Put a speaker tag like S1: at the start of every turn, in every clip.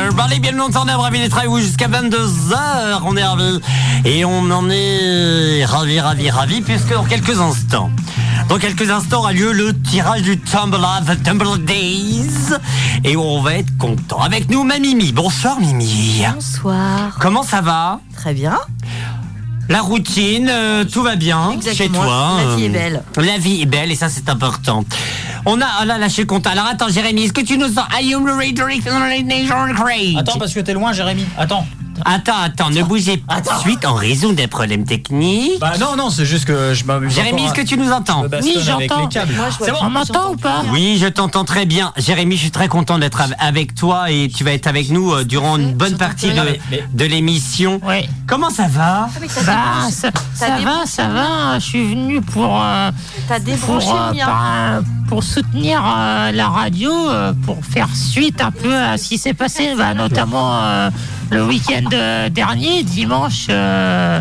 S1: excellente journée à Braville et Trailou jusqu'à 22h. On est ravis. Et on en est euh, ravis, ravis, ravis, puisque dans quelques instants. Dans quelques instants aura lieu le tirage du Tumblr, The Tumblr Days. Et on va être content. Avec nous, ma Mimi. Bonsoir, Mimi.
S2: Bonsoir.
S1: Comment ça va
S2: Très bien.
S1: La routine, euh, tout va bien chez
S2: Exactement.
S1: toi.
S2: La vie
S1: euh,
S2: est belle.
S1: La vie est belle et ça c'est important. On a, ah là, là je suis content. Alors attends Jérémy, est-ce que tu nous sens I am rhetoric nation great.
S3: Attends, parce que t'es loin, Jérémy. Ah, Attends.
S1: Attends, attends, ne bougez pas tout de suite en raison des problèmes techniques.
S3: Bah non, non, c'est juste que je m'amuse.
S1: Jérémy, est-ce que tu nous entends
S3: Oui, j'entends.
S2: C'est bon, on m'entend ou pas
S1: Oui, je t'entends très bien. Jérémy, je suis très content d'être av- avec toi et tu vas être avec nous euh, durant une bonne partie
S3: rien.
S1: de,
S3: Mais- mais-
S1: de l'émission.
S4: Oui.
S1: Comment ça va
S4: Bah, ça, ça
S2: dé-
S4: va, ça va. Je suis venu pour, euh,
S2: T'as
S4: pour,
S2: débranché
S4: euh,
S2: le mien.
S4: par- pour soutenir euh, la radio, euh, pour faire suite un peu à ce qui s'est passé, bah, notamment euh, le week-end euh, dernier, dimanche. euh,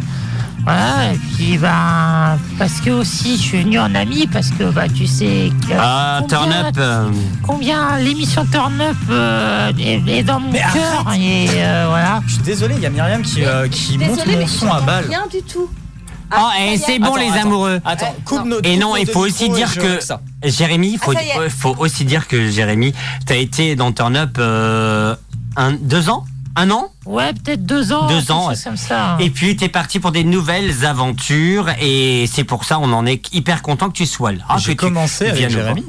S4: voilà, et puis bah, parce que aussi je suis venu en ami, parce que bah, tu sais que.
S1: Ah, turn
S4: combien-
S1: up. euh,
S4: Combien l'émission Turn Up euh, est, est dans mon
S3: Mais
S4: cœur et euh, voilà.
S3: Je suis désolé, il y a Myriam qui, euh, qui monte
S2: Désolée,
S3: mon
S2: mais
S3: son à
S2: j'entends
S3: balle.
S2: rien du tout.
S1: Ah,
S2: ça y
S1: et
S2: est.
S1: c'est bon
S3: Attends,
S1: les
S3: attends,
S1: amoureux.
S3: Attends, coupe
S2: non.
S3: nos
S1: Et
S3: coupe
S1: non,
S3: nos
S1: il
S3: deux
S1: faut aussi
S3: micros et
S1: dire
S3: je-
S1: que
S3: ça.
S1: Jérémy,
S4: Ah,
S1: il faut,
S2: ça y est.
S1: euh, faut aussi dire que Jérémy, t'as été dans Turn Up euh, un, deux ans, un an,
S4: Ouais, peut-être deux ans.
S1: Deux
S4: quelque
S1: ans,
S4: chose comme ça.
S1: et puis t'es parti pour des nouvelles aventures et c'est pour ça on en est hyper content que tu sois là. Ah, que
S3: J'ai
S1: tu
S3: commencé avec
S1: viennes nous
S3: Jérémy.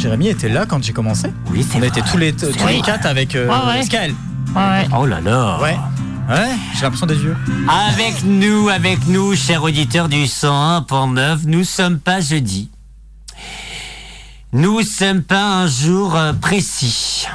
S3: Jérémy était là quand j'ai commencé.
S1: voir. Oui, c'est
S3: On
S1: vrai.
S3: était tous les, tous
S4: vrai.
S3: les quatre avec euh,
S4: Ouais, ouais.
S3: Pascal.
S4: Ouais.
S1: Oh là là.
S3: Ouais. Ouais, j'ai l'impression des yeux.
S1: Avec nous, avec nous, chers auditeurs du 101.9, nous sommes pas jeudi. Nous sommes pas un jour euh, précis.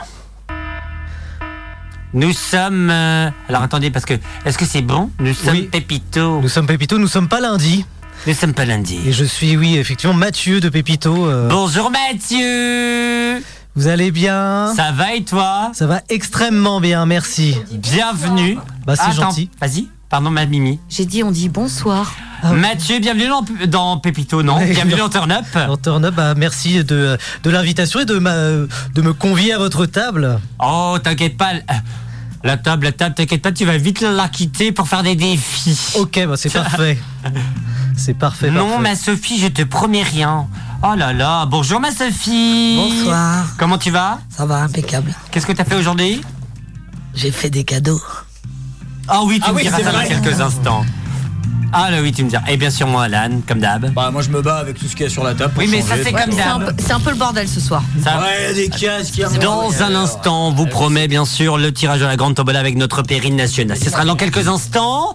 S1: Nous sommes. euh, alors attendez, parce que. Est-ce que c'est bon Nous sommes
S5: Oui.
S1: Pépito.
S5: Nous sommes Pépito, nous sommes pas lundi.
S1: Nous sommes pas lundi.
S5: Et je suis, oui, effectivement, Mathieu de Pépito. euh,
S1: Bonjour Mathieu
S5: Vous allez bien
S1: Ça va et toi
S5: Ça va extrêmement bien, merci.
S1: Bienvenue.
S5: Bah, c'est
S1: Attends,
S5: gentil. Ah
S1: Vas-y, pardon ma Mimi.
S2: J'ai dit, on dit bonsoir.
S1: Mathieu, bienvenue dans, dans Pépito, oh non
S5: Ouais,
S1: Bienvenue
S5: non.
S1: dans Turn Up.
S5: Alors, Turn Up, bah, merci de, de l'invitation et de, ma- de me convier à votre table.
S1: Oh, t'inquiète pas. La table, la table, t'inquiète pas, tu vas vite la quitter pour faire des défis.
S5: Ok, bah, c'est parfait. C'est parfait.
S1: non,
S5: parfait.
S1: ma Sophie, je te promets rien. Oh là là, bonjour ma Sophie.
S6: Bonsoir,
S1: Comment tu vas
S6: ça va impeccable.
S1: Qu'est-ce que t'as fait aujourd'hui
S6: J'ai fait des cadeaux.
S1: Ah oui, tu
S3: Ah
S1: me
S3: oui,
S1: diras
S3: c'est
S1: ça
S3: vrai.
S1: dans quelques instants. Ah là oui, tu me diras. Et bien sûr, moi, Alan, comme d'hab.
S3: Bah, moi je me bats avec tout ce qu'il y a sur la table. pour
S1: Oui, mais ça,
S3: changer.
S1: c'est
S2: Ouais,
S1: comme
S2: c'est un
S1: d'hab.
S2: peu- c'est un peu le bordel ce soir.
S1: Ça-
S3: Ouais, des casques. qui arrivent.
S1: Dans un instant, on
S3: Eh
S1: vous promet bien sûr le tirage de la grande tombola avec notre périne nationale. Ce sera dans quelques instants.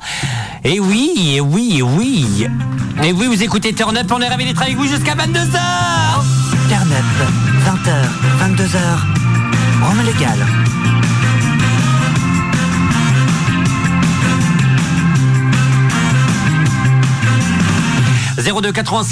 S1: Et oui, et oui, et oui. Et oui, vous écoutez Turn Up, on est ravis d'être avec vous jusqu'à 22h.
S6: Turn up, 20h, 22h, Rome légal.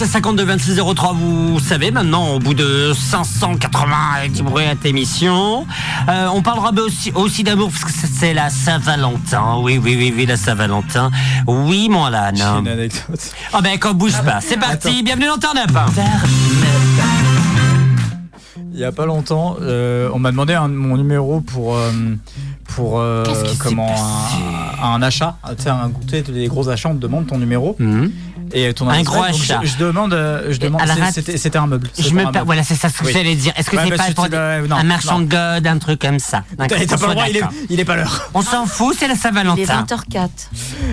S1: cinq 52 26 03, vous savez maintenant, au bout de 590 bruits à émission. Euh, on parlera aussi, aussi d'amour, parce que c'est- c'est la Saint-Valentin. Oui, oui, oui, oui, la Saint-Valentin. Oui, mon Alan.
S3: J'ai une anecdote.
S1: Ah ben, qu'on bouge pas. C'est parti, bienvenue dans Turn Up.
S3: Il y a pas longtemps, euh, on m'a demandé un- mon numéro pour euh, pour euh,
S1: Qu'est-ce qui s'est
S3: comment
S1: passé
S3: un, un achat, un- tu sais un goûter des gros achats, on te demande ton numéro
S1: Mhm.
S3: et ton
S1: Un
S3: adresse
S1: gros
S3: mail. Donc,
S1: achat.
S3: Je, je demande, euh, je demande.
S1: à la
S3: c'est-
S1: rate-
S3: C'était c'était un meuble.
S1: Je
S3: C'était
S1: me
S3: un
S1: per-
S3: meugle.
S1: voilà, c'est ça ce que
S3: Oui.
S1: j'allais dire. Est-ce que
S3: Ouais,
S1: c'est
S3: bah,
S1: pas
S3: c'est-
S1: pour
S3: euh, non,
S1: un marchand
S3: non.
S1: de god, un truc comme ça D'accord,
S3: T'as t'as pas
S1: on
S3: le droit,
S1: soit
S3: il est,
S1: d'accord.
S3: il est pas l'heure.
S1: On s'en fout, c'est la
S2: Il est
S1: Saint-Valentin.
S2: 20h04.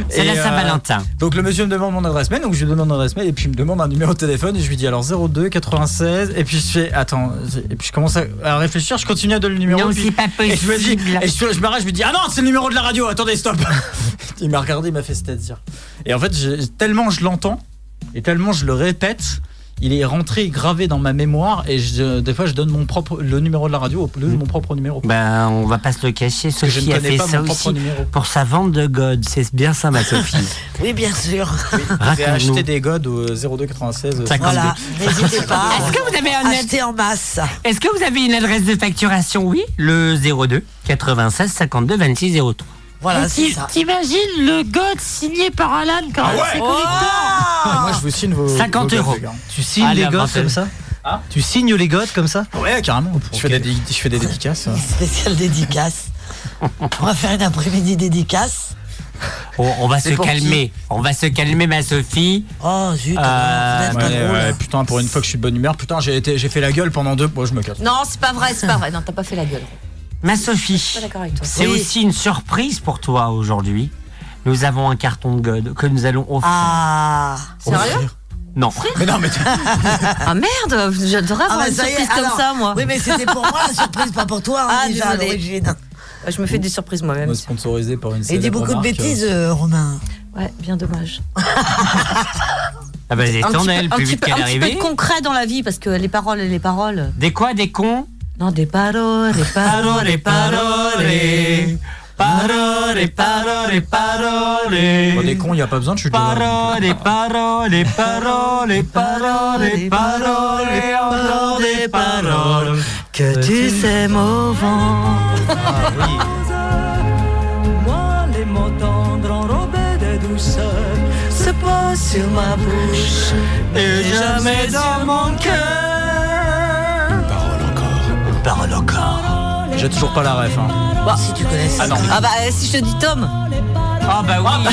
S1: C'est
S3: Et,
S1: la
S3: euh,
S1: Saint-Valentin.
S3: Donc le monsieur me demande mon adresse mail, donc je lui demande mon adresse mail et puis il me demande un numéro de téléphone et je lui dis alors 02 96 et puis je fais attends et puis je commence à, à réfléchir, je continue à donner le numéro.
S1: Non,
S3: et puis-
S1: c'est pas
S3: Et je me dis,
S1: possible.
S3: et je, je m'arrête, je me dis, ah non, c'est le numéro de la radio, attendez, stop. il m'a regardé, il m'a fait c'est-à-dire. Et en fait, j'ai- tellement je l'entends, et tellement je le répète, il est rentré gravé dans ma mémoire, et je- des fois, je donne mon propre, le numéro de la radio au lieu de
S1: Mm.
S3: mon propre numéro.
S1: Ben, on va pas se le cacher.
S3: Parce que je
S1: Sophie
S3: ne
S1: a
S3: connais
S1: fait
S3: pas
S1: ça
S3: mon propre
S1: aussi
S3: numéro.
S1: pour sa vente de god. C'est bien ça, ma Sophie.
S6: Oui, bien sûr.
S3: J'ai
S1: Raconte-nous.
S3: acheté des godes au 0296.
S1: Ça compte.
S6: Voilà, n'hésitez pas.
S1: Est-ce que vous avez un ad-
S6: Achetez en masse.
S1: Est-ce que vous avez une adresse de facturation Oui, le 02 96 52 26 03.
S6: Voilà, c'est
S4: Ti-
S6: ça.
S4: T'imagines le god signé par Alan quand
S1: Ah
S4: même, c'est
S1: Oh.
S4: connecteur.
S3: Moi, Ah, je vous signe vos.
S1: 50
S3: vos godes,
S1: euros.
S3: les gars.
S5: Tu signes
S1: Ah,
S5: les
S1: la
S5: godes
S1: vingtaine.
S5: comme ça
S3: Ah
S5: Tu signes les godes comme ça
S3: Ouais, carrément. Je fais, des, dé- je fais des dédicaces.
S6: Spéciale dédicace. On va faire une après-midi dédicace.
S1: On, Oh, on va
S6: C'est
S1: se
S6: pour qui
S1: calmer. On va se calmer, ma Sophie.
S6: Oh zut,
S1: Euh,
S6: alors, vous n'êtes pas
S3: Ouais,
S6: drôle. hein.
S3: ouais, putain, pour une fois que je suis de bonne humeur, putain, j'ai été- j'ai fait la gueule pendant deux. Moi, je me casse.
S2: Non, c'est pas vrai, c'est pas vrai. Non, t'as pas fait la gueule.
S1: Ma Sophie,
S2: Pas d'accord avec toi.
S1: c'est
S6: Oui.
S1: aussi une surprise pour toi aujourd'hui. Nous avons un carton de God que nous allons offrir.
S6: Ah,
S2: Sérieux
S1: Non.
S3: Mais non, mais
S2: Ah merde, j'adorerais avoir
S6: Ah, bah,
S2: une
S6: ça y est,
S2: surprise comme
S6: alors.
S2: ça, moi.
S6: Oui, mais c'était pour moi la surprise, pas pour toi, hein,
S2: Ah,
S6: déjà à
S2: désolée.
S6: l'origine.
S2: Ouais, Je me fais des surprises moi-même.
S3: sponsorisé par une
S6: Et dis beaucoup de bêtises, euh, Romain.
S2: Ouais, bien dommage.
S1: Ah bah, elle est
S2: Un
S1: en
S2: petit,
S1: elle,
S2: peu, un
S1: plus
S2: petit
S1: vite
S2: peu-
S1: qu'elle est
S2: un petit peu
S1: arrivée.
S2: de concret dans la vie, parce que les paroles et les paroles.
S1: Des quoi, des cons
S2: Non, des paroles, des paroles, des paroles.
S1: parole, parole, parole.
S3: Bon, des cons, il n'y a pas besoin, je suis déjà là.
S1: Parole, parole, parole, parole, parole, encore des
S5: Ah,
S1: paroles.
S7: Euh,
S6: Que tu sais, mauvais. Moi, les mots tendres enrobés de douceur se posent sur ma bouche.
S1: Et jamais dans mon cœur. Parole encore.
S3: J'ai toujours pas la ref. Hein.
S2: Bah,
S6: Si tu connais ça.
S3: Ah non.
S2: Ah bah, euh, si je te dis Tom.
S1: Ah bah oui.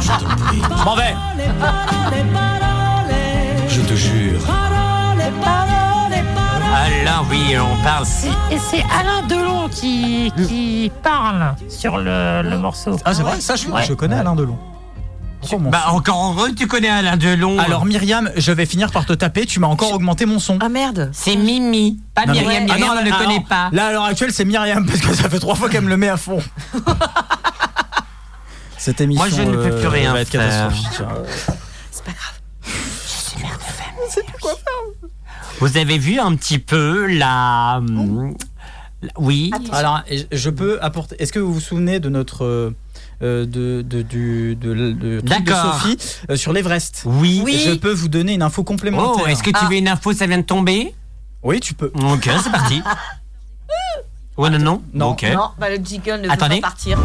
S3: Je m'en vais
S1: Ah là oui, on parle.
S4: Et c'est Alain Delon qui, qui parle sur le, le morceau.
S3: Ah, c'est vrai, ça, je,
S4: Ouais.
S3: je connais Alain Delon. Pourquoi mon-
S1: Bah encore heureux, tu connais Alain Delon. hein.
S3: Alors, Myriam, je vais finir par te taper, tu m'as encore augmenté mon son.
S2: Ah merde.
S1: c'est Mimi, pas
S3: Non, mais-
S1: Myriam.
S3: Ah, non,
S1: Myriam, on ne le
S3: alors,
S1: connaît pas.
S3: Là, à l'heure actuelle, c'est Myriam, parce que ça fait trois fois qu'elle me le met à fond. Cette émission
S1: Moi, je ne peux plus
S3: euh,
S1: rien
S3: va être
S1: faire.
S3: catastrophique. hein.
S1: Vous avez vu un petit peu Euh, la. hum,
S2: Oh.
S1: la- Oui.
S3: Alors, et je- je peux apporter. Est-ce que vous vous souvenez de notre euh, euh, de de du de, l- de, truc de
S1: D'accord.
S3: Sophie euh, sur l'Everest
S1: Oui.
S3: Je peux vous donner une info
S1: Oh,
S3: complémentaire.
S1: est-ce que tu
S2: Ah.
S1: veux une info Ça vient de tomber
S3: Oui, tu peux.
S1: Ok, c'est parti. Ouais, non, non
S3: Non.
S1: Ok.
S2: Non, bah le jingle ne
S1: Attendez.
S2: peut pas partir.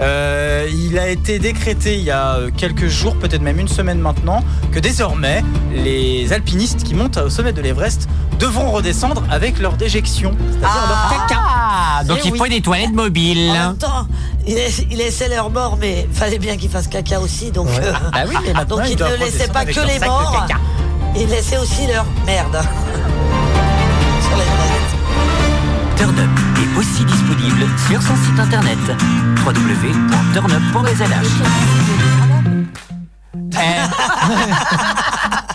S3: Euh, il a été décrété il y a euh, quelques jours, peut-être même une semaine maintenant, que désormais les alpinistes qui montent au sommet de l'Everest devront redescendre avec leur déjection, c'est-à-dire leur caca.
S1: Ah, donc
S6: Eh
S1: il
S6: oui.
S1: faut des toilettes mobiles.
S6: En même temps, il, laisse- il laissait leur mort, mais fallait bien qu'ils fassent caca aussi, donc. euh,
S3: Bah oui, mais maintenant,
S6: Donc
S3: ils
S6: il
S3: doivent
S6: ne laissait
S3: redescendre
S6: pas
S3: avec
S6: que
S3: leur
S6: les
S3: sac de
S6: morts.
S3: caca.
S6: Ils laissaient aussi leur merde. Sur l'Everest.
S1: Turn Up est aussi disponible sur son site internet www.turnup.bzh.
S3: Eh.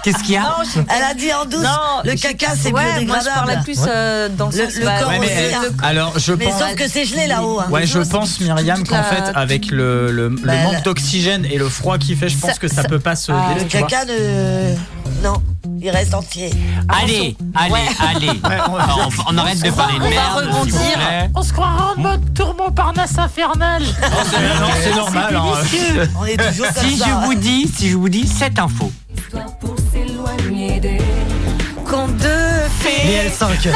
S1: Qu'est-ce qu'il y a
S6: Elle a dit en douce,
S2: Non,
S6: le caca c'est
S2: Ouais, moi je parlais
S6: biodégradable.
S2: plus euh, dans le
S6: Le-
S2: sens
S6: le
S2: bah,
S6: corps
S3: Ouais, mais
S6: aussi,
S3: elle-
S6: hein.
S3: alors je
S6: Mais
S3: pense.
S6: sauf que c'est gelé là-haut. hein.
S3: Ouais, je
S2: Toute
S3: pense,
S2: la-
S3: Myriam,
S2: toute
S3: qu'en
S2: la-
S3: fait, avec le, le, le
S6: Bah, la-
S3: manque d'oxygène et le froid qu'il fait, je pense
S2: Ça-
S3: que ça,
S2: ça-
S3: peut pas se.
S2: Ah.
S6: Le
S3: tu vois.
S6: caca ne. Non, il reste entier.
S1: Allez, allez, allez.
S3: on va-
S1: Alors, on, on arrête de parler de
S2: on va
S1: merde. s'il vous
S2: rebondir.
S1: plaît.
S4: On se croirait en mode tour Montparnasse infernal.
S3: Non, c'est-
S2: Ah,
S3: non, c'est normal. hein.
S6: On est toujours comme
S1: Si
S6: ça.
S1: je vous dis, si je vous dis cette info.
S7: pour s'éloigner des
S2: Qu'on de
S5: Les L5.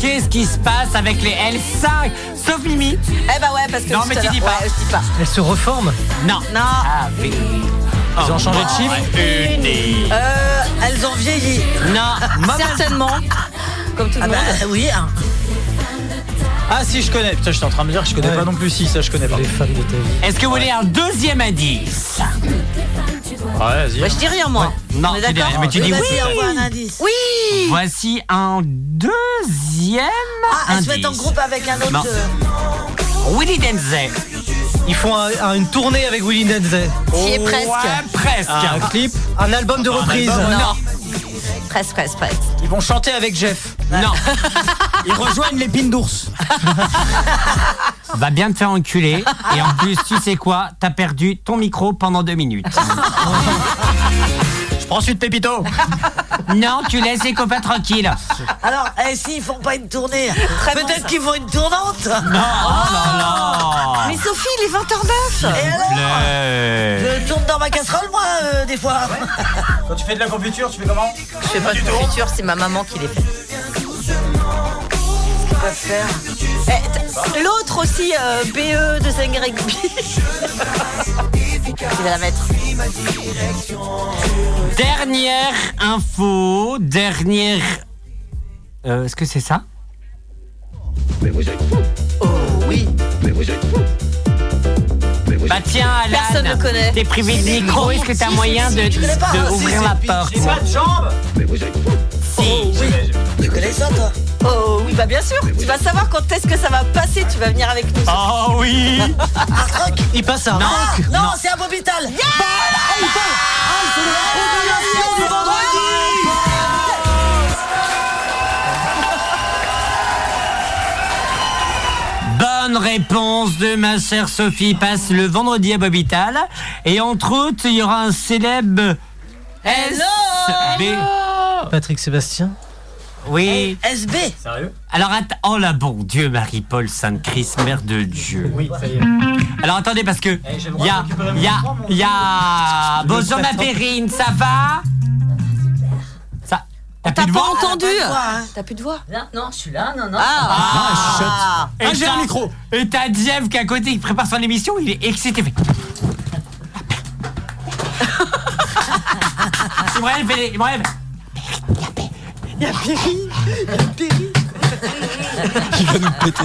S1: Qu'est-ce qui se passe avec les L5 Sauf Mimi
S2: Eh bah ouais, parce que.
S1: Non,
S2: tout
S1: mais
S2: à
S1: tu
S2: l'heure-
S1: dis pas.
S2: Ouais, je dis pas.
S5: Elle se reforme.
S1: Non. Ah.
S2: Non,
S1: Avec-
S3: Ils ont changé de
S2: Oh,
S3: chiffre
S6: Euh, elles ont vieilli.
S1: Non, mauvais-
S2: certainement. Comme tout le
S6: Ah bah
S2: monde.
S6: oui, hein.
S3: Ah, si, je connais. Putain, j'étais en train de me dire que je connais
S5: Ouais.
S3: pas non plus. Si, ça, je connais pas.
S5: Les femmes de ta vie.
S1: Est-ce que vous voulez un deuxième indice Ah
S2: Bah, je dis rien, moi.
S1: Non,
S2: On est
S1: tu dis
S2: d'accord
S1: rien, Eh, mais tu
S6: Oui,
S1: dis oui.
S6: vas-y, envoie un indice.
S1: Voici un deuxième
S6: Ah, elles se
S1: indice.
S6: mettent en groupe avec un
S1: Non.
S6: autre. euh,
S1: Willy Denzel.
S5: Ils font un- un- une tournée avec Willy Denzel.
S2: Qui est presque.
S1: Ouais, presque.
S3: Ah, un clip.
S5: Un album de reprise.
S1: album,
S2: Non. Presque, presque, presque.
S3: Ah bah Ils vont chanter avec Jeff.
S1: Non,
S3: Ils rejoignent l'épine d'ours.
S1: Ah, va bien te faire enculer. Et en plus, tu sais quoi T'as perdu ton micro pendant deux minutes.
S3: Je prends celui de Pépito.
S1: Non, tu laisses les copains tranquilles.
S6: Alors, eh, s'ils font pas une tournée, peut-être qu'ils font une tournante.
S1: Oh
S3: Oh.
S1: là
S2: Mais Sophie, il est
S6: Et
S2: 20h09
S6: alors
S1: là.
S6: Je tourne dans ma casserole, moi, euh, des fois.
S3: Quand tu fais de la confiture, tu fais comment
S2: Je fais pas de confiture, c'est ma maman qui les fait. Eh, t- L'autre aussi, euh, BE de Sengreg. Il va la mettre.
S7: Oh,
S1: Dernière info, dernière
S8: Euh, Est-ce que c'est ça
S1: Bah tiens, Alan,
S2: Personne ne connaît.
S1: t'es privé de micro, est-ce que t'as moyen de, de
S6: hein.
S1: ouvrir la porte
S3: de jambes
S2: Oh oui, bah bien sûr. Tu vas savoir quand est-ce que ça va passer. Tu vas venir avec nous.
S1: Oh oui
S5: Il passe à
S9: Non, c'est un bobital
S1: Bonne réponse de ma chère Sophie. Passe le vendredi à Bobital. Et entre autres, il y aura un célèbre SB.
S5: Patrick Sébastien.
S1: Oui.
S9: SB
S3: Sérieux
S1: Alors, att- oh la bon Dieu, Marie-Paul Sainte-Christ, Mère de Dieu.
S3: Oui, ça y est.
S1: Alors, attendez, parce que.
S3: Eh,
S1: Il
S3: j'ai le droit
S1: y a.
S3: de récupérer mon
S1: Il y a.
S3: enfant, mon
S1: Il y a. Ah, Bonjour, ma Périne, ça va Ça. T'as plus
S2: T'as
S1: de
S2: pas
S1: voix
S3: hein,
S2: entendu
S9: T'as plus de voix
S10: Non, je suis là, non, non.
S2: Ah,
S1: Ah, chut. Et
S3: j'ai
S1: t'as-
S3: un micro.
S1: Et t'as Diev qui est à côté, qui prépare son émission, il est excité. Fait... Ibrahim fait des- Ibrahim. Il y a Perry, il y a Perry, il y a Perry. Il va nous péter.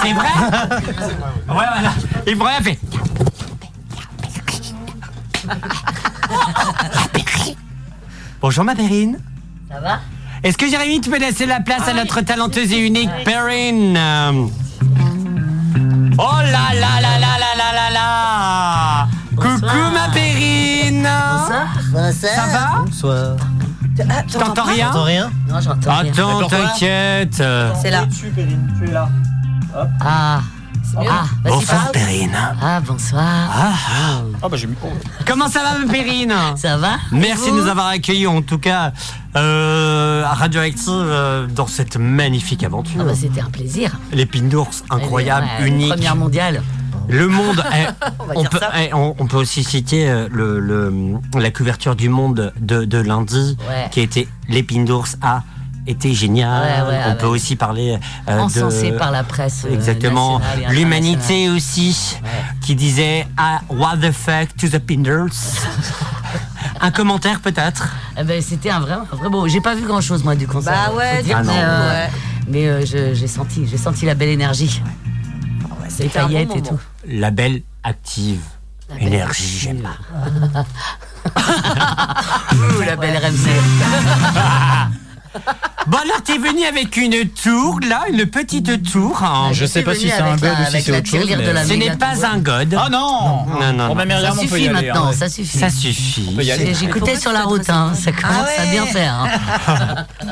S1: C'est vrai Ouais, voilà. Ibrahim fait. Bonjour ma Perrine.
S10: Ça va
S1: Est-ce que Jérémy, tu peux laisser la place
S10: Ah,
S1: à notre talenteuse et unique Perrine euh, Oh là là là là là là là là Coucou ma Perrine Ça
S10: Ah,
S1: va
S5: Soit.
S1: Tu t'entends rien
S5: T'entends rien
S10: Non, j'entends rien.
S1: Attends, t'inquiète
S2: C'est là.
S3: Tu, Périne, tu es là.
S10: Ah, ah, vas-y,
S1: Bonsoir
S10: parle.
S1: Perrine
S10: Ah, bonsoir.
S3: Ah bah j'ai mis.
S1: Comment ça va ma Perrine
S10: Ça va
S1: Merci de
S10: Vous
S1: nous avoir accueillis en tout cas euh, à Radioactive euh, dans cette magnifique aventure.
S10: Ah bah, c'était un plaisir.
S1: L'épine d'ours incroyable,
S10: Eh Ouais,
S1: unique.
S10: Première mondiale.
S1: Le monde. eh,
S10: va
S1: on,
S10: dire
S1: peut,
S10: ça.
S1: eh, on- on peut aussi citer euh, le, le- la couverture du monde de, de lundi,
S10: Ouais.
S1: qui était l'épine d'ours a été géniale.
S10: Ouais, ouais,
S1: on
S10: ouais.
S1: peut aussi parler euh,
S10: Encensé
S1: de.
S10: par la presse. euh,
S1: Exactement.
S10: nationale et
S1: L'humanité aussi, qui disait ah, What the fuck to the Pinders Un commentaire peut-être
S10: internationale. Eh ben, c'était un vrai, un vrai beau. J'ai pas vu grand chose, moi, du concert.
S2: Bah
S10: faut
S2: ouais,
S10: dire,
S1: du
S10: mais,
S1: coup,
S10: euh, mais euh, je- j'ai senti, j'ai senti la belle énergie. Les
S2: c'était un bon
S10: paillettes et
S2: moment.
S10: tout.
S1: La belle active. Énergie, j'aime pas.
S10: Ouh, la belle RMC.
S1: Bon, alors, t'es venu avec une tour, là, une petite tour. hein.
S3: Je sais pas si c'est un
S10: avec
S3: god
S10: la-
S3: ou si
S10: avec
S3: c'est
S10: la
S3: autre chose.
S10: tirelire de
S3: mais-
S10: la-
S1: Ce n'est pas un god.
S3: Ah non
S1: Non, non, non.
S3: Bon, bah,
S10: Ça
S3: Myriam, on peut y
S10: suffit
S3: aller,
S10: maintenant,
S3: hein.
S10: ça suffit.
S1: Ça suffit.
S3: On peut y aller.
S10: J'écoutais sur la route, hein. ça commence à bien
S9: Ah
S10: faire. hein.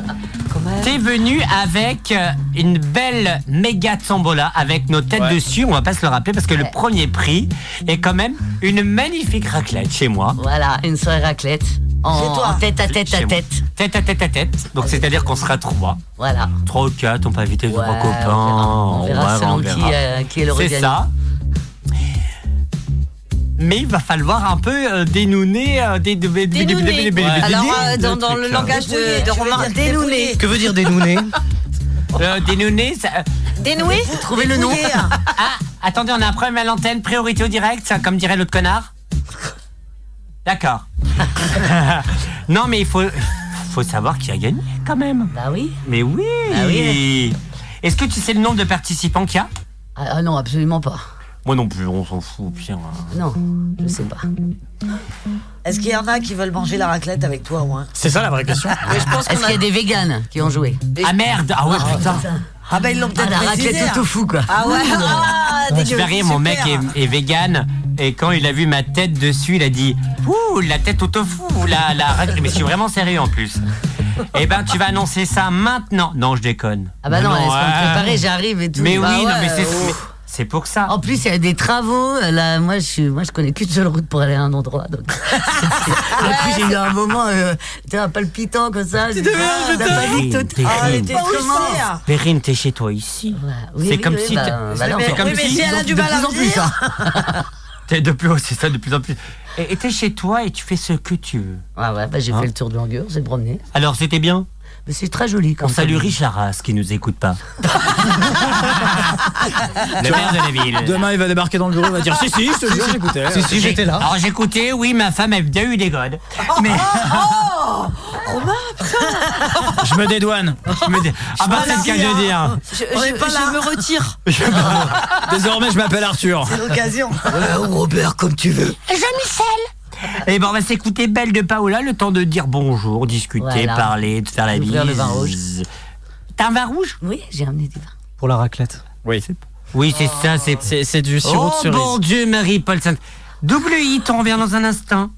S1: T'es venu avec euh, une belle méga tombola avec nos têtes
S3: Ouais.
S1: dessus. On va pas se le rappeler parce que le premier prix est quand même une magnifique raclette chez moi.
S10: Voilà, une soirée raclette. En, en Oh. tête à tête
S1: Chez
S10: à
S1: moi.
S10: tête.
S1: Tête à tête à tête. Donc c'est-à-dire qu'on sera trois.
S10: Voilà.
S1: Trois ou quatre, on peut inviter
S10: Ouais,
S1: trois copains.
S10: on verra, on verra
S1: Ouais,
S10: selon
S1: on
S10: Qui,
S1: verra.
S10: euh, qui est le
S1: C'est
S10: revenu.
S1: ça. Mais il va falloir un peu euh, dénouner. euh, dé- dé- dé- dé- dé- dé- dé- dé-
S2: Alors, euh,
S1: dé-
S2: dans,
S1: dé-
S2: dans le
S1: truc,
S2: langage de, de
S9: Tu veux
S2: Romain,
S9: dire
S2: dénoué.
S5: Que veut dire dénouné
S1: là. Euh, Dénouner, ça.
S2: Dénoué
S10: Trouvez le nom.
S1: Ah, attendez, on a un problème à l'antenne, priorité au direct, comme dirait l'autre connard. D'accord. non, mais il faut, faut savoir qui a gagné quand même.
S10: Bah oui.
S1: Mais oui.
S10: Ah oui.
S1: Est-ce que tu sais le nombre de participants qu'il y a
S10: Ah, ah non, absolument pas.
S1: Moi non plus, on s'en fout, pire.
S10: Non, je sais pas.
S9: Est-ce qu'il y en a qui veulent manger la raclette avec toi ou hein
S3: C'est ça la vraie question.
S10: Est-ce qu'il y a des véganes qui ont joué
S1: Ah merde Ah ouais, putain.
S9: Ah bah ils l'ont
S10: Ah,
S9: peut-être
S10: la
S9: précisé,
S10: raclette
S9: hein.
S10: au tofu, quoi.
S9: Ah ouais ah,
S1: Je
S9: dégueu,
S1: vais rire, mon mec
S9: super.
S1: est, est vegan. Et quand il a vu ma tête dessus, il a dit Ouh, la tête au tofu, la, la raclette. Mais je suis vraiment sérieux en plus. Eh ben, tu vas annoncer ça maintenant. Non, je déconne.
S10: Ah bah non, laisse pas me
S1: ouais.
S10: préparer, j'arrive et tout.
S1: Mais
S10: Bah
S1: oui, non,
S10: ouais,
S1: mais c'est,
S10: oh.
S1: mais c'est pour ça.
S10: En plus, il y a des travaux. euh, Là, moi, je suis, moi, je connais qu'une seule route pour aller à un endroit. Donc,
S6: Ah,
S10: du coup, j'ai eu un moment, euh, tu vois, palpitant comme ça. Tu
S1: putain.
S10: Ah, elle était
S9: Pas où
S10: comment
S9: c'est, hein
S1: Perrine, t'es chez toi ici.
S10: Ouais, oui,
S1: C'est
S10: oui,
S1: comme
S10: oui,
S1: si
S10: bah,
S1: t'es-
S10: bah non,
S1: mais-
S10: c'est
S1: comme
S9: Oui, mais
S1: si-
S9: si elle a du
S10: de
S9: mal à
S10: plus en plus.
S9: venir,
S10: hein.
S1: T'es de plus, c'est ça, de plus en plus. Et et t'es chez toi et tu fais ce que tu veux.
S10: Ouais, ouais, bah, j'ai
S1: Hein
S10: fait le tour de l'Angueur, j'ai promené.
S1: Alors, c'était bien.
S10: Mais c'est très joli.
S1: On
S10: comme
S1: salue Rich Laras qui nous écoute pas. Le maire de la ville.
S3: Demain, il va débarquer dans le bureau, il va dire Ah, Si, si, je te jure, j'écoutais.
S5: Si, si, j'étais là.
S1: Alors j'écoutais, oui, ma femme a bien eu des godes. Mais...
S2: Romain,
S6: bah,
S3: Je me dédouane.
S1: Je me dis- Ah bah c'est ce que je veux dire.
S2: je,
S9: On
S2: je-
S9: est pas
S2: je
S9: là.
S2: me retire.
S3: Désormais, je m'appelle Arthur. oh,
S9: L'occasion.
S1: Robert, comme tu veux. Jean-Michel. Eh ben, on va s'écouter Belle de Paola, le temps de dire bonjour, discuter,
S10: Voilà.
S1: parler, de faire la bise.
S10: D'ouvrir le vin rouge.
S1: T'as un vin rouge
S10: Ah, Oui, j'ai amené du vin.
S11: pour la raclette.
S3: Oui.
S1: Oui, c'est ça, c'est...
S3: C'est c'est du sirop
S1: Oh
S3: de cerise.
S1: bon Dieu, Marie-Paul Sainte. Double hit, on revient dans un instant.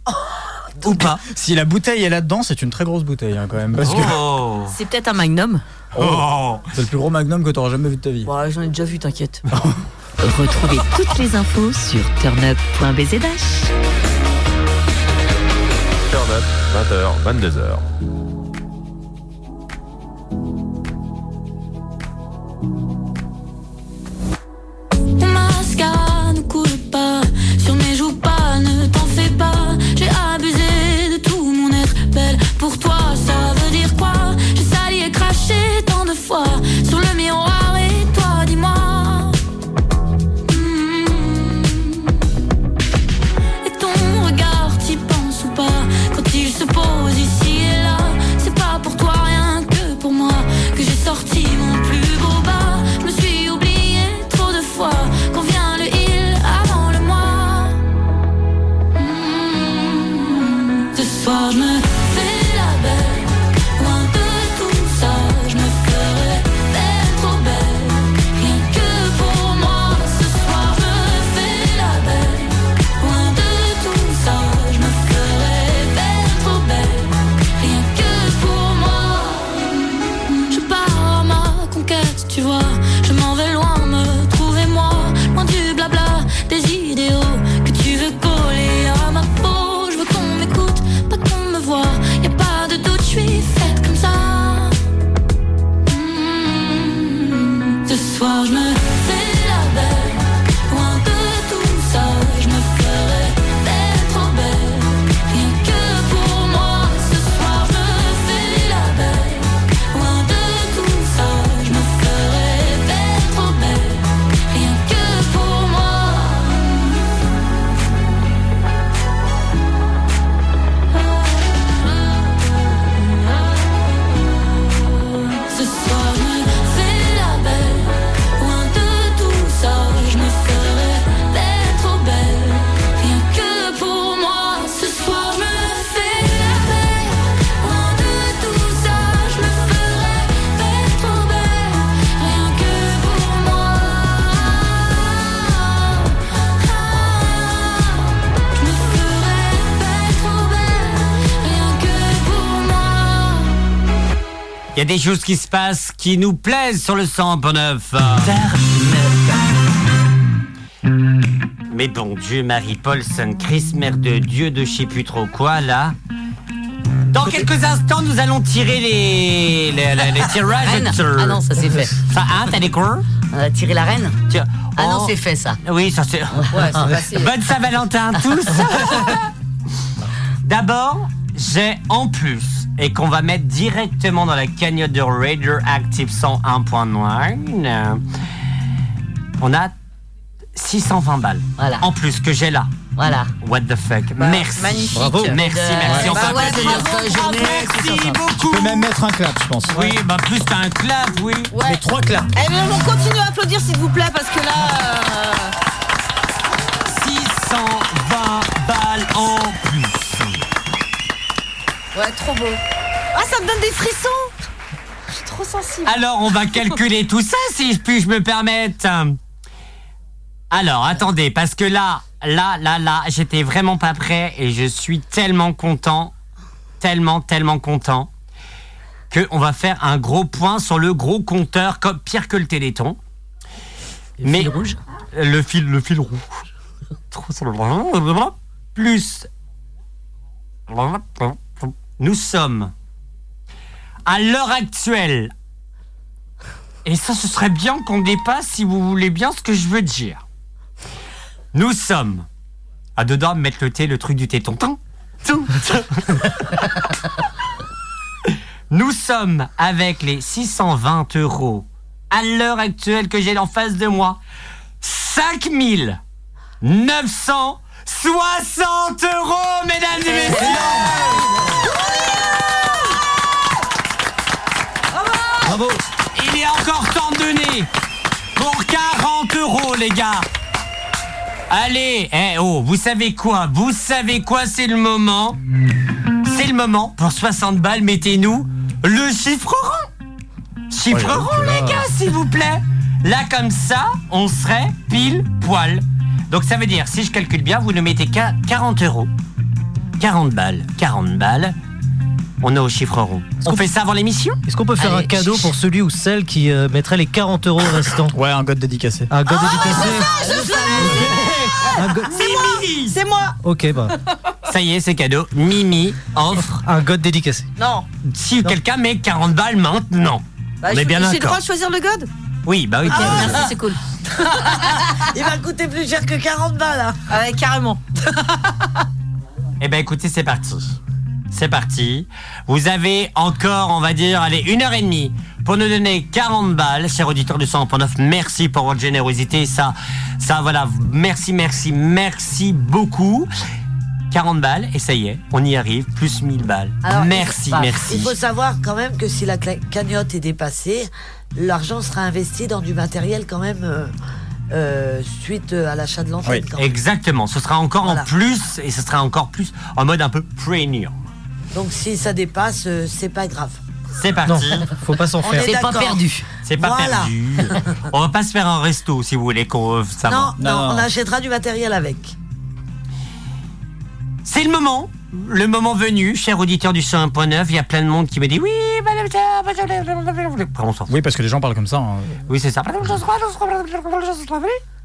S1: Ou pas.
S3: Si la bouteille est là-dedans, c'est une très grosse bouteille hein, quand même. Parce que
S1: Oh.
S2: C'est peut-être un magnum.
S1: Oh.
S3: c'est le plus gros magnum que t'auras jamais vu de ta vie.
S2: Bah, J'en ai déjà vu, t'inquiète.
S12: Retrouvez toutes les infos sur turnup.bzdash.
S13: 20h, 22h.
S14: Mon mascara ne coule pas sur mes joues pâles, ne t'en fais pas. J'ai abusé de tout mon être belle. Pour toi, ça veut dire quoi J'ai sali et craché tant de fois sur le miroir et toi, dis-moi. Hmm. Et ton regard, t'y penses ou pas Quand il se pose ici et là, c'est pas pour toi, rien que pour moi, que j'ai sorti mon plus beau bas. Je me suis oublié trop de fois, qu'on vient le il avant le moi. Hmm. Ce soir, je me fais la belle, loin de tout ça, je me ferai belle, trop belle. Rien que pour moi, ce soir, je me fais la belle. Loin de tout ça, je me ferai belle, trop belle. Rien que pour moi, je pars à ma conquête, tu vois. Je m'en vais loin, me trouver moi. Loin du blabla, des idéaux que tu veux coller à ma peau. Je veux qu'on m'écoute, pas qu'on me voit. Y a pas de doute, je suis faite comme ça. Mmh. Ce soir, je me fais la belle. Loin de tout ça, je me ferai belle, trop belle. Rien que pour moi, ce soir, je me fais la belle. Loin de tout ça, je me ferai belle, trop belle. Rien que pour moi. Ce soir, je me fais la belle. Loin de tout ça, je me ferai belle, trop belle. Rien que pour moi, ce soir, je me fais la belle. Loin de tout ça, je me ferai belle, trop belle. Rien que pour moi. Je me ferai belle, trop belle. Rien que pour moi.
S1: Il y a des choses qui se passent qui nous plaisent sur le 100.9. Mais bon Dieu, Marie-Paul Sainte-Christ, mère de Dieu de je sais plus trop quoi, là. Dans quelques instants, nous allons tirer les, les, les- les tirages.
S10: Reine Ah non, ça c'est fait.
S1: Ça, hein, t'as des cours
S10: Euh, tirer la reine
S1: Tiens.
S10: Ah non,
S1: Oh.
S10: c'est fait ça.
S1: Oui, ça c'est...
S2: Ouais, c'est passé.
S1: Bonne Saint-Valentin à tous D'abord, j'ai en plus, et qu'on va mettre directement dans la cagnotte de Radio Active 101.9, on a 620 balles.
S10: Voilà.
S1: En plus que j'ai là.
S10: Voilà.
S1: What the fuck. merci.
S2: Magnifique.
S1: Bravo. Merci, merci.
S10: Euh,
S1: on
S10: bah
S1: peut
S10: ouais,
S1: applaudir.
S10: bravo, bravo,
S1: merci
S10: merci.
S1: beaucoup.
S3: Tu peux même mettre un clap, je pense.
S1: Oui, bah plus t'as un clap, oui.
S2: Ouais.
S3: Trois claps.
S2: Eh bien, on continue à applaudir, s'il vous plaît, parce que là. euh,
S1: 620 balles en plus.
S2: Ouais, trop beau. Ah, ça me donne des frissons Je suis trop sensible.
S1: Alors, on va calculer tout ça, si je puis je me permettre. Alors, attendez, parce que là, là, là, là, j'étais vraiment pas prêt et je suis tellement content, tellement, tellement content, que on va faire un gros point sur le gros compteur, comme pire que le Téléthon. Mais
S10: Fil rouge.
S1: le fil, le fil rouge. Trop sur le- Plus. Nous sommes à l'heure actuelle. Et ça, ce serait bien qu'on dépasse, si vous voulez bien, ce que je veux dire. Nous sommes à dedans mettre le thé, le truc du téton. Tin, tin, tin. Nous sommes avec les 620 euros à l'heure actuelle que j'ai en face de moi. 5960 euros, mesdames et messieurs les gars Allez, eh oh, vous savez quoi Vous savez quoi C'est le moment. C'est le moment. Pour 60 balles, mettez-nous le chiffre rond. Chiffre
S7: Oh là
S1: rond,
S7: là.
S1: les gars, s'il vous plaît. Là, comme ça, on serait pile poil. Donc ça veut dire, si je calcule bien, vous ne mettez qu'à 40 euros. 40 balles, 40 balles. On est au chiffre rond. On fait ça avant l'émission
S5: Est-ce qu'on peut faire
S1: Allez,
S5: un cadeau
S1: chut,
S5: pour celui ou celle qui euh, mettrait les 40 euros restants
S3: Ouais, un god dédicacé.
S5: Un god dédicacé
S2: C'est moi C'est moi
S5: Ok, bah.
S1: Ça y est, c'est cadeau. Mimi offre
S5: un god dédicacé.
S2: Non
S1: Si quelqu'un met 40 balles maintenant,
S2: Bah,
S1: on
S2: je-
S1: est bien
S2: J'ai le
S1: d'accord.
S2: droit de choisir le god
S1: Oui, bah oui.
S2: Ah,
S1: carrément.
S2: c'est cool. Il va coûter plus cher que 40 balles. hein. Là.
S9: Ah
S2: Ouais, carrément.
S1: Eh ben écoutez, c'est parti. C'est parti. Vous avez encore, on va dire, allez, une heure et demie pour nous donner 40 balles, chers auditeurs du 100.9. Merci pour votre générosité. Ça, ça, voilà. Merci, merci, merci beaucoup. 40 balles, et ça y est, on y arrive, plus 1000 balles.
S9: Alors,
S1: merci,
S9: il faut,
S1: merci.
S9: Il faut savoir quand même que si la cla- cagnotte est dépassée, l'argent sera investi dans du matériel quand même euh, euh, suite euh, à l'achat de l'antenne. quand même.
S1: Exactement. Ce sera encore
S9: Voilà.
S1: en plus, et ce sera encore plus en mode un peu premium.
S9: Donc si ça dépasse, euh, c'est pas grave.
S1: C'est parti.
S9: Non,
S5: faut pas s'en
S9: On faire. est d'accord.
S1: C'est pas
S9: Voilà.
S1: perdu. On va pas se faire un resto si vous voulez qu'on ça
S9: Non,
S1: va.
S9: non, on achètera du matériel avec.
S1: C'est le moment. Le moment venu, cher auditeur du 101.9, il y a plein de monde qui me dit oui, madame,
S3: Oui, parce que les gens parlent comme ça. hein.
S1: Oui, c'est ça.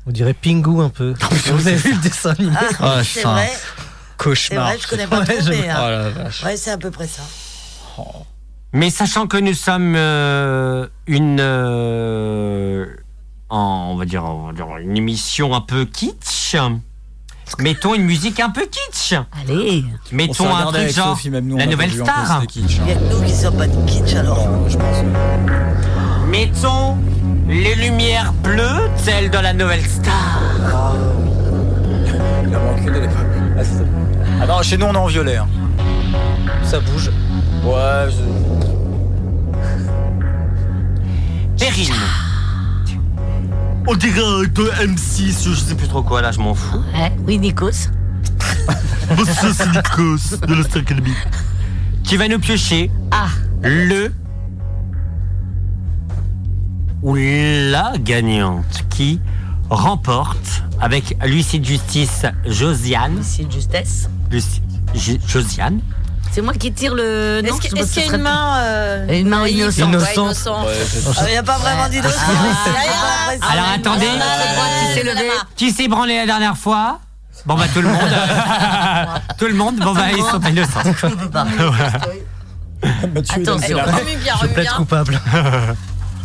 S5: On dirait Pingu un peu. Vous avez vu le dessin animé
S9: Ah, c'est
S5: putain.
S9: vrai.
S5: Oh, Cauchemar.
S9: C'est vrai, je connais pas trop, mais, hein.
S5: Oh la vache.
S9: Ouais, c'est à peu près ça.
S1: Mais sachant que nous sommes euh, une, euh, en- on va dire, on va dire une émission un peu kitsch. Mettons une musique un peu kitsch.
S10: Allez.
S1: Mettons un truc genre la nouvelle star.
S9: Il y a que nous qui sommes pas de kitsch alors.
S1: Mettons les lumières bleues, telles dans la nouvelle star.
S3: Ah non, chez nous on est en violet. hein. Ça bouge. Ouais.
S1: Perrine. On dirait un de M6, je sais plus trop quoi là, je m'en fous.
S10: Ouais, oui, Nikos.
S1: Bonsoir, c'est Nikos de la Star Academy. Qui va nous piocher
S10: Ah.
S1: le ou la gagnante qui remporte avec Lucie de Justice Josiane.
S10: Lucie de Justesse.
S1: Josiane.
S10: C'est moi qui tire le.
S2: Est-ce que- est-ce qu'il y a une main euh,
S10: Une main
S2: naïve
S10: innocente. Ah,
S2: Ouais, innocente.
S1: Ah,
S9: Il n'y a pas vraiment d'innocent.
S2: Ah,
S1: Alors attendez,
S10: qui s'est levé
S1: qui s'est branlé la dernière fois Bon bah tout le monde. tout le monde, bon bah ils sont innocents.
S2: Ah,
S9: Attention. Remue bien, remue
S2: hein.
S9: bien.
S5: coupable.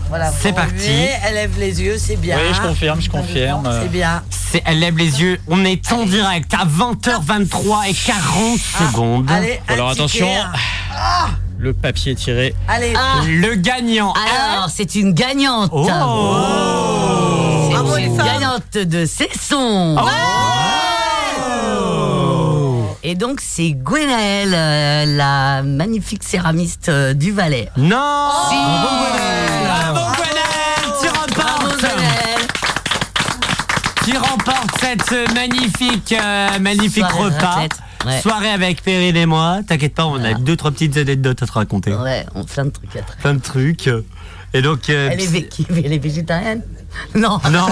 S9: Voilà,
S1: C'est
S9: vous
S1: parti.
S9: remuez, Elle lève les yeux, c'est bien.
S1: Oui, je confirme, je confirme.
S3: euh,
S9: C'est bien.
S1: C'est- elle lève les yeux, on est en direct à 20h23 et 40
S10: Ah.
S1: secondes.
S9: allez,
S3: Alors attention,
S10: hein.
S9: Ah
S3: le papier tiré.
S9: Allez.
S1: Le gagnant.
S10: Ah. Alors, c'est une gagnante. Oh. C'est une gagnante de saison.
S1: Oh.
S10: Et donc, c'est Gwenaëlle, euh, la magnifique céramiste euh, du Valais.
S1: Non
S10: Si
S1: tu remportes Qui remporte cette magnifique, euh, magnifique
S10: Soirée de
S1: repas.
S10: raclette, ouais.
S1: Soirée avec Perrine et moi. T'inquiète pas, on a deux, trois petites anecdotes à te raconter.
S10: Ouais, on, plein de trucs.
S1: Plein de trucs. Et donc. euh,
S10: Elle est, vé- elle est végétarienne Ah, Non.
S1: Non.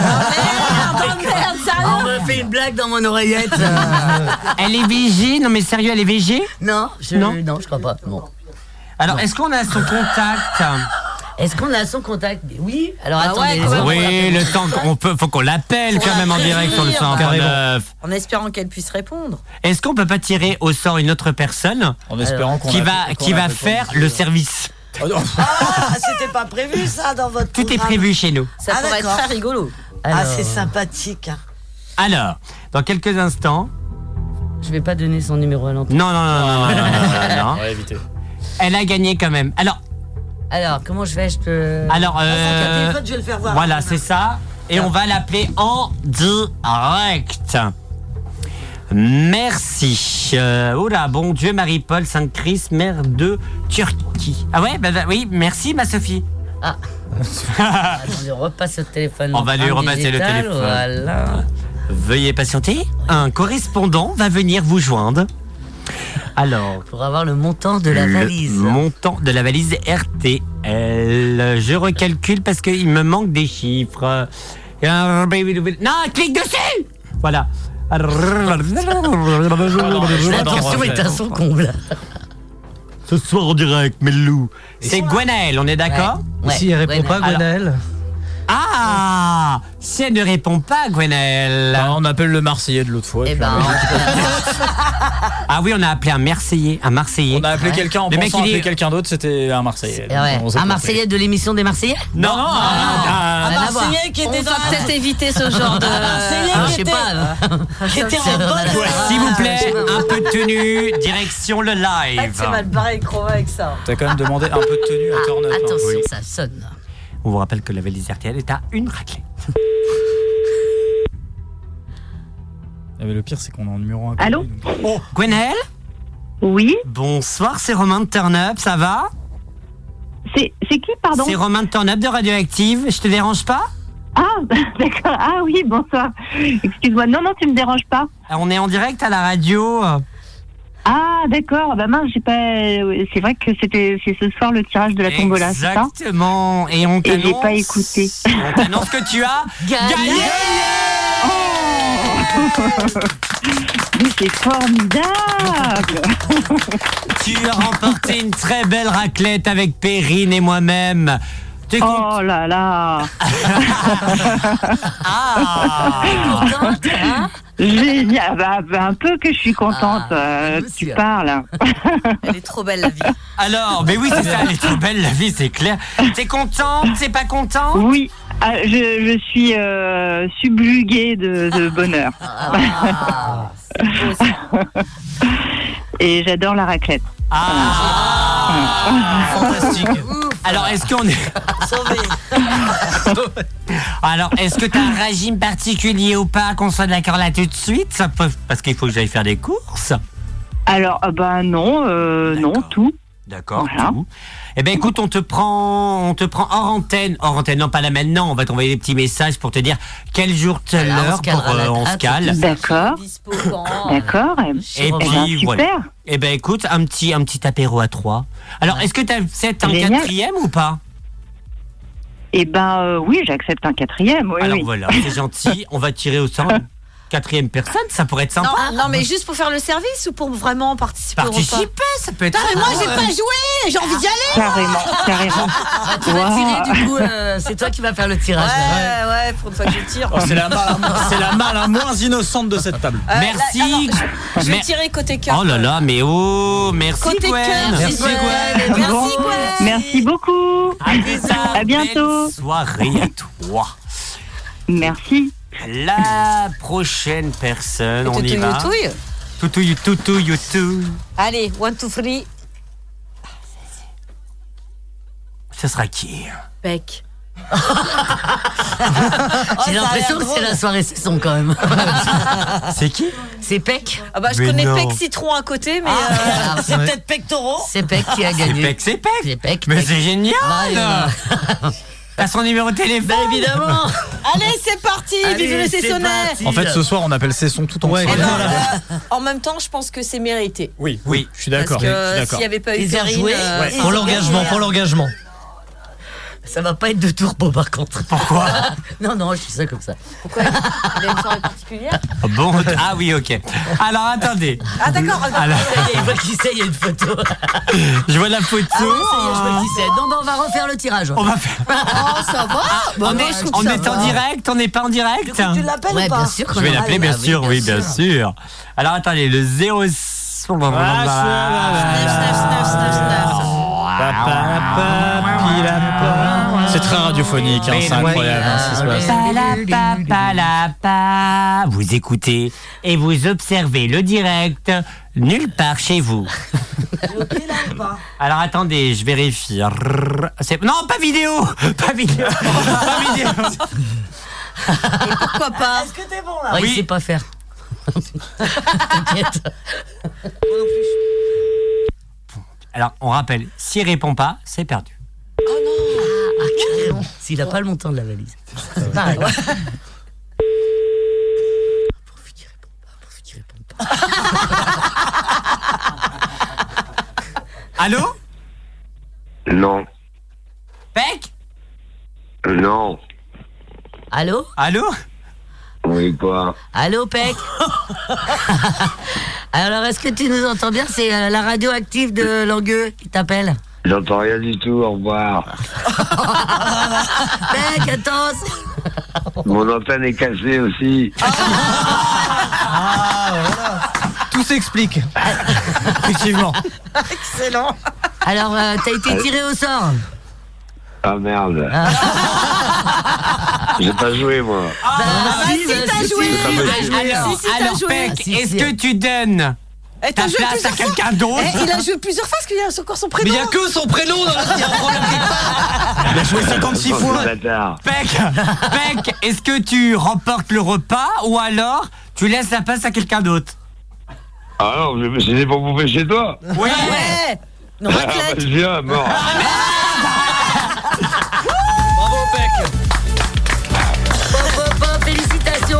S10: On me fait une blague dans mon oreillette.
S1: Ah,
S10: euh.
S1: Elle est végé Non mais sérieux, elle est végé
S10: Non, je, non. je crois pas. Non.
S1: Alors, est-ce qu'on a son contact euh Ah
S10: Est-ce qu'on a son contact Oui. Alors attendez.
S1: Oui, le temps qu'on peut, faut qu'on l'appelle quand même en direct sur le 109.
S2: En espérant qu'elle puisse répondre.
S1: Est-ce qu'on peut pas tirer au sort une autre personne
S3: En espérant Alors, qu'on
S1: qui
S3: l'appelle-
S1: va
S3: qu'on
S1: qui va
S3: l'appelle pour
S1: faire le service
S9: Ah, c'était pas prévu ça dans votre.
S1: Euh. Tout est
S9: programme.
S1: prévu chez nous.
S9: Ça
S2: pourrait être très rigolo.
S9: Ah,
S10: Alors-
S9: c'est sympathique. hein.
S1: Alors, dans quelques instants.
S10: Je vais pas donner son numéro à l'antenne.
S1: Non non non non non, non, non, non, non.
S10: On va
S1: Elle a gagné quand même. Alors
S10: Alors, comment je vais Je Ah, peux.
S1: alors euh,
S9: je vais le faire voir.
S1: voilà c'est ça et on va l'appeler en direct. Merci. Euh, oula, bon Dieu, Marie-Paul Sainte-Christ, mère de Turquie. Ah ouais, bah, bah, oui, merci ma Sophie.
S10: Ah. On lui repasse le téléphone.
S1: On va lui
S10: empreinte
S1: repasser le
S10: digitale,
S1: téléphone. Euh,
S10: Voilà.
S1: Veuillez patienter, un correspondant va venir vous joindre. Alors,
S10: Pour avoir le montant de la
S1: le
S10: valise.
S1: montant de la valise RTL. Je recalcule parce qu'il me manque des chiffres. Non, clique dessus Voilà.
S10: L'attention est à son comble.
S1: Ce soir en direct, mais loup. C'est Gwenaël, on est d'accord
S5: Ouais, Si elle répond pas, Gwenaël.
S1: Ah Si elle ne répond pas, Gwenaël.
S3: Ah,
S1: on appelle le Marseillais de l'autre fois.
S2: Eh ben,
S1: ah oui, on a appelé un Marseillais. Un Marseillais. On a
S3: appelé quelqu'un en
S1: Le mec,
S3: pensant
S1: il
S3: appeler
S1: dit.
S3: quelqu'un d'autre, c'était un Marseillais.
S10: Et Ah ouais,
S3: On s'est
S10: Un
S3: compris.
S10: Marseillais de l'émission des Marseillais Ah,
S1: Non, Ah, non,
S10: un
S2: un Marseillais qui était
S10: On va
S2: dans-
S10: peut-être éviter ce genre de.
S2: Un Marseillais
S10: Ah,
S2: qui
S10: je sais
S2: était-
S10: pas.
S2: qui était en
S10: C'est-
S2: bonne
S10: voilà.
S1: S'il vous plaît, un peu de tenue, direction le
S2: Ah,
S1: live.
S2: c'est mal barré le chroma avec ça.
S1: T'as quand même demandé un peu de tenue
S2: Ah,
S1: à hein. Turn
S10: Attention, ça sonne.
S1: On vous rappelle que la valise RTL est à une raclée.
S3: Ah, mais le pire, c'est qu'on est en numéro 1.
S1: Allô Oh, Gwenaël
S15: Oui
S1: Bonsoir, c'est Romain de Turn Up, ça va
S15: C'est qui, pardon
S1: C'est Romain de Turn Up de Radioactive, je te dérange pas
S15: Ah, d'accord. Ah oui, bonsoir. Excuse-moi. Non, non, tu me déranges pas.
S1: Ah, On est en direct à la radio.
S15: Ah, d'accord. Bah mince, j'ai pas. ouais, C'est vrai que c'était c'est ce soir le tirage de la tombola, c'est ça
S1: Exactement. Et on
S15: Et j'ai
S1: t'annonce
S15: pas écouté.
S1: on t'annonce que tu as gagné
S15: Oh. Mais c'est formidable
S1: Tu as remporté une très belle raclette avec Perrine et moi-même. Tu
S15: Oh là là
S3: Ah.
S1: hein
S15: Génial. Bah, bah, un peu que je suis contente.
S1: Ah,
S15: euh, tu parles.
S2: Elle est trop belle la vie.
S1: Alors, mais oui, c'est ça, elle est trop belle, la vie, c'est clair. T'es contente T'es pas contente
S15: Oui, ah, je, je suis euh, subjuguée de,
S2: Ah.
S15: de bonheur. Et j'adore la raclette.
S2: Ah.
S1: Ah, Fantastique. Alors, est-ce qu'on est. Alors, est-ce que t'as un régime particulier ou pas Qu'on soit d'accord là tout de suite ça peut- Parce qu'il faut que j'aille faire des courses.
S15: Alors, ah bah non, euh, non, tout.
S1: D'accord. tout. Eh ben écoute, on te prend, on te prend hors antenne, hors antenne, non pas là maintenant. On va t'envoyer des petits messages pour te dire quel jour, telle
S2: Ah,
S15: Alors, on
S1: heure,
S15: se
S1: pour
S15: calera
S1: euh,
S15: la
S1: on se
S15: date,
S1: cale.
S15: tout ça. D'accord. D'accord. Ben,
S1: Et
S15: Eh ben,
S1: puis
S15: super.
S1: voilà. Eh ben écoute, un petit, un petit apéro à trois. Alors, est-ce que t'as acceptes un
S15: Génial.
S1: quatrième ou pas
S15: Eh ben euh, oui, j'accepte un quatrième. Oui,
S1: Alors
S15: oui.
S1: voilà, c'est gentil. On va tirer au sort une quatrième personne. Ça pourrait être sympa.
S2: Non, non, mais juste pour faire le service ou pour vraiment participer
S1: Participer,
S2: au repas
S1: ça peut être
S2: Non, mais moi j'ai
S1: sympa,
S2: pas
S1: ouais.
S2: joué, j'ai envie d'y aller.
S15: Ah, Carrément, carrément.
S10: Ah, tu vas tirer, du coup, euh, c'est toi qui vas faire le tirage.
S2: Ouais, ouais, pour une fois que je tire.
S3: Oh, c'est la malle, c'est la malle la moins innocente de cette table.
S2: Euh, là, alors, je, je vais
S1: Mer-
S2: tirer côté cœur.
S1: Oh là là, mais oh, merci
S2: Côté
S1: Gwen.
S2: cœur, Merci, Gwen. Gwen. Merci, Gwen.
S15: Merci beaucoup.
S1: À
S15: bientôt.
S1: Soirée à toi.
S15: Merci.
S1: La prochaine personne, on y
S2: Toutouille,
S1: va.
S2: toutouille.
S1: Toutouille, toutouille, toutouille.
S2: Allez, one, two, three.
S1: Ce sera qui
S2: Bec.
S1: Oh,
S10: J'ai l'impression que c'est la soirée saison quand même.
S1: c'est qui
S10: C'est Peck.
S2: Ah bah je
S10: Mais
S2: connais
S10: non.
S2: Pec Citron à côté, mais euh, c'est
S10: ouais.
S2: peut-être Pec Taureau.
S10: C'est Peck qui a
S2: C'est
S10: gagné.
S1: Peck, c'est Peck.
S10: C'est Peck.
S1: Mais
S10: Peck.
S1: c'est génial
S10: Ouais, ouais.
S1: T'as son numéro de téléphone
S10: évidemment.
S2: Allez, c'est parti,
S10: Allez,
S2: vive le
S10: c'est
S2: Sessonnet.
S3: En fait, ce soir, on appelle Cesson tout entier.
S2: En même temps, je pense que c'est mérité.
S3: Oui, oui, je suis d'accord.
S2: Parce que
S3: D'accord.
S2: s'il n'y avait pas eu
S10: Ils ont
S2: Karine,
S10: joué.
S2: euh,
S10: Ouais. Pour l'engagement, pour l'engagement. Ça va pas être de turbo par contre.
S1: Pourquoi Ah,
S10: Non, non, je suis ça comme ça.
S2: Pourquoi Il y a une soirée particulière
S1: Bon, ah oui, ok. Alors attendez.
S2: Ah d'accord.
S1: Alors,
S10: Il voit qui c'est, il y a une photo.
S1: je vois la photo.
S10: Ah ouais, ça y est, je vois qui c'est. Non, bah, on va refaire le tirage. On
S1: va faire. Ah,
S10: Oh, ça va
S1: on est, on est en direct, on n'est pas en direct
S10: tu l'appelles
S9: Ouais, ou pas bien sûr
S1: Je vais l'appeler, bien sûr, oui, bien sûr. Alors attendez, le 0. Ah.
S3: C'est très radiophonique, hein, c'est incroyable. hein,
S9: Ah,
S3: ce qui se passe.
S1: Palapapalapa. Vous écoutez et vous observez le direct nulle part chez vous. Alors attendez, je vérifie. Rrr, c'est- Non, pas vidéo Pas vidéo Pas vidéo
S2: Pourquoi pas
S9: Est-ce que t'es bon
S10: Ah,
S9: là
S10: Il sait pas faire. T'inquiète.
S1: Alors on rappelle, s'il répond pas, c'est perdu.
S10: Ah, S'il n'a pas le montant de la valise.
S9: Pareil.
S1: Allô
S16: Non,
S1: Peck
S16: non.
S10: Allô
S1: Allô
S16: Oui, quoi
S10: Allô, Peck Alors, est-ce que tu nous entends bien C'est euh, la radio active de Langueux qui t'appelle.
S16: J'entends rien du tout, au revoir.
S10: Peck, attends
S16: Mon antenne est cassée aussi.
S5: Tout s'explique. Effectivement.
S10: Excellent Alors, euh, t'as été tiré au sort
S16: Ah merde. J'ai pas joué, moi.
S1: Ah,
S2: Ben,
S1: si,
S10: t'as
S1: joué Alors,
S2: Si, si, t'as
S1: alors,
S2: joué.
S1: Peck,
S2: Ah, si,
S1: est-ce
S2: si.
S1: que tu donnes
S2: Eh,
S1: ta
S2: t'as joué
S1: place à
S2: plusieurs fois.
S1: quelqu'un d'autre
S2: Eh, Il a joué plusieurs fois parce qu'il y a encore son prénom.
S1: Hein Mais il y a que son prénom dans la- il y a un problème quelque part. Il a joué 56
S16: Oh,
S1: fois.
S16: le bâtard.
S1: Peck, Peck, est-ce que tu remportes le repas ou alors tu laisses la place à quelqu'un d'autre
S16: Ah non, je- c'était pour bouffer chez toi.
S1: Oui.
S2: Ah
S16: Non, je viens, mort.
S10: Bravo, Peck félicitations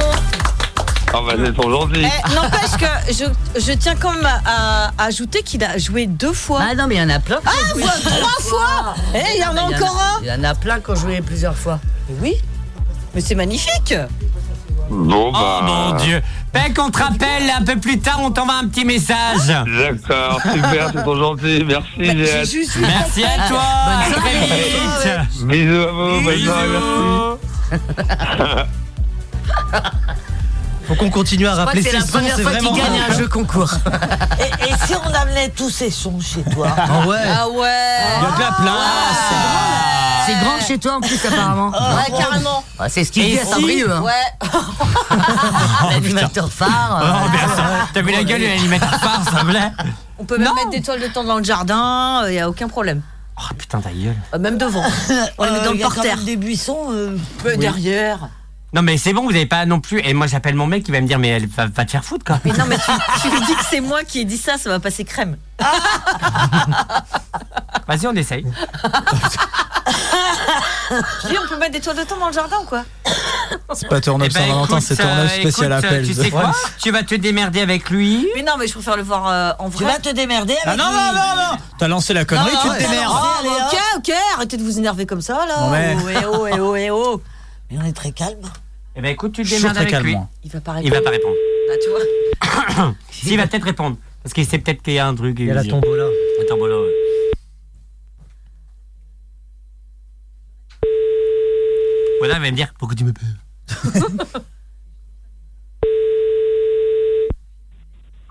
S16: Ah bah, c'est trop gentil.
S2: Eh, N'empêche que je, je tiens quand même à, à ajouter qu'il a joué deux fois. Ah
S10: non, mais il y en a plein.
S2: Ah, vo- trois fois Eh, il y en a encore un
S10: Il y en a plein qui ont joué plusieurs fois. Ah, bah,
S2: Oui, mais c'est magnifique
S16: Bon, bah.
S1: Oh mon dieu. Peck, on te rappelle un peu plus tard, on t'envoie un petit message.
S16: D'accord, super, c'est trop gentil.
S2: Bah,
S16: Merci, Juliette.
S1: Merci à toi. à très vite.
S16: Bisous à vous, bonne soirée, merci.
S5: Faut qu'on continue à rappeler ces sons, c'est vraiment.
S10: concours.
S9: et, et si on amenait tous ces sons chez toi
S5: Ah ouais. Ah
S2: ouais Ah
S5: Il y a de la place.
S10: C'est Oh, grand chez toi en plus, apparemment.
S2: Ouais, carrément
S10: Ah, c'est ce qu'il
S2: Et
S10: dit à
S2: si-
S10: Saint-Brieuc. hein.
S2: Ouais
S10: L'animateur phare. euh,
S1: Oh, bien ça. T'as vu la gueule, il met ta part, ça me plaît.
S2: On peut même mettre des toiles de temps dans le jardin, euh, il n'y a aucun problème.
S1: Putain, ta gueule.
S2: Euh, Même devant. On les met dans
S9: Euh,
S2: le
S9: y a quand
S2: parterre.
S9: même des buissons. euh,
S2: Peu derrière.
S1: Non mais c'est bon, vous n'avez pas non plus. Et moi j'appelle mon mec qui va me dire mais elle va, va te faire foutre quoi.
S2: Mais non, mais tu, tu lui dis que c'est moi qui ai dit ça, ça va passer crème.
S1: Vas-y on essaye.
S2: Je dis, on peut mettre des toiles de temps dans le jardin ou quoi
S3: C'est pas tournage
S1: Eh ben,
S3: Saint-Valentin,
S1: écoute,
S3: c'est tournage
S1: euh,
S3: spécial
S1: écoute,
S3: appel.
S1: Tu
S3: de
S1: sais quoi
S3: France.
S1: Tu vas te démerder avec lui.
S2: Mais non, mais je préfère le voir euh, en vrai.
S9: Tu vas te démerder
S3: Ah non, non, non, non T'as lancé la connerie, tu te démerdes.
S2: Ah, mais ok, ok, arrêtez de vous énerver comme ça là.
S3: Non, mais-
S2: Oh, eh oh, eh oh, eh oh.
S9: Mais on est très calme.
S1: Eh ben écoute, tu te
S3: Je suis
S1: démerdes
S3: très
S1: avec
S3: calme, hein.
S1: lui.
S3: moi.
S2: Il va pas
S1: Il va pas répondre.
S2: Bah, tu vois.
S1: S'il va peut-être répondre. Parce qu'il sait peut-être qu'il y a un truc. Il
S5: y a la tombola.
S1: La tombola, ouais. Voilà, il va me dire pourquoi tu me peux.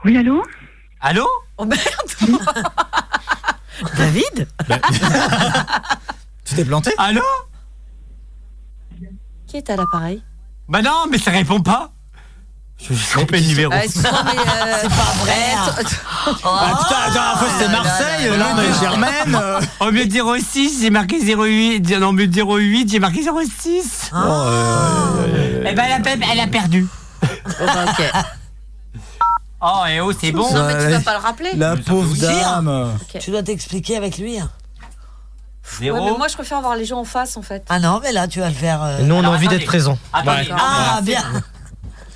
S15: Oui, allô
S1: Allô
S2: Oh merde David
S1: Ben,
S3: Tu t'es planté
S1: Allô
S2: Qui est à l'appareil
S1: Bah non, mais ça répond pas. Je suis trompé de numéro.
S2: Ah, excuse-moi, mais. euh,
S9: C'est pas vrai. hein.
S2: eh, t- t-
S3: Ah putain, attends, la fois c'était Marseille, là on est Germaine. euh.
S1: Au mieux de 06, j'ai marqué 08. Non, au mieux de 08, j'ai marqué 06.
S3: Oh, euh, ouais, ouais, ouais, ouais.
S1: Eh ben, elle a, pe- elle a perdu.
S2: Oh, bah, ok.
S1: Oh, et oh, c'est bon.
S2: Non, mais tu
S3: Ouais.
S2: vas pas le rappeler
S3: La pauvre
S9: dire.
S3: dame.
S2: Ok.
S9: Tu dois t'expliquer avec lui. hein.
S2: Ouais,
S1: Zéro.
S2: mais moi je préfère voir les gens en face en fait.
S9: Ah non, mais là, tu vas le faire. euh,
S5: Nous, on a
S1: Alors,
S5: envie
S1: attendez.
S5: d'être présents.
S1: Attendez.
S3: Ouais.
S9: Ah, bien.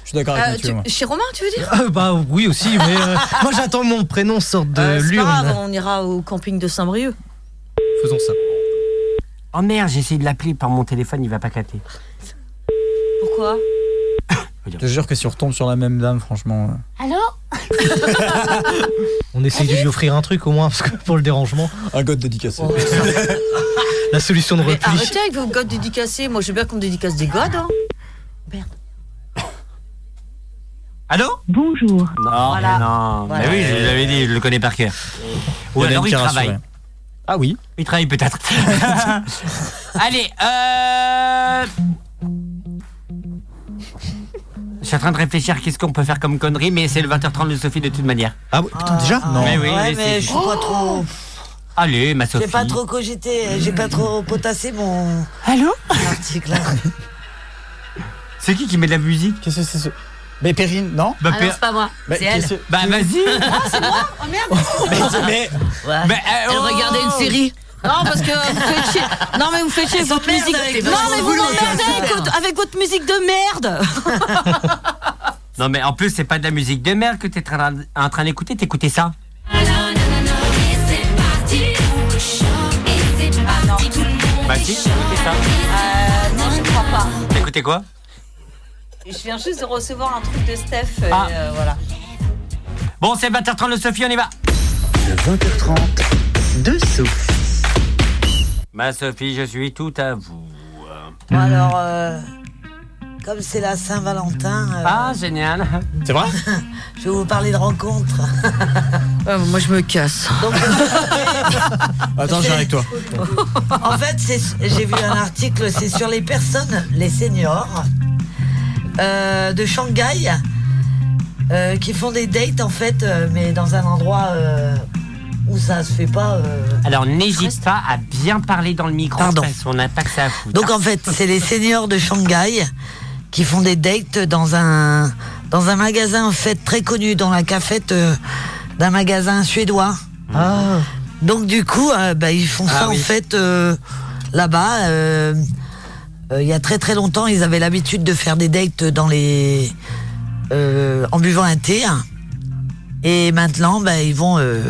S3: Je suis
S9: Ah,
S3: d'accord
S2: Euh,
S3: avec Mathieu,
S2: tu-
S3: moi.
S2: Chez Romain, tu veux dire
S5: Euh, bah oui aussi, mais euh, moi j'attends mon prénom sorte de
S2: Euh, C'est pas
S5: l'urne.
S2: grave, on ira au camping de Saint-Brieuc.
S5: Faisons ça.
S1: Oh merde, j'ai essayé de l'appeler par mon téléphone, il va pas capter.
S2: Pourquoi
S3: Je te jure que si on retombe sur la même dame, franchement. euh.
S7: Allô
S5: On essaye de lui offrir un truc au moins, parce que pour le dérangement,
S3: Un god dédicacé.
S5: la solution de
S2: Mais
S5: repli.
S2: arrêtez avec vos godes dédicacés. Moi, je veux bien qu'on me dédicace des godes. Hein.
S1: Allô
S15: Bonjour.
S1: Non,
S2: Voilà.
S1: mais non. Mais
S2: Voilà.
S1: oui, je l'avais dit, je le connais par cœur. Ou
S3: Il y en a
S1: alors
S3: une
S1: il
S3: qui a
S1: travaille.
S3: rassuré. Ah oui.
S1: Il travaille peut-être. Allez, euh... Je suis en train de réfléchir qu'est-ce qu'on peut faire comme connerie, mais c'est le 20h30 de Sophie de toute manière.
S3: Ah oui, putain, déjà Non.
S1: Mais oui,
S9: ouais,
S1: oui, c'est-
S9: mais je suis pas trop.
S1: Allez, ma Sophie.
S9: J'ai pas trop cogité. J'ai pas trop potassé mon
S1: Allô
S9: article.
S1: C'est qui qui met de la musique
S3: Qu'est-ce que c'est ce. Mais Perrine, non
S1: Bah,
S10: Ah non,
S1: per-
S10: c'est pas moi,
S3: Bah, Ah,
S10: c'est elle. Ah,
S3: qu'est-ce-
S1: bah, vas-y
S2: Oh merde
S3: Mais
S10: Ouais.
S1: Mais, euh,
S10: Elle
S1: oh
S10: regardait une série.
S2: Eh, Non, parce que vous faites chier. Non, mais vous faites chier avec votre
S10: s'emmerde
S2: musique.
S10: avec les
S2: non,
S10: chansons
S2: mais vous
S10: voulées,
S2: m'emmerdez
S10: ça.
S2: avec, votre- avec votre musique de merde.
S1: Non, mais en plus, c'est pas de la musique de merde que t'es tra- en train d'écouter, t'écoutais ça
S7: Et c'est parti, on chante. Et c'est
S10: Ah,
S7: parti, tout le monde
S1: Bah si, t'écoutais ça.
S2: Euh, non, je crois pas.
S1: T'écoutais quoi
S2: Je viens juste de recevoir un truc de Steph. euh,
S1: Ah.
S2: euh, voilà.
S1: Bon, c'est 20h30 de Sophie, on y va
S8: Le 20h30 de Sophie.
S1: Ma Sophie, je suis tout à vous.
S5: Hmm.
S9: Bon, alors, euh, comme c'est la Saint-Valentin. euh,
S1: ah, génial.
S3: C'est vrai
S9: Je vais vous parler de rencontres.
S10: moi, je me casse.
S3: Bah, Attends, je viens avec toi.
S9: en fait, c'est- j'ai vu un article, c'est sur les personnes, les seniors euh, de Shanghai euh, qui font des dates en fait, euh, mais dans un endroit euh, où ça se fait pas. euh.
S1: Alors, n'hésite pas à bien parler dans le micro. Parce qu'on n'a pas que ça à foutre.
S9: Donc en fait, c'est les seniors de Shanghai qui font des dates dans un dans un magasin en fait très connu, dans la cafette euh, d'un magasin suédois. Donc du coup, euh, bah, ils font
S10: Ah
S9: ça
S10: oui.
S9: en fait euh, là-bas. euh, euh, il y a très très longtemps, ils avaient l'habitude de faire des dates dans les euh, en buvant un thé. Et maintenant, bah, ils vont euh,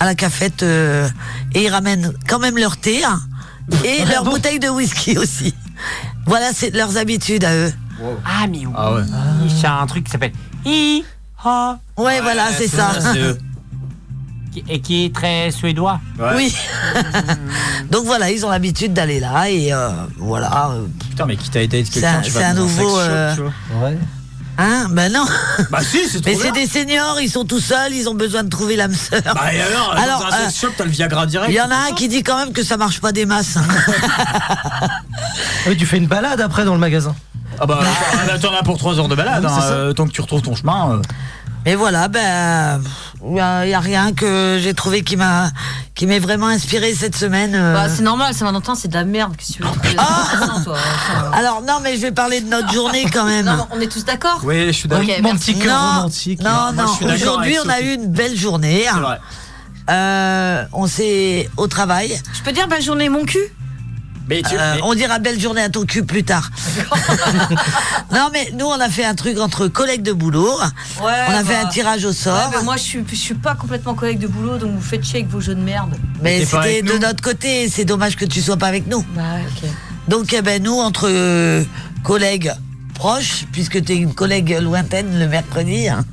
S9: à la cafette euh, et ils ramènent quand même leur thé hein, et leur bouteille de whisky aussi. Voilà, c'est leurs habitudes à eux.
S1: Ah, mais oui.
S3: Ah ouais.
S1: C'est un truc qui s'appelle. Hi, ha.
S9: Ouais, voilà, c'est ça.
S1: Qui- Et qui est très suédois.
S9: Oui. Donc voilà, ils ont l'habitude d'aller là et euh, voilà. euh,
S3: Putain, mais quitte à aider
S9: C'est un-
S3: quelqu'un, tu vas
S9: c'est un
S3: dans
S9: nouveau,
S3: sex shop,
S9: euh,
S3: tu vois.
S9: Hein Ben non
S3: Bah si, c'est trop
S9: Mais c'est
S3: bien.
S9: des seniors, ils sont tout seuls, ils ont besoin de trouver l'âme sœur.
S3: Bah et alors, dans un
S9: euh,
S3: sex shop, t'as le Viagra direct.
S9: il y en a un qui dit quand même que ça marche pas des masses. hein.
S5: Ah oui, tu fais une balade après dans le magasin.
S3: Ah bah, ah bah, t'en as pour 3 heures de balade,
S5: Oui,
S3: hein,
S5: c'est ça.
S3: euh, tant que tu retrouves ton chemin. euh.
S9: Mais voilà, ben il n'y a, y a rien que j'ai trouvé qui m'a qui m'est vraiment inspiré cette semaine. euh. Ah
S2: Bah, c'est normal, Saint-Valentin, c'est de la merde. Qu'est-ce que tu veux que- Saint-Valentin, toi, enfin, euh.
S9: Alors non, mais je vais parler de notre journée quand même.
S2: Non, on est tous d'accord
S3: Oui, je suis
S2: d'accord. Ok,
S9: Mon
S2: merci.
S9: petit cœur
S2: Non,
S9: romantique.
S2: non,
S9: Non,
S2: moi,
S9: non.
S2: je suis d'accord
S9: Aujourd'hui,
S2: avec
S9: on a
S2: Sophie.
S9: eu une belle journée.
S2: C'est vrai.
S9: Euh, on s'est au travail. Euh,
S2: Je peux dire belle journée mon cul
S3: Mais
S2: tu- mais-
S9: On dira belle journée à ton cul plus tard. non mais nous on a fait un truc entre collègues de boulot. on a
S2: bah.
S9: fait un tirage au sort.
S2: Ouais, mais moi, je suis, je suis pas complètement collègue de boulot, donc vous faites chier avec vos jeux de merde.
S9: Mais c'était de notre côté, c'est dommage que tu sois pas avec nous.
S2: Bah,
S9: Donc, eh ben, nous, entre euh, collègues proches, puisque tu es une collègue lointaine le mercredi, hein,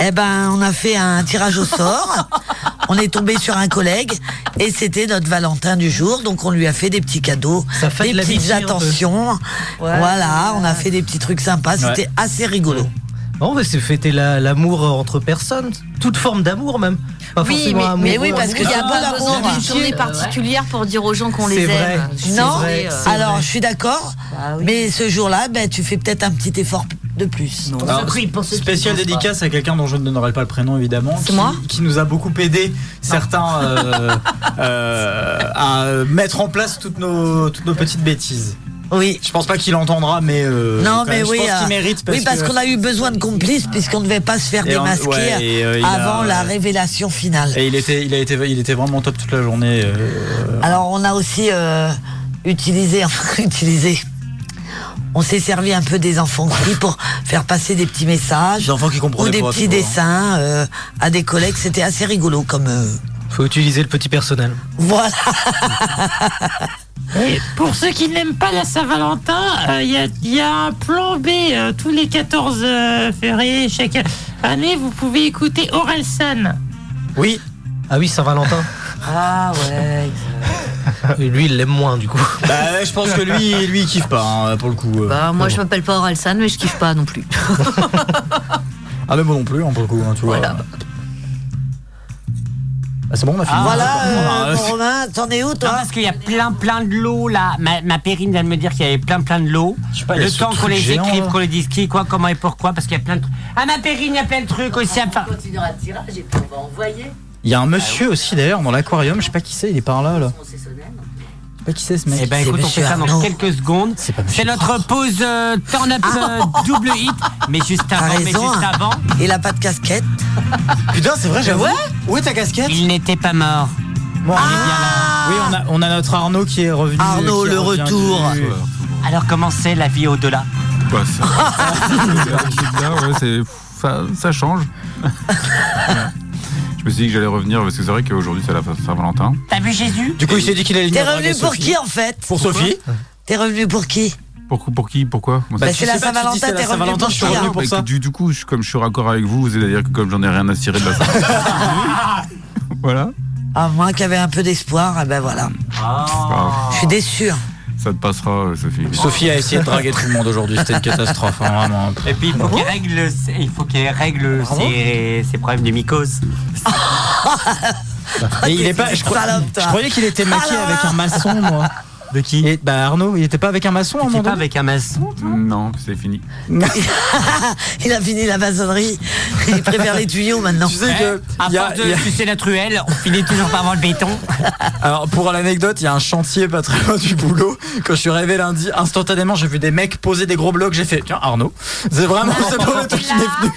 S9: eh ben, on a fait un tirage au sort. on est tombé sur un collègue et c'était notre Valentin du jour. Donc, on lui a fait des petits cadeaux,
S5: Ça fait
S9: des
S5: de l'amitié,
S9: petites
S5: un peu.
S9: attentions. voilà, on a fait des petits trucs sympas. Ah, C'était
S5: Ouais.
S9: assez rigolo.
S5: Bon, mais c'est fêter la- l'amour entre personnes, toute forme d'amour même. Pas
S2: Oui,
S5: forcément
S2: mais,
S5: amour.
S2: mais oui, parce qu'il n'y a pas besoin d'une journée particulière pour dire aux gens qu'on les
S5: C'est
S2: aime.
S5: vrai,
S2: Je suis
S9: non,
S2: désolée, euh,
S9: alors je suis d'accord,
S3: Bah
S9: mais ce jour-là, ben, tu fais peut-être un petit effort de plus.
S3: Alors, spéciale dédicace à quelqu'un dont je ne donnerai pas le prénom évidemment. qui,
S9: moi
S3: qui nous a beaucoup aidé certains euh, euh, à mettre en place toutes nos, toutes nos petites bêtises.
S9: Oui.
S3: Je pense pas qu'il entendra, mais euh,
S9: Non,
S3: quand
S9: mais
S3: même, je
S9: oui,
S3: pense
S9: euh,
S3: qu'il mérite parce
S9: oui, parce
S3: que- Ah.
S9: qu'on a eu besoin de complices, puisqu'on ne devait pas se faire
S3: Et on-
S9: démasquer
S3: ouais, et, euh, il a-
S9: avant la révélation finale.
S3: Et il était, il a été, il était vraiment top toute la journée. euh,
S9: Alors, on a aussi euh, utilisé, enfin, utilisé. On s'est servi un peu des enfants aussi pour faire passer des petits messages.
S3: Des enfants qui comprenaient
S9: Ou des
S3: pas, hein.
S9: petits
S3: tu vois.
S9: dessins euh, à des collègues. C'était assez rigolo comme. euh,
S5: Faut utiliser le petit personnel.
S9: voilà.
S4: Et pour ceux qui n'aiment pas la Saint-Valentin, euh, il y, a- il y a un plan B euh, tous les 14 euh, février chaque année. Vous pouvez écouter Orelsan.
S5: Oui. Ah oui, Saint-Valentin.
S9: Ah ouais.
S5: Et lui, il l'aime moins du coup.
S3: Bah, ouais, je pense que lui, lui, il kiffe pas hein, pour le coup. euh.
S10: Bah, moi, je m'appelle pas Orelsan, mais je kiffe pas non plus.
S3: Ah mais moi non plus hein, pour le coup, hein, tu vois. Ah, c'est bon, on a fini.
S9: voilà, euh,
S3: Ah,
S9: mon Romain, t'en es où
S1: Non,
S9: toi
S1: parce qu'il y a plein plein de l'eau là. Ma, ma périne vient de me dire qu'il y avait plein plein de l'eau.
S3: pas, il y a
S1: Le
S3: ce
S1: temps qu'on
S3: truc
S1: les
S3: géant,
S1: écrive,
S3: là.
S1: qu'on les dise qui, quoi, comment et pourquoi, parce qu'il y a plein de trucs. Ah, ma périne, il y a plein de trucs aussi à faire.
S10: continuera le tirage et puis on va envoyer.
S3: Il y a un monsieur aussi d'ailleurs dans l'aquarium, je sais pas qui c'est, il est par là là. Je sais pas qui c'est ce mec.
S1: Eh ben écoute, on fait ça dans quelques secondes. C'est notre pause euh, turn-up
S3: Ah.
S1: euh, double hit. Mais juste
S9: T'as
S1: avant, mais
S9: raison.
S1: juste
S9: hein.
S1: avant.
S9: Il a pas de casquette.
S3: Putain, c'est vrai,
S1: j'avoue.
S3: Où est ta casquette
S1: Il n'était pas mort. il
S3: Bon,
S1: est bien là.
S3: Oui, on a, on a notre Arnaud qui est revenu.
S1: Arnaud,
S3: qui
S1: le
S3: revient
S1: retour.
S3: du-
S1: Alors comment c'est la vie au-delà
S17: Bah, ça, ça, ouais, c'est- ça, ça change. Ouais. Je me suis dit que j'allais revenir parce que c'est vrai qu'aujourd'hui c'est la
S9: Bah,
S17: Saint-Valentin.
S1: T'as vu Jésus
S3: Du coup, il s'est dit qu'il allait
S9: T'es
S17: venir draguer
S9: revenu pour
S17: Sophie.
S9: qui en fait
S17: Pour Sophie
S9: T'es revenu pour qui
S17: Pour, pour qui Pourquoi
S9: Bah, c'est la Saint-Valentin, t'es revenu pour qui hein
S17: Bah, écoute, Du, du coup, je- comme je suis raccord avec vous, c'est-à-dire que comme j'en ai rien à cirer de la Saint-Valentin. voilà.
S9: Ah, moi qui avais un peu d'espoir, eh ben voilà. Je suis hein. déçue.
S17: Ça te passera, euh, Sophie.
S3: Sophie a essayé de draguer tout le monde aujourd'hui, c'était une catastrophe, hein, vraiment.
S1: Et puis il faut qu'il règle, ses- il faut qu'il règle ses, ses problèmes de mycose.
S3: Et il est pas, je, crois-
S1: Ah, Salope, toi.
S3: je croyais qu'il était maquillé
S1: Alors
S3: avec un maçon, moi.
S1: De qui
S3: Bah Arnaud, il était pas avec un maçon,
S17: Il était pas
S1: avec un maçon
S17: Non, c'est fini.
S9: Il a fini la maçonnerie. Il préfère les tuyaux maintenant.
S3: Tu sais que
S1: À force de sucer la truelle, on finit toujours par avoir le béton.
S3: Alors pour l'anecdote, il y a un chantier pas très loin du boulot. Quand je suis rêvé lundi, instantanément j'ai vu des mecs poser des gros blocs. J'ai fait tiens Arnaud, c'est vraiment ce premier truc qui m'est venu.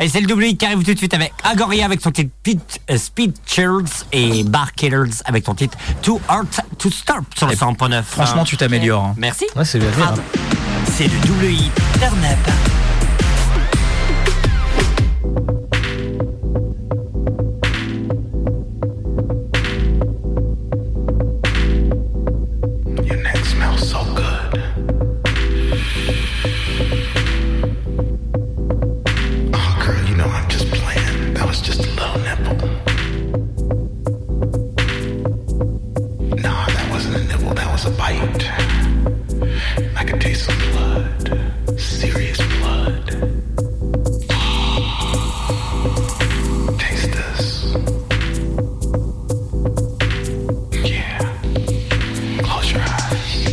S1: Et c'est le W qui arrive tout de suite avec Agoria avec son titre Pit- euh, Speed Chills et Bar Killers avec son titre Too Hard to Stop sur le 100.9.
S3: Franchement, tu t'améliores. hein.
S1: Merci.
S5: Ouais, c'est bien.
S1: Grave. C'est le WI Turn Up.
S16: Your neck smells so good. Oh, girl, you know I'm just playing. That was just a little nipple. No, that wasn't a nipple, that was a bite. I could taste some blood. Serious blood. Taste this. Yeah. Close your eyes.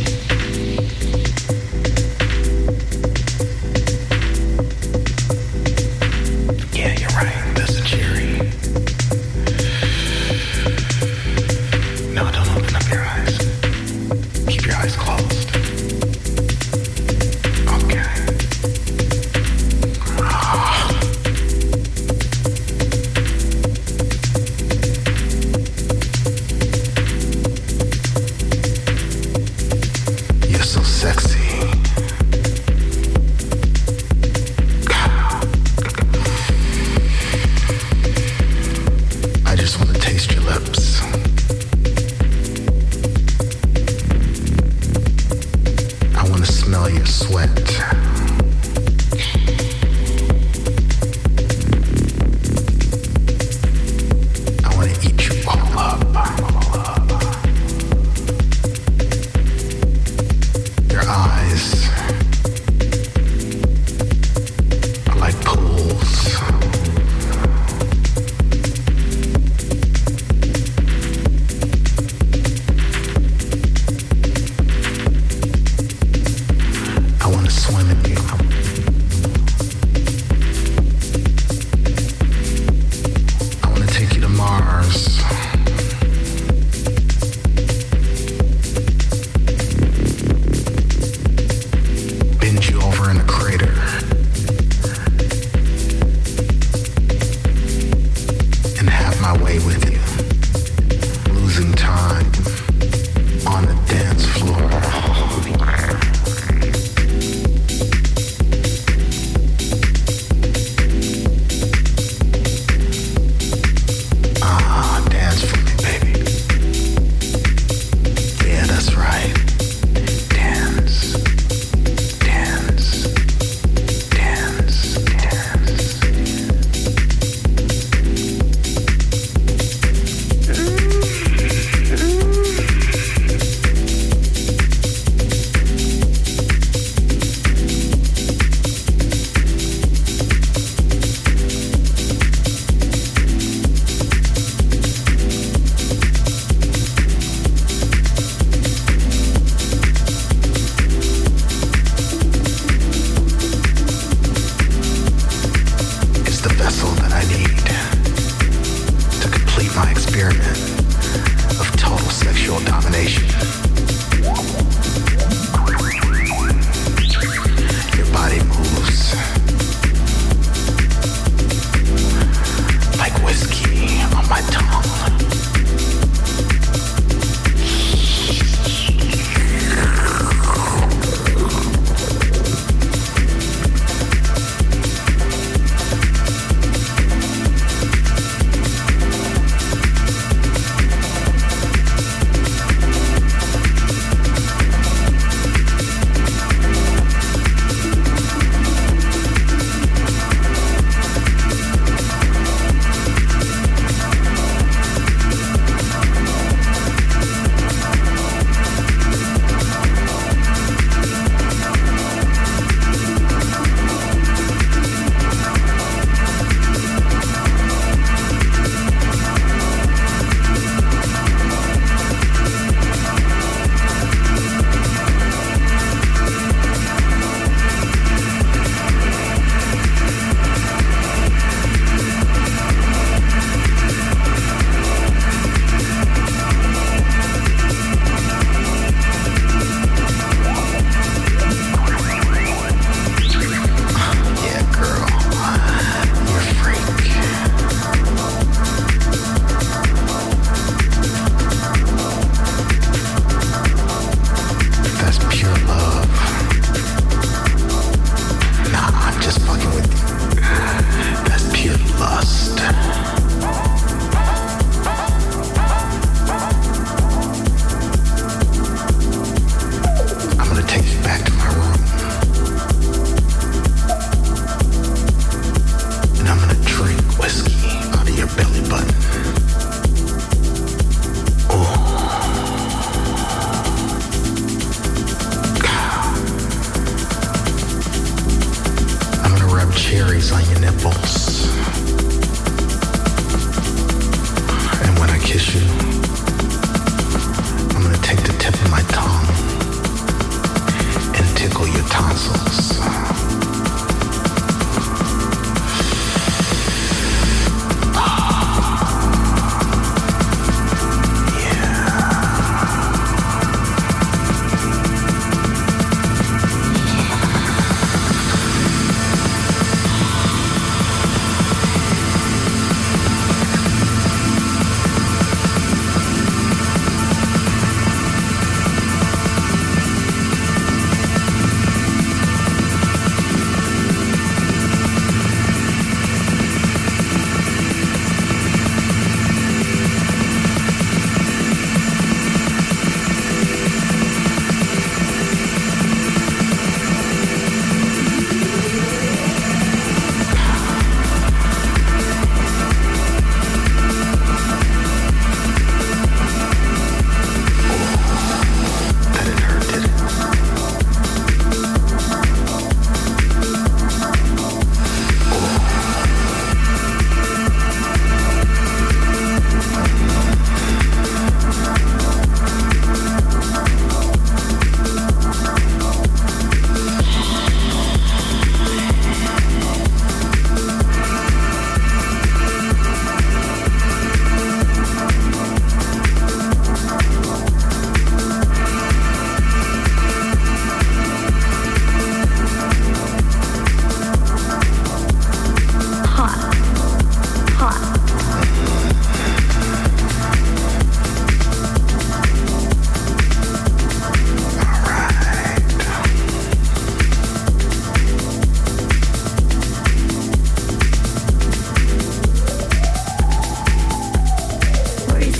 S16: Yeah, you're right. That's a cherry. No, don't open up your eyes. Keep your eyes closed. Okay. Ah. You're so sexy. I just want to taste your lips. I want to smell your sweat. I want to eat you all up. your eyes are like pools. I want to swim in you. I want to take you to Mars. bend you over in a crater. And have my way with you. Losing time on the dance floor. Ah, dance for me, baby. Yeah, that's right. Dance. Dance, dance, dance. It's the vessel that I need to complete my experiment of total sexual domination. Your body moves like whiskey on my tongue.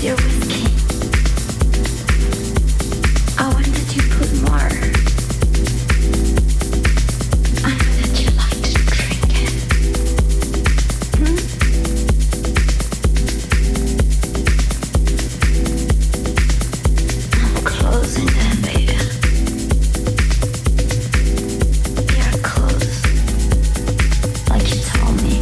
S7: your whiskey. I want that you put more. I know that you like to drink it. Hmm? I'm closing them, baby. They are closed, like you told me.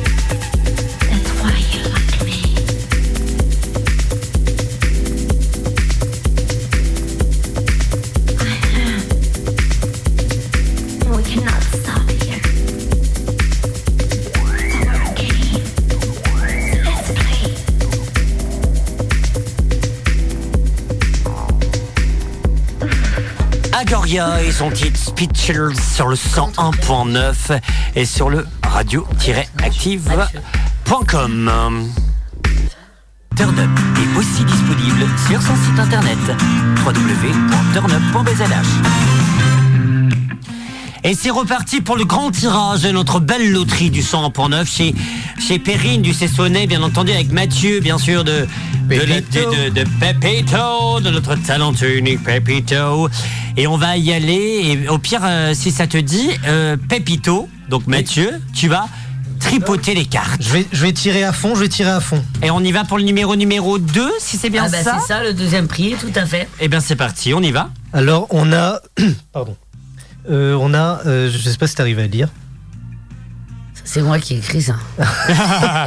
S7: That's why you like me. I am. We cannot stop here. It's our game. So let's play.
S1: Agoria et son titre Speechers sur le 101.9 et sur le radio-active.com. Turn Up est aussi disponible sur son site internet www.turnup.bzh. Et c'est reparti pour le grand tirage de notre belle loterie du 101.9 chez, chez Perrine du Cessonnet, bien entendu, avec Mathieu, bien sûr, de, de, la- de- de- de Pepito, de notre talentueux unique Pepito. Et on va y aller. Et au pire, euh, si ça te dit, euh, Pepito, donc Mathieu, tu vas tripoter les cartes.
S5: Je vais, je vais tirer à fond, je vais tirer à fond.
S1: Et on y va pour le numéro numéro 2, si c'est bien
S10: Ah bah,
S1: ça
S10: c'est ça, le deuxième prix, tout à fait.
S1: Eh bien, c'est parti, on y va.
S5: Alors, on a. Pardon. Euh, on a. euh, je sais pas si t'arrives à le dire.
S10: C'est moi qui ai écrit ça.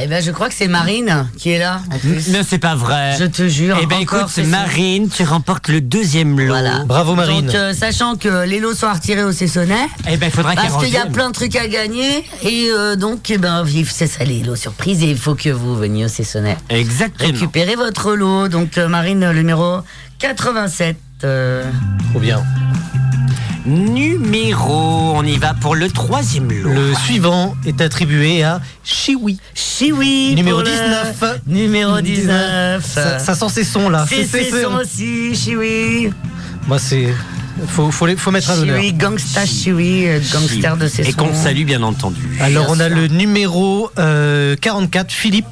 S10: Eh ben, je crois que c'est Marine qui est là, en plus.
S1: Non, c'est pas vrai.
S10: Je te jure,
S1: Eh bien,
S10: encore,
S1: écoute,
S10: c'est ça.
S1: Marine, tu remportes le deuxième lot.
S5: Bravo,
S10: Donc, euh, sachant que les lots sont à retirer au Cessonnet,
S1: eh ben, il faudra qu'elle
S10: parce qu'il y a
S1: revienne.
S10: plein de trucs à gagner, et euh, donc, eh ben, vive, c'est ça les lots surprises, et il faut que vous veniez au Cessonnet
S1: Exactement.
S10: récupérer votre lot. Donc, euh, Marine, le numéro 87. euh,
S5: Trop bien.
S1: Numéro, on y va pour le troisième lot.
S5: Le suivant est attribué à Chiwi.
S10: Chiwi.
S5: Numéro
S10: pour le
S5: 19.
S10: Numéro 19.
S5: Ça, ça sent ses sons là.
S10: C'est ses sons aussi, Chiwi.
S5: Moi, c'est. Faut, faut, les- faut mettre à l'honneur.
S10: Chiwi, gangsta Chiwi, euh, gangster de ses
S1: Et
S10: sons.
S1: qu'on salue, bien entendu.
S5: Alors, on a
S10: sûr.
S5: le numéro euh, 44, Philippe,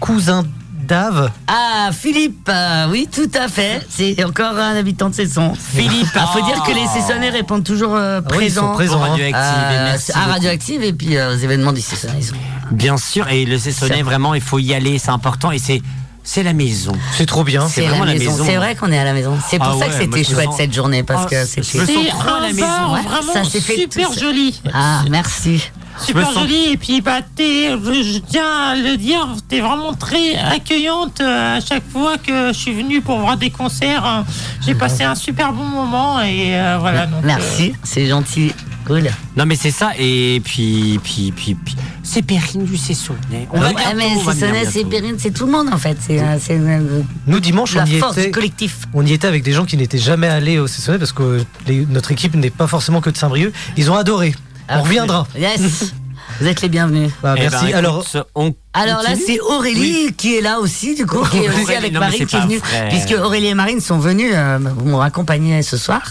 S5: cousin d'Ave.
S10: Ah, Philippe, euh, oui, tout à fait. C'est encore un habitant de Cesson.
S1: Philippe,
S10: il faut
S1: oh.
S10: dire que les Cessonnais répondent toujours euh,
S1: Ah oui, ils sont présents,
S10: présents.
S1: Au Radioactive, hein. et
S10: à,
S1: merci
S10: à
S1: beaucoup.
S10: Radioactive et puis euh, aux événements du Cessonnais. ils sont-
S1: Bien sûr, et le Cessonnet, vraiment, il faut y aller, c'est important, et c'est, c'est la maison.
S5: C'est trop bien.
S1: C'est vraiment la maison.
S10: C'est vrai qu'on est à la maison. C'est pour
S1: Ah
S10: ça que
S1: ouais, moi,
S10: c'était
S1: je me
S10: chouette
S1: sens-
S10: cette journée parce
S1: Ah,
S10: que
S1: je me
S10: c'était.
S1: sens C'est trop à la un maison. bar
S10: Ouais,
S4: vraiment
S10: ça s'est fait
S4: super
S10: tout seul.
S4: joli.
S10: Ah, merci.
S4: Super joli et puis bah t'es, je je tiens à le dire, t'es vraiment très accueillante euh, à chaque fois que je suis venue pour voir des concerts. hein. J'ai passé un super bon moment et euh, voilà. donc, euh,
S10: Merci, c'est gentil. Cool.
S1: Non, mais c'est ça, et puis, puis, puis, puis- c'est Perrine du Cessonnet. On va
S10: Ouais,
S1: bientôt,
S10: Ah, mais
S1: on va
S10: Cessonnais,
S1: venir
S10: c'est
S1: bientôt.
S10: Périne, c'est tout le monde en fait. C'est, euh, c'est, euh,
S5: Nous, dimanche,
S10: La
S5: on y
S10: force
S5: était.
S10: du collectif.
S5: On y était avec des gens qui n'étaient jamais allés au Cessonnet parce que euh, les- notre équipe n'est pas forcément que de Saint-Brieuc. Ils ont adoré. on reviendra.
S10: Ah Yes. Vous êtes les bienvenus.
S5: Bah,
S1: Eh ben,
S5: merci.
S1: écoute,
S5: Alors,
S1: on
S10: Alors là, c'est Aurélie qui est là aussi, du coup, qui est aussi
S1: Aurélie,
S10: avec
S1: non, mais c'est
S10: Marine qui est
S1: pas
S10: venue,
S1: vrai.
S10: puisque Aurélie et Marine sont venues euh, m'ont accompagné ce soir,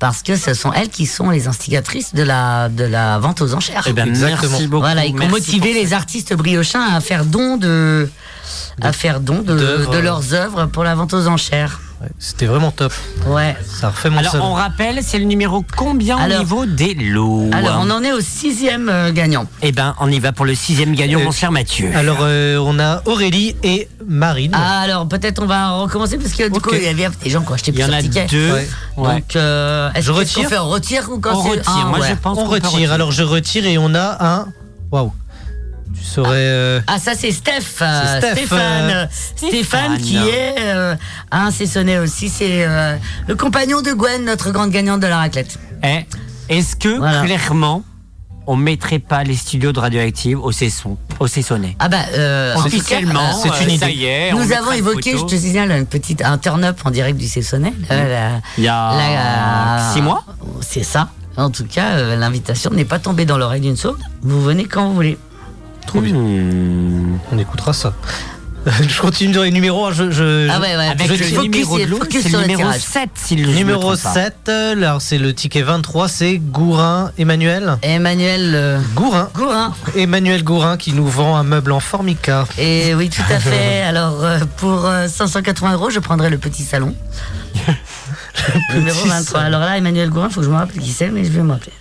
S10: parce que ce sont elles qui sont les instigatrices de la, de la vente aux enchères.
S1: Eh ben, Exactement. merci beaucoup.
S10: Voilà, et qui ont
S1: Merci
S10: motivé les artistes briochins à faire don de, à faire don de,
S5: D'œuvres.
S10: de leurs œuvres pour la vente aux enchères.
S5: c'était vraiment top.
S10: Ouais.
S5: Ça refait mon
S1: Alors,
S5: salon.
S1: on rappelle, c'est le numéro combien
S10: Alors-
S1: au niveau des lots
S10: Alors, on en est au sixième euh, gagnant.
S1: Eh ben, on y va pour le sixième gagnant,
S5: Euh,
S1: mon cher Mathieu.
S5: Alors, euh, on a Aurélie et Marine.
S10: Ah, alors peut-être on va recommencer parce que du coup il y avait des gens qui ont acheté
S1: Il y en
S10: plusieurs
S1: a
S10: tickets.
S1: deux.
S5: Ouais.
S1: Ouais.
S10: Donc euh, est-ce
S5: Je
S10: qu'est-ce qu'on
S5: retire.
S10: fait on retire ou quand
S1: On
S10: c'est-
S1: retire,
S10: Ah,
S1: moi,
S10: ouais.
S1: je pense
S5: on
S1: qu'on peut
S5: retire.
S1: retirer.
S5: Alors, je retire et on a un. Waouh. Tu saurais. euh,
S10: Ah ça c'est Steph, euh,
S5: C'est Steph,
S10: Stéphane,
S5: euh,
S10: Stéphane qui
S5: Stéphane.
S10: est euh, un sonné aussi, c'est euh, le compagnon de Gwen, notre grande gagnante de la raclette.
S1: Eh, Est-ce que,
S10: Voilà.
S1: clairement, on mettrait pas les studios de Radioactive au Cesson, au Cessonnet
S10: Ah bah euh, en tout cas,
S1: Officiellement,
S10: euh,
S1: c'est une idée. on
S10: Nous
S1: mettra
S10: avons
S1: une
S10: évoqué,
S1: photo.
S10: je te signale, une petite, un turn-up en direct du Cessonnet. euh, la-
S1: Il y a
S10: la-
S1: Ah, six mois
S10: C'est ça. En tout cas, euh, l'invitation n'est pas tombée dans l'oreille d'une sourde. Vous venez quand vous voulez.
S5: Trop bien. On écoutera ça. je continue dans les numéros. hein, Je, je-
S10: Ah ouais, ouais. Avec
S5: je
S10: le
S5: dis-
S10: numéro de l'autre, Focus c'est le sur le numéro tirage. 7, si je me
S5: Numéro
S10: trompe pas.
S5: 7, euh, là c'est le ticket 23, c'est Gourin Emmanuel.
S10: Emmanuel euh,
S5: Gourin.
S10: Gourin.
S5: Emmanuel Gourin qui nous vend un meuble en formica.
S10: Et Eh oui, tout à fait. Alors, euh, pour euh, 580 euros, je prendrai le petit salon. numéro
S5: petit
S10: 23. Alors là, Emmanuel Gourin, il faut que je me rappelle qui c'est, mais je vais me rappeler.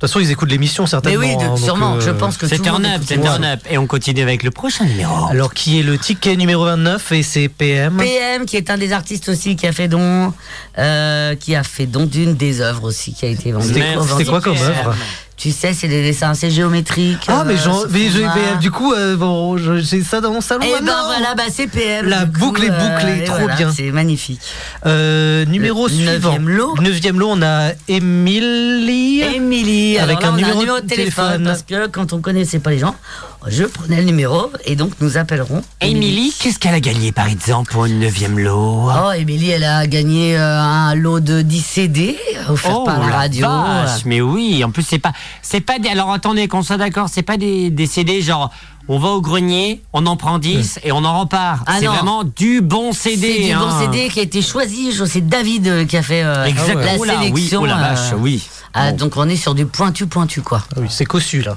S5: De toute façon, ils écoutent l'émission certainement.
S10: Mais oui, de-
S5: hein, donc,
S10: Ah, sûrement,
S5: euh,
S10: je pense que
S1: C'est
S10: tout le
S1: turn
S10: monde
S1: up,
S10: écoute
S1: c'est
S10: ça.
S1: turn up. Et on continue avec le prochain numéro.
S5: Alors qui est le ticket numéro 29 et c'est PM.
S10: PM, qui est un des artistes aussi, qui a fait don, euh, qui a fait don d'une des œuvres aussi qui a été vendue.
S5: C'était quoi- c'était quoi comme œuvre
S10: Tu sais, c'est des dessins assez géométriques.
S5: Ah mais,
S10: euh,
S5: j'en-
S10: sous
S5: mais je-
S10: format.
S5: mais, du coup euh, bon, je- j'ai ça dans mon salon.
S10: Eh ben
S5: maintenant.
S10: voilà, bah c'est PM.
S5: La
S10: du coup,
S5: boucle
S10: euh,
S5: est bouclée,
S10: et
S5: trop
S10: voilà,
S5: bien.
S10: C'est magnifique.
S5: Euh, numéro
S10: Le
S5: suivant.
S10: neuvième lot.
S5: Neuvième lot, on a euh, Émilie. euh,
S10: Émilie,
S5: avec
S10: alors là,
S5: un,
S10: on a
S5: numéro
S10: de téléphone, parce que quand on connaissait pas les gens, je prenais le numéro et donc nous appellerons.
S1: Émilie, qu'est-ce qu'elle a gagné par exemple pour une neuvième lot
S10: Oh, Émilie, elle a gagné euh, un lot de 10 CD euh, offert
S1: Oh,
S10: par la radio.
S1: vache, mais oui, en plus c'est pas c'est pas des alors attendez qu'on soit d'accord, c'est pas des, des CD genre on va au grenier, on en prend 10 et on en repart.
S10: Ah
S1: c'est
S10: non.
S1: vraiment du bon CD.
S10: C'est du bon
S1: hein.
S10: CD qui a été choisi. Je- C'est David euh, qui a fait euh,
S1: Exact.
S10: la
S1: Oula, oui,
S10: sélection.
S1: oh la vache, oui.
S10: ah, Donc on est sur du pointu pointu quoi.
S5: Ah oui, c'est cossu là.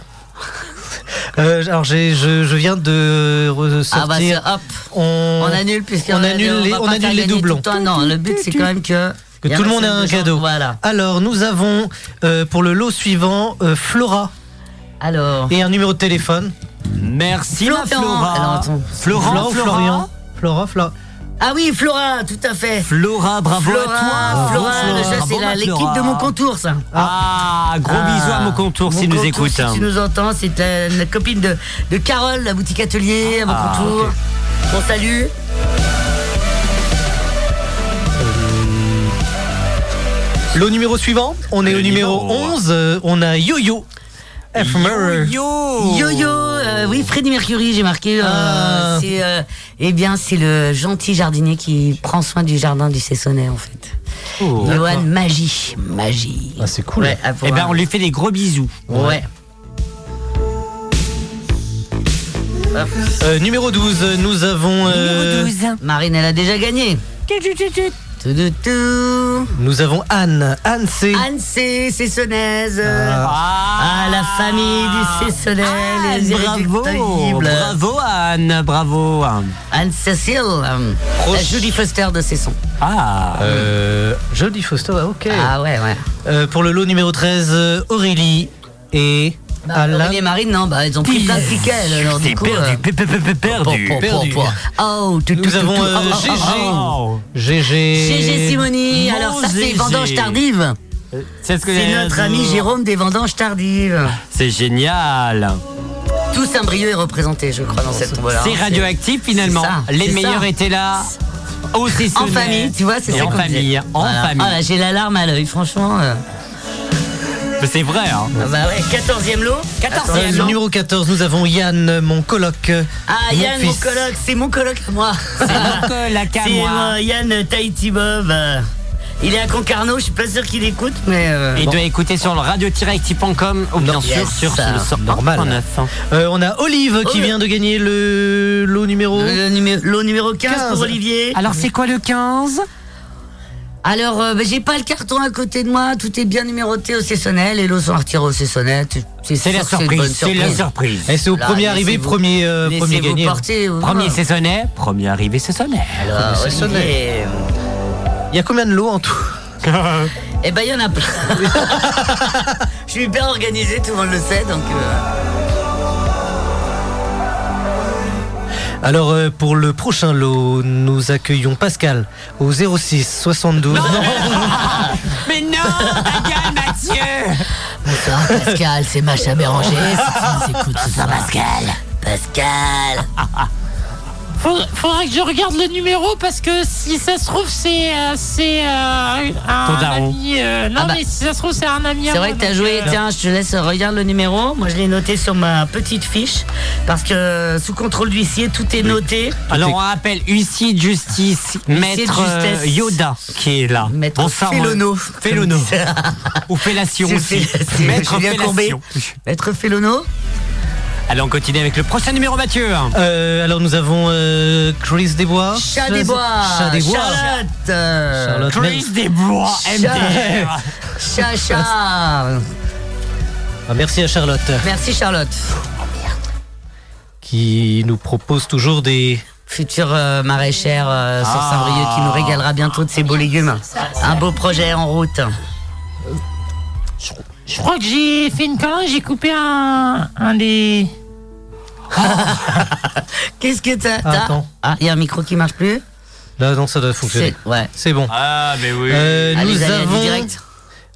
S5: Euh, alors j'ai- je, je viens de re-
S10: Ah bah
S5: sortir.
S10: c'est- hop,
S5: on,
S10: on annule puisque
S5: on annule les, on annule les doublons.
S10: Non, le but c'est quand même que
S5: Que
S10: il y a
S5: tout le monde a
S10: maximum
S5: un
S10: de gens.
S5: cadeau.
S10: Voilà.
S5: Alors nous avons euh, pour le lot suivant euh, Flora.
S10: Alors.
S5: Et un numéro de téléphone.
S1: Merci
S10: ma Florent. Flora. Alors, attends.
S5: Florent,
S10: Flora ou
S5: Florian. Flora, Flora.
S10: Ah oui, Flora, tout à fait.
S1: Flora, bravo
S10: Flora,
S1: à toi.
S10: Flora,
S1: Bravo,
S10: le-
S1: Flora.
S10: ça, c'est
S1: Bravo,
S10: la- l'équipe
S1: Flora.
S10: de mon contour, ça.
S1: Ah, gros bisous à mon contour
S10: Mon
S1: s'il nous
S10: contour,
S1: écoute.
S10: Si tu nous entends, c'est la, la copine de, de Carole, la boutique atelier, à mon
S1: Ah,
S10: contour.
S1: ok.
S10: Bon salut.
S5: Lot Euh, numéro suivant, on est au numéro 11, euh, on a Yo-Yo. F. Murray. Oh.
S10: Yo-yo, euh, oui, Freddie Mercury, j'ai marqué. euh,
S5: Ah.
S10: c'est, euh, eh bien, c'est le gentil jardinier qui prend soin du jardin du Cessonnet, en fait.
S1: Oh.
S10: Johan, magie, magie.
S5: Ah, c'est cool.
S10: Ouais, à
S1: Eh ben
S10: voir.
S1: on lui fait des gros bisous.
S10: Ouais.
S5: Euh, numéro 12, nous avons. euh,
S10: Marine, elle a déjà gagné. Tout, tout, tout.
S5: Nous avons Anne. Anne, c'est.
S10: Anne C, Cessonnaise.
S1: Ah.
S10: la famille du Cessonnais, les
S1: bravo,
S10: irréductibles.
S1: bravo Anne, bravo.
S10: Anne-Cécile, la Julie Foster de Cesson.
S1: Ah.
S5: Euh, Jodie Foster, ah, ok.
S10: Ah ouais, ouais.
S5: Euh, pour le lot numéro 13, euh, Aurélie et
S10: Bah,
S5: Alain.
S10: Aurélie et Marine, non, bah, elles ont pris plein de tickets. Alors, du
S5: C'est
S10: coup, euh,
S5: perdu,
S1: pe- pe- pe- perdu,
S10: po- po-
S5: perdu.
S10: po- po. Oh, tout, tout,
S5: Nous
S10: tout,
S5: avons
S10: tout.
S5: euh,
S10: Oh, oh,
S5: GG.
S10: oh, oh.
S5: GG.
S10: GG Simoni,
S1: Mon
S10: alors ça c'est
S1: GG.
S10: Vendange Tardive.
S1: Euh, C'est ce que
S10: C'est notre ami Jérôme des Vendanges Tardives.
S1: C'est génial.
S10: Tout Saint-Brieuc est représenté, je crois, dans cette tombola.
S1: C'est radioactif finalement.
S10: c'est ça,
S1: Les
S10: c'est
S1: meilleurs
S10: ça.
S1: étaient là. Au
S10: En
S1: Cessonnet.
S10: famille, tu vois, c'est
S1: Et
S10: ça
S1: En
S10: qu'on
S1: famille,
S10: dit.
S1: en
S10: Voilà.
S1: famille.
S10: Ah là, j'ai la larme à l'œil, franchement. euh.
S1: Mais C'est vrai. Hein.
S10: Ah bah ouais, 14e lot.
S5: Euh, le numéro 14, nous avons Yann, mon coloc.
S10: Ah,
S5: mon
S10: Yann, mon
S5: fils.
S10: coloc, c'est mon coloc à moi. C'est mon
S1: coloc
S10: à moi. Yann Tahiti Bob. euh, Il est à Concarneau, je suis pas sûr qu'il écoute, mais. euh,
S1: Et
S10: bon.
S1: doit écouter sur le radio-actif.com ou bien sûr
S10: Yes,
S1: sur
S10: ça,
S1: le sort
S5: normal.
S1: 1.9, hein.
S5: Euh, on a Olive qui
S1: Olive.
S5: vient de gagner le lot numéro.
S10: Le numé- lot numéro 15, pour
S5: 15.
S10: Olivier.
S1: Alors, c'est quoi le 15
S10: alors, euh, bah, j'ai pas le carton à côté de moi, tout est bien numéroté au Cessonnel, les lots sont retirés au Cessonnel. tu-
S1: C'est la
S10: sûr que une bonne
S1: surprise, c'est la surprise.
S5: Et c'est au
S10: Là,
S5: premier arrivé,
S10: laissez-vous-
S5: premier, euh, premier
S10: laissez-vous
S5: gagné.
S10: porter, euh, voilà.
S1: Premier saisonnet, premier arrivé saisonnet.
S10: Alors,
S5: Premier saisonnet.
S10: Olivier,
S5: Il y a combien de lots en tout
S10: Eh ben, il y en a plein. Je suis hyper organisé, tout le monde le sait, donc. euh,
S5: Alors euh, pour le prochain lot, nous accueillons Pascal au 06 72.
S1: Mais non, ta gueule, Mathieu
S10: Bonsoir Hein, Pascal, c'est Macha Béranger. Si tu nous écoutes, bonsoir Pascal. Pascal.
S4: Faut- Faudrait que je regarde le numéro parce que si ça se trouve c'est euh, c'est euh,
S10: Ton
S4: un
S10: daron.
S4: ami. euh, non
S10: Ah bah.
S4: mais si ça se trouve c'est un ami. à
S10: C'est
S4: moi,
S10: vrai que t'as
S4: donc,
S10: joué.
S4: euh,
S10: Tiens, je te laisse regarde le numéro. Moi, je l'ai noté sur ma petite fiche parce que euh, sous contrôle d'huissier, tout est noté.
S1: Alors on appelle huissier de justice,
S10: Huissier de
S1: maître euh,
S10: justesse.
S1: Yoda qui est là.
S10: Maître
S1: Bonsoir, moi.
S10: Félono.
S1: Félono. Ou fellation
S10: C'est-
S1: aussi.
S10: c'est- c'est
S1: Maître
S10: Julien Courbet.
S1: fellation.
S10: Maître Félono.
S1: Allez, on continue avec le prochain numéro, Mathieu.
S5: Euh, alors nous avons euh, Chris
S10: Oh.
S5: Desbois.
S1: Chat des bois.
S5: Chat des bois.
S1: Charlotte.
S5: Charlotte.
S1: Chris Desbois, MDR.
S10: Chat, chat.
S5: Ah, merci à Charlotte
S10: Merci Charlotte.
S5: qui nous propose toujours des
S10: Future euh, maraîchère euh, sur
S5: Ah.
S10: Saint-Brieuc qui nous régalera bientôt de ses beaux légumes. Un beau projet en route.
S4: Je crois que j'ai fait une connerie, j'ai coupé un, un des.
S10: Ah. Qu'est-ce que t'as
S5: Ah,
S10: t'as-
S5: attends.
S10: Ah, il y a un micro qui marche plus
S5: Là, non, ça doit fonctionner.
S10: C'est- ouais.
S5: C'est bon.
S1: Ah, mais oui.
S5: Euh,
S10: Allez,
S5: nous
S10: allez, allez,
S5: avons
S10: direct.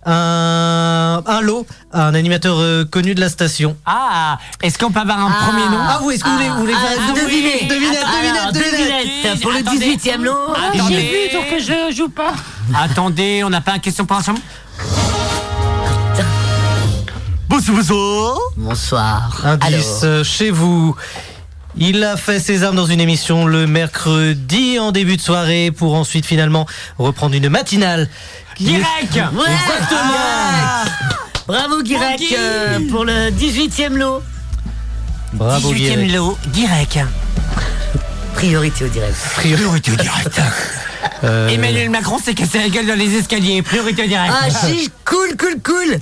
S5: un, un lot, un animateur euh, connu de la station.
S1: Ah, est-ce qu'on peut avoir un premier nom
S5: Ah, vous, est-ce que vous voulez, vous voulez faire-
S10: ah, devinez.
S5: devinez,
S10: Alors,
S5: devinez,
S10: devinette, pour le 18e lot.
S1: Attendez.
S4: J'ai vu, donc je joue pas.
S1: Attendez, on n'a pas une question pour ensemble Bonsoir, bonsoir.
S10: Bonsoir.
S5: Indice euh, chez vous. Il a fait ses armes dans une émission le mercredi en début de soirée pour ensuite finalement reprendre une matinale.
S1: Guirec
S10: Ouais, Ah.
S5: Exactement
S10: Bravo Guirec euh, pour le 18e lot.
S5: Bravo
S1: 18e
S5: Guirec.
S1: lot, Guirec.
S10: Priorité au direct.
S1: Priorité au direct.
S5: Euh,
S1: Emmanuel Macron s'est cassé la gueule dans les escaliers, priorité au direct.
S10: Ah, chic, cool, cool, cool.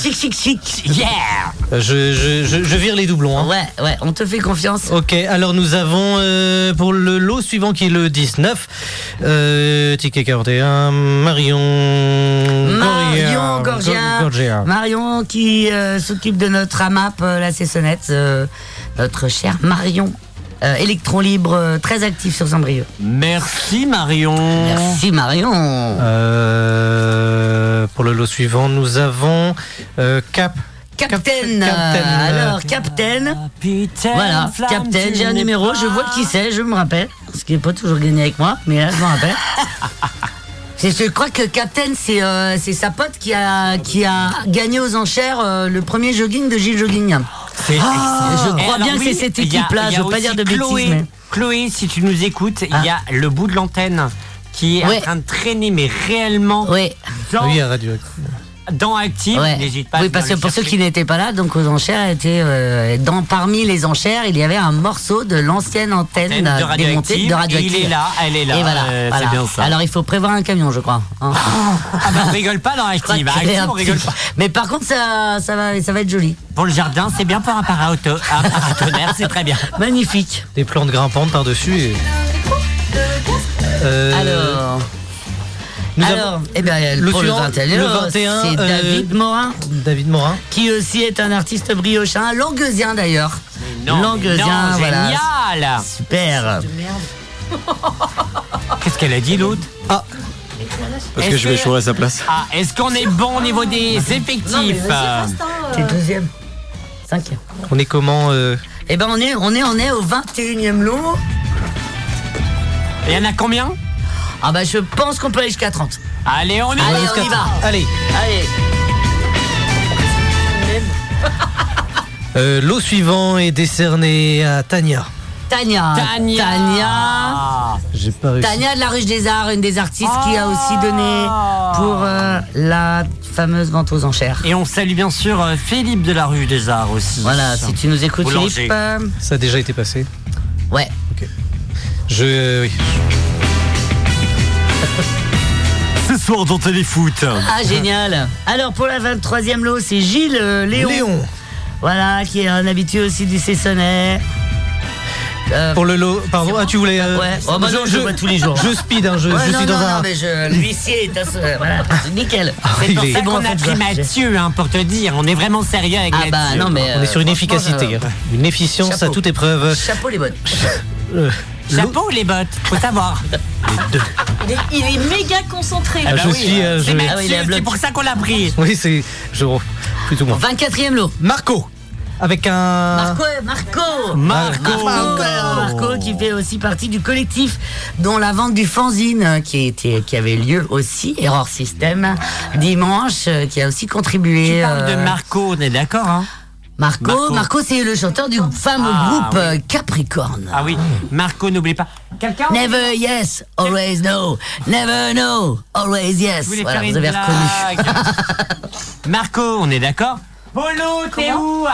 S10: chic, chic, chic.
S1: Yeah
S5: Je, je- je- je vire les doublons. hein.
S10: Ouais, ouais, on te fait confiance.
S5: Ok, alors nous avons euh, pour le lot suivant qui est le 19, euh, ticket 41, Marion
S10: Marion
S5: Gorgia.
S10: Gorgia. Marion qui euh, s'occupe de notre AMAP, euh, la Cessonnette. euh, notre chère Marion. euh, électron libre, euh, très actif sur Saint-Brieuc.
S1: Merci Marion.
S10: Merci Marion.
S5: Euh, pour le lot suivant, nous avons euh, Cap.
S10: Captain,
S5: Captain,
S10: euh,
S5: euh,
S10: alors Captain, voilà,
S1: flamme,
S10: Captain,
S1: tu
S10: j'ai un
S1: n'es
S10: numéro,
S1: pas.
S10: je vois qui c'est, je me rappelle, ce qui n'est pas toujours gagné avec moi, mais là je me rappelle. C'est- je crois que Captain, c'est euh, c'est sa pote qui a, qui a gagné aux enchères euh, le premier jogging de Gilles Jogging.
S1: C'est
S10: Ah,
S1: excellent.
S10: je crois
S1: Et alors,
S10: bien que
S1: oui,
S10: c'est cette
S1: il y a-
S10: équipe-là,
S1: il y a
S10: je veux pas
S1: aussi
S10: dire de bêtises,
S1: Chloé,
S10: mais- Ah.
S1: Chloé, si tu nous écoutes, il y a le bout de l'antenne qui est en
S10: Ouais.
S1: train de traîner, mais réellement dans,
S5: Oui, à Radio.
S1: dans Active.
S10: Ouais.
S1: N'hésite pas à
S10: oui,
S1: venir
S10: parce que
S1: le
S10: pour ceux
S1: chercher.
S10: qui n'étaient pas là, donc aux enchères étaient euh, dans parmi les enchères, il y avait un morceau de l'ancienne antenne,
S1: Antenne de
S10: euh,
S1: Radioactive,
S10: démontée de
S1: et
S10: Radioactive.
S1: il est là, elle est là,
S10: Et voilà,
S1: euh, c'est
S10: voilà.
S1: bien ça.
S10: Alors il faut prévoir un camion, je crois. hein.
S1: Ah bah, on rigole pas dans
S10: Je crois
S1: Active.
S10: qu'il y
S1: Active,
S10: a un
S1: on rigole
S10: petit-
S1: pas.
S10: Mais par contre, ça, ça va, ça va être joli.
S1: Pour le jardin, c'est bien pour un para-auto- un paratonnerre, c'est très bien.
S10: Magnifique.
S5: Des plantes grimpantes par-dessus. et- Euh,
S10: Alors.
S5: nous
S10: Alors,
S5: avons-
S10: eh ben,
S5: le
S10: pour
S5: suivant,
S10: le 21,
S5: le 21,
S10: c'est
S5: euh,
S10: David Morin,
S5: David Morin.
S10: qui aussi est un artiste briochin, langueusien d'ailleurs.
S1: Non, mais
S10: Langueusien,
S1: non,
S10: voilà.
S1: Génial.
S10: Super.
S1: Qu'est-ce qu'elle a dit l'autre
S5: Ah.
S18: Parce que je vais chourer à sa place.
S1: Ah, est-ce qu'on est bon au niveau des effectifs
S10: T'es deuxième. Cinquième.
S5: On est comment euh,
S10: Eh ben on est, on est, on est au 21e lot.
S1: Il y en a combien
S10: Ah bah je pense qu'on peut aller jusqu'à 30.
S1: Allez, on y
S10: Allez,
S1: va
S10: on y va.
S5: Allez.
S10: Allez.
S5: euh, L'eau suivant est décerné à Tania.
S10: Tania.
S1: Tania. Ah,
S10: Tania.
S5: J'ai pas réussi.
S10: Ah. Tania de la Ruche des Arts, une des artistes qui a
S1: Ah.
S10: aussi donné pour euh, la fameuse vente aux enchères.
S1: Et on salue bien sûr euh, Philippe de la rue des Arts aussi.
S10: Voilà, si tu nous écoutes,
S1: Boulanger.
S10: Philippe. euh,
S5: Ça a déjà été passé.
S10: ouais.
S5: Je euh, oui.
S1: Ce soir dans Téléfoot.
S10: Ah, génial. Alors, pour la 23e lot, c'est Gilles euh, Léon.
S5: Léon.
S10: Voilà, qui est un habitué aussi du Cessonnet. Euh,
S5: Pour le lot, pardon. Ah, tu voulais. euh,
S10: Ouais. Oh, bah non, je le vois tous les jours.
S5: Je speed, hein, je,
S10: Ouais,
S5: je
S10: non,
S5: suis
S10: non,
S5: dans
S10: non,
S5: un.
S10: mais je- l'huissier est à ce- euh, voilà, c'est nickel. C'est
S5: il
S10: pour ça
S5: est-
S1: C'est
S10: qu'on
S1: bon, on a
S10: fait
S1: pris
S10: de-
S1: Mathieu hein, pour te dire, on est vraiment sérieux avec
S10: Ah bah
S1: Mathieu.
S10: non mais
S5: On est sur une efficacité, hein. une efficience à
S10: chapeau.
S5: toute épreuve.
S10: Chapeau les bonnes.
S5: Euh,
S1: Chapeau ou les bottes Faut savoir.
S2: Il est, il est méga concentré.
S5: Ah, je suis, euh,
S1: c'est
S5: je-
S1: Mathieu,
S5: Ah oui, il est à
S1: c'est
S5: bloc.
S1: pour ça qu'on l'a pris.
S5: Oui, c'est. Je. Plus ou moins.
S10: 24e lot.
S5: Marco Avec un.
S10: Marco, Marco,
S5: Ah. Marco.
S10: Marco, euh, Marco, qui fait aussi partie du collectif dont la vente du fanzine euh, qui, était, qui avait lieu aussi, Error System, dimanche, euh, qui a aussi contribué.
S1: Tu parles de
S10: euh,
S1: Marco, on est d'accord hein
S10: Marco,
S1: Marco.
S10: Marco, c'est le chanteur du fameux
S1: Ah,
S10: groupe
S1: oui.
S10: euh, Capricorne.
S1: Ah oui, Marco, n'oublie pas. Quelqu'un
S10: Never yes, always no. Never no, always yes.
S1: Je voulais
S10: Voilà,
S1: faire
S10: vous avez
S1: une
S10: reconnu.
S1: blague. Marco, on est d'accord Polo, t'es où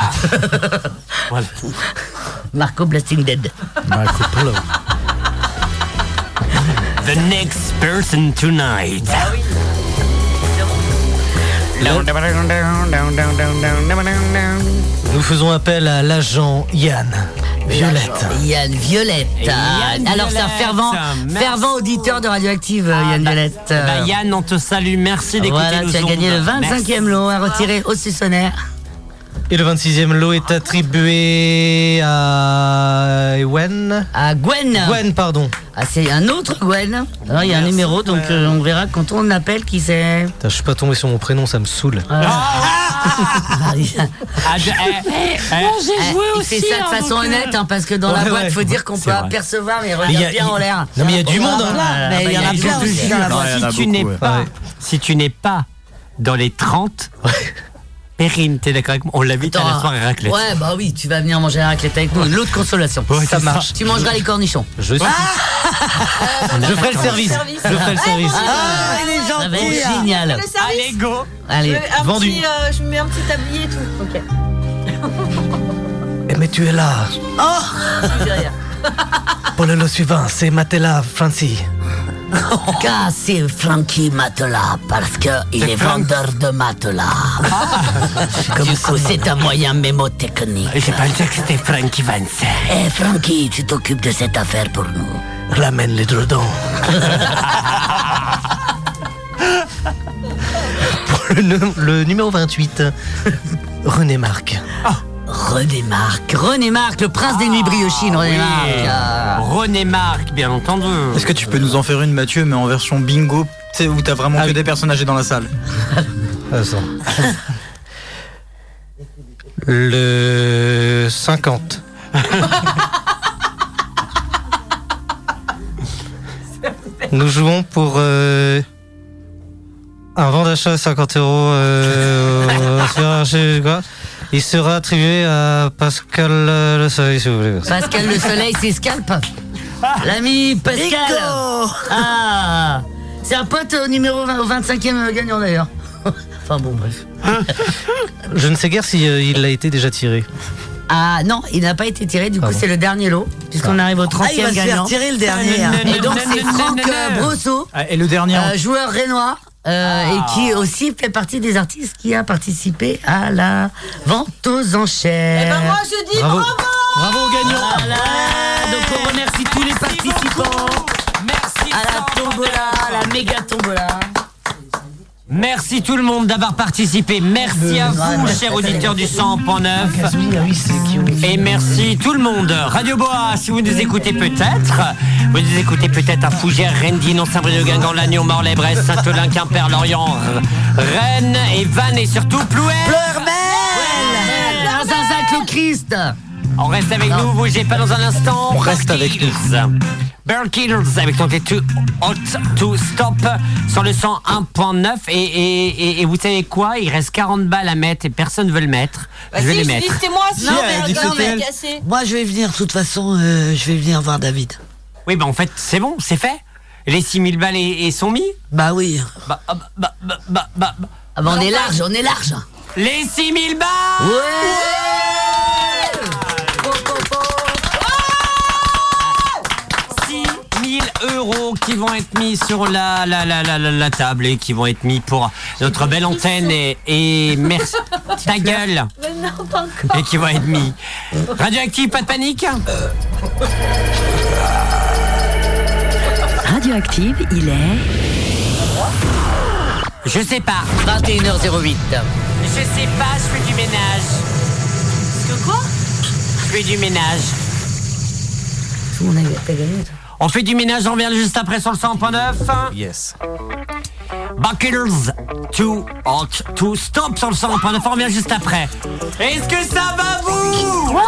S10: Marco Blasting Dead.
S1: Marco Polo. The next person tonight.
S5: Nous faisons appel à l'agent Yann. Violette.
S10: Yann Violette. Ah,
S5: Yann
S10: Alors, c'est un
S5: Violette,
S10: fervent,
S1: merci.
S10: fervent auditeur de Radioactive, euh, Yann Violette.
S1: Bah, Yann, on te salue. Merci d'écouter
S10: Voilà,
S1: nos
S10: tu as
S1: ondes.
S10: gagné le
S1: Merci.
S10: 25e lot hein, à retirer au suçonnaire.
S5: Et le 26e lot est attribué à Gwen.
S10: À Gwen.
S5: Gwen, pardon.
S10: Ah, c'est un autre Gwen. Alors, il y a un
S5: Merci,
S10: numéro, donc
S5: Gwen.
S10: euh, on verra quand on appelle qui c'est.
S5: Putain, je suis pas tombé sur mon prénom, ça me saoule.
S1: Ah, je- eh, eh,
S10: Eh, il fait ça de façon honnête, hein, parce que dans la
S5: Ouais,
S10: boîte,
S5: ouais.
S10: faut dire qu'on
S5: C'est
S10: peut
S5: vrai.
S10: apercevoir, mais
S5: Mais il y a-
S10: regarde bien en l'air.
S5: Non, mais il y a du monde, hein.
S10: Voilà,
S5: Ah,
S10: mais il y en a
S5: bah, il y a
S10: plein
S5: du
S10: aussi
S5: monde.
S10: dans la boîte.
S5: Ouais, il y en a
S1: Si tu n'es
S5: beaucoup, ouais.
S1: pas,
S5: Ouais.
S1: si tu n'es pas dans les 30, Perrine, t'es d'accord avec moi On l'invite à la soirée raclette.
S10: Ouais, bah oui, tu vas venir manger la raclette avec nous. L'autre consolation.
S1: Ouais, c'est ça.
S10: Tu mangeras les cornichons.
S5: Je suis.
S1: Je ferai le service.
S5: Je ferai le service.
S10: Ah,
S2: il est hein.
S10: Ça va être génial.
S2: Le service
S1: Allez, go
S10: Allez,
S2: je, veux un
S5: vendu.
S2: petit, euh, je mets un petit tablier et tout. Ok.
S5: Eh, mais tu es là.
S9: Ah,
S2: Oh Je suis derrière.
S5: Pour le lot suivant, c'est Matela Francie.
S10: Cassez Frankie Matelas parce qu'il
S5: C'est
S10: est
S5: Franck.
S10: vendeur de matelas. du coup, c'est un moyen mémotechnique.
S1: Ah. J'ai pensé que c'était Frankie Vance.
S10: Eh Frankie, tu t'occupes de cette affaire pour nous.
S5: Ramène les dredons. Pour le, nu- le numéro 28, René Marc.
S10: René Marc, René Marc, le prince des nuits
S1: Ah
S10: briochines, René Marc. Ah.
S1: René Marc, bien entendu.
S18: Est-ce que tu peux nous en faire une, Mathieu, mais en version bingo, tu sais, où t'as vraiment
S1: Ah
S18: que des personnes âgées dans la salle
S5: Le 50. Nous jouons pour euh, un vent d'achat à 50 euros. euh, sur un chez- quoi. Il sera attribué à Pascal euh, Le Soleil, si vous voulez.
S10: Pascal le soleil, c'est Scalp.
S9: Ah.
S10: L'ami Pascal. Ah, c'est un pote au numéro 20 au 25e gagnant d'ailleurs. enfin bon, bref.
S5: Je ne sais guère s'il euh, il a été déjà tiré.
S10: Ah non, il n'a pas été tiré, du coup
S5: Pardon.
S10: c'est le dernier lot, puisqu'on arrive au 30e
S9: Ah, il va se faire
S10: gagnant.
S9: tirer, le dernier, hein.
S10: Et donc c'est Franck euh, Brosseau,
S18: Ah, Et le dernier. en-
S10: euh, joueur rénois, euh, et qui aussi fait partie des artistes qui a participé à la vente aux enchères.
S2: Ben, moi, je dis bravo.
S5: Bravo aux gagnants
S10: Donc on remercie tous les participants.
S1: Merci
S10: à la tombola, à la méga tombola.
S1: Merci tout le monde d'avoir participé. Merci à vous, chers auditeurs du 100.9. Et merci tout le monde. Radio Boa, si vous nous écoutez peut-être, vous nous écoutez peut-être à Fougères, Rendine, Saint-Brieuc, Guingamp, Lannion, Morlaix, Brest, Saint-Olin, Quimper, Lorient, Rennes et Vannes et surtout Plouer.
S10: Dans un sac le Christ.
S1: On reste avec nous, bougez pas dans un instant. On reste avec nous. Burn Killers avec ton tête hot to stop sur le 101.9 et, et, et, et vous savez quoi Il reste 40 balles à mettre et personne veut le mettre. je vais les mettre.
S2: moi si,
S9: Non,
S2: Non,
S9: mais
S2: mais dis que regarde, c'est elle. on a cassé.
S9: Moi, je vais venir, de toute façon, euh, je vais venir voir David.
S1: Oui, bah en fait, c'est bon, c'est fait. Les 6000 balles et, et sont mis
S9: Bah oui.
S1: Bah, ah, bah, bah, bah, bah, bah, bah.
S10: Ah bah, on est large, on est large.
S1: Les 6000 balles Ouais 6000 euros qui vont être mis sur la, la, la, la, la, la table et qui vont être mis pour notre belle antenne et, et merci ta gueule
S2: Mais non, pas encore.
S1: et qui vont être mis radioactive pas de panique
S19: Radioactive, il est
S1: je sais pas
S10: 21h08.
S1: je sais pas je fais du ménage que quoi je fais du ménage
S10: Tout le monde a t'as gagné, toi.
S1: On fait du ménage, on revient juste après sur le 100.9.
S18: Yes.
S1: Buckles to hot to stop sur le 100.9, on revient juste après. Est-ce que ça va vous Ouais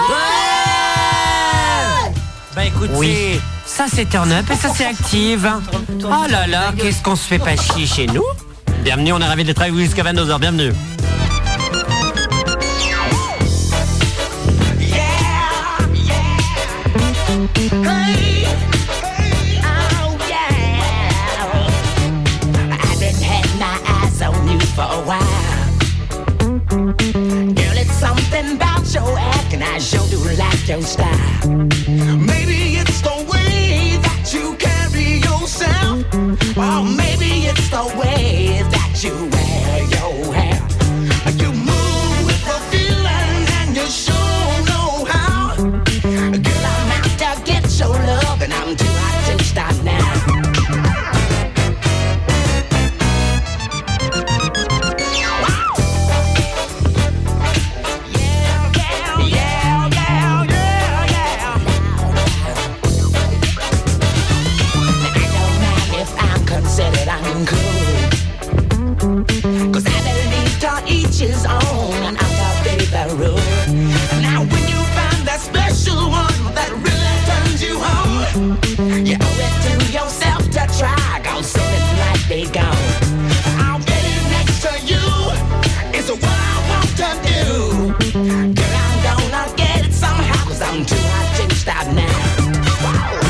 S1: Bah écoutez,
S7: Oui.
S1: ça c'est turn up et ça c'est active. Oh là là, qu'est-ce qu'on se fait pas chier chez nous Bienvenue, on est ravis d'être avec vous jusqu'à 22h, bienvenue.
S7: Hey, oh yeah. I've been had my eyes on you for a while. Girl,
S20: Glasgow style.
S7: Maybe it's the way that you carry yourself. Or maybe it's the way that you wear your hair. You move with a feeling and you sure know how. Girl, I'm out to get your love and I'm too hot to stop now. if I'm considered uncool. Cause I believe to each his own and I'm the baby rule. Now when you find that special one that really turns you on, you owe it to yourself to try. Go soon as light be gone. I'm getting next to you is what I want to do. Girl, I'm gonna get it somehow cause I'm too hot to stop now.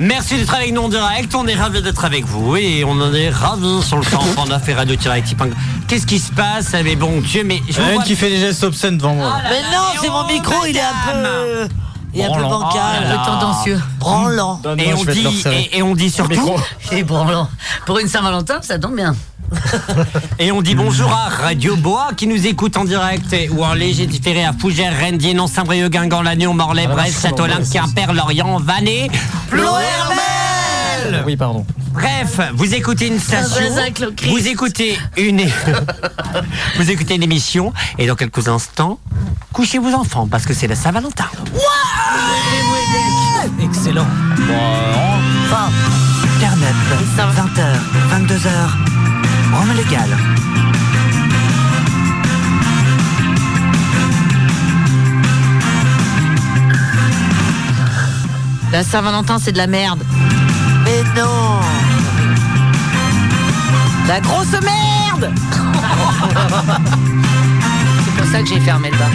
S1: Merci d'être avec nous en direct. On est ravis d'être avec vous et on en est ravis sur le champ. On a fait radio Qu'est-ce qui se passe Ah, Mais bon Dieu, mais je
S3: Il y en a
S1: vous
S3: une
S1: vois-
S3: qui fait des gestes obscènes devant moi.
S9: Oh Mais oh non, c'est mon micro, il est un
S2: Ah.
S9: peu. Il est un peu
S3: Branlant.
S9: bancal.
S3: Oh là là.
S9: Branlant.
S10: Donne-moi, Et on je vais te dit- leur serrer.
S1: et on dit surtout.
S10: Il est branlant. Pour une Saint-Valentin, ça tombe bien.
S1: Et on dit bonjour à Radio Bois qui nous écoute en direct et- ou en léger différé à Fougères, Rennes, non Saint-Brieuc, Guingamp, Lannion, Morlaix,
S3: Ah,
S1: Brest, Châteaulin, Quimper, Lorient, Vannes, Ploermel
S3: Oui, pardon.
S1: Bref, vous écoutez une station,
S10: Un zinc, le Christ.
S1: vous écoutez une, vous écoutez une émission et dans quelques instants, couchez vos enfants parce que c'est la Saint-Valentin. Excellent.
S9: Enfin, Internet, 20h, 22h, Rome légale.
S2: La Saint-Valentin, c'est de la merde.
S9: Mais non
S2: La grosse merde C'est pour ça que j'ai fermé le bar.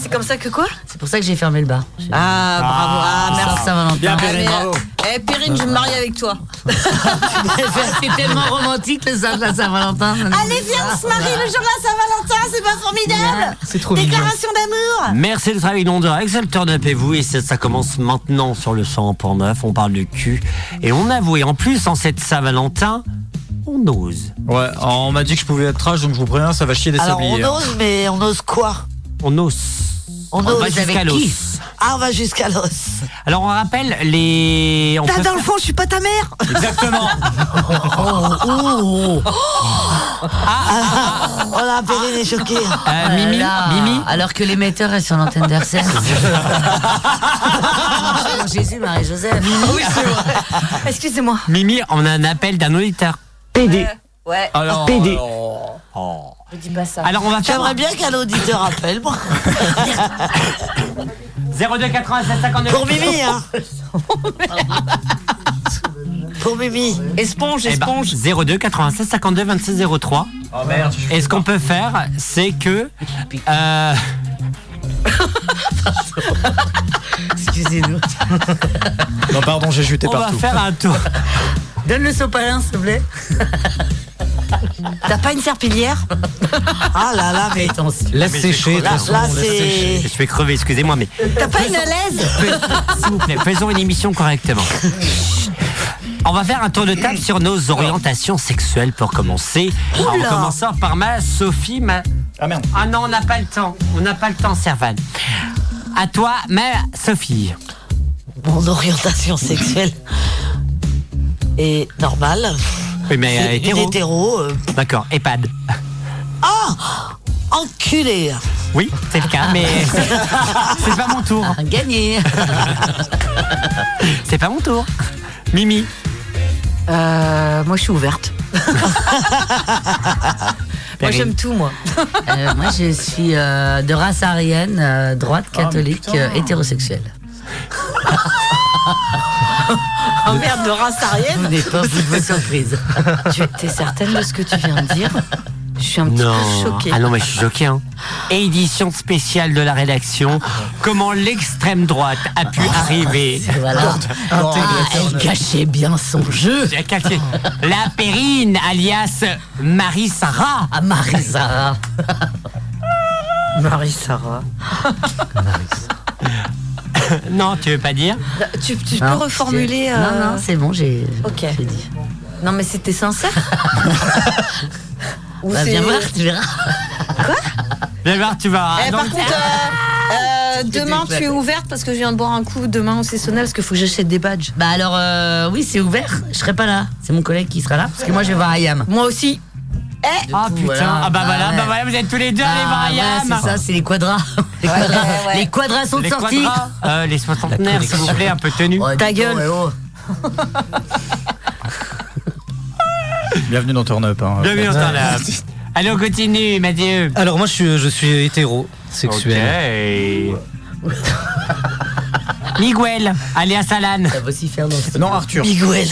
S2: C'est comme ça que quoi
S10: C'est pour ça que j'ai fermé le bar.
S2: Ah, bravo. Ah, merci.
S10: Saint-Valentin.
S2: Ah, mais, euh, eh, Perrine, je vais me marie avec toi.
S10: C'est tellement romantique le Saint- la Saint-Valentin.
S2: Allez, viens, on se Ah, marie le jour de la Saint-Valentin, c'est pas formidable
S1: C'est trop mignon.
S2: Déclaration d'amour
S1: Merci de travailler non direct, c'est le turn up et vous, et ça, ça commence maintenant sur le 100.9, on parle du cul, et on avoue, et en plus, en cette Saint-Valentin, on ose.
S3: Ouais, on m'a dit que je pouvais être trash, donc je vous préviens, ça va chier des
S9: Alors on
S3: sabliers.
S9: ose, mais on ose quoi
S1: On ose.
S9: On,
S1: On
S9: ose
S1: va jusqu'à l'os.
S9: Ah, on va jusqu'à l'os.
S1: Alors on rappelle les... on
S9: T'as
S1: peut
S9: dans
S1: faire-
S9: le fond, je suis pas ta mère
S1: Exactement
S10: oh,
S9: Oh la Perrine est choquée
S10: Euh, Mimi, Ah Alors que l'émetteur est sur l'antenne d'RCN. Mon Jésus, Marie-Joseph.
S9: Ah
S2: Oui, c'est vrai. Excusez-moi.
S1: Mimi, on a un appel d'un auditeur. PD.
S9: Euh,
S2: Ouais.
S1: Alors, PD. Oh.
S2: Ne dis pas ça.
S1: Alors, on va faire-
S9: J'aimerais bien qu'un auditeur appelle, moi.
S1: 02 87 59
S9: Pour Mimi, hein Pour Mimi.
S2: Esponge,
S1: Eh ben, 02 96 52 26 03.
S3: Oh merde, je
S1: Et ce qu'on peut faire, c'est que. euh,
S10: Excusez-nous.
S3: Non, pardon, j'ai jeté
S1: on va
S3: partout.
S1: faire un tour.
S10: Donne le sopalin, s'il te plaît.
S2: T'as pas une serpillière
S9: Ah là là, mais.
S1: Laisse sécher,
S9: de toute façon, Là, laisse c'est- sécher.
S1: Je suis crevé, excusez-moi, mais.
S2: T'as pas une alaise
S1: S'il vous plaît, faisons une émission correctement. On va faire un tour de table sur nos orientations sexuelles pour commencer.
S2: Oula.
S1: En commençant par ma Sophie. Ma... Ah merde. Ah non, on n'a pas le temps. On n'a pas le temps, Servan. À toi, ma Sophie.
S9: Mon orientation sexuelle est normale.
S1: Oui, mais
S9: C'est
S1: euh,
S9: une
S1: hétéro.
S9: hétéro, euh.
S1: D'accord, EHPAD.
S9: Oh Enculé
S1: Oui, c'est le cas, mais c'est pas mon tour.
S10: Gagné
S1: c'est pas mon tour. Mimi.
S2: Euh, moi, je suis ouverte. moi, j'aime tout, moi.
S10: Euh, moi, je suis euh, de race arienne, euh, droite, catholique,
S2: putain.
S10: euh, hétérosexuelle.
S2: Oh merde, de race
S10: Vous
S2: arienne
S10: n'êtes pas vous de vos surprises.
S2: Tu es certaine de ce que tu viens de dire Je suis un petit peu choquée.
S1: Ah non, mais je suis choqué. Hein. Édition spéciale de la rédaction. Comment l'extrême droite a pu arriver.
S10: Ah, Voilà. Ah, elle cachait bien son jeu.
S1: J'ai caché. La Périne, alias Marie Sarah.
S10: Ah, Marie Sarah.
S9: Marie-Sarah.
S1: non, tu veux pas dire
S2: Tu, tu peux
S10: Non,
S2: reformuler
S10: c'est-
S2: euh,
S10: Non, non, c'est bon, j'ai.
S2: Ok. Non, mais c'était sincère Ou
S10: Bah,
S2: c'est-
S10: viens voir, tu verras.
S1: Viens voir, tu vas.
S10: Ah,
S2: Eh, par
S1: Donc,
S2: contre, euh, euh,
S10: C'était
S2: demain, tu
S10: éclaté.
S2: es ouverte parce que je viens de boire un coup demain au Sessonnel parce qu'il faut que j'achète des badges.
S10: Bah alors, euh, oui, c'est ouvert. Je serai pas là. C'est mon collègue qui sera là parce que moi, je vais voir Ayam.
S2: Moi aussi.
S10: Eh Ah
S1: putain. Ah, bah voilà, bah voilà, vous êtes tous les deux, allez voir Ayam.
S10: C'est ça, c'est les quadras. Les quadras, les quadras sont
S1: les
S10: sortis. Ah.
S1: quadras, euh, les soixantenaires, s'il vous plaît, un peu tenus.
S10: Ta gueule.
S18: Bienvenue dans Turn Up. Hein.
S1: Bienvenue dans Turn Up. Allez, on continue, Mathieu.
S5: Alors moi je suis, je suis hétéro, sexuel.
S1: Miguel, alias Alan.
S10: Ça va aussi faire dans
S3: Non, Arthur. Ah,
S9: Miguel.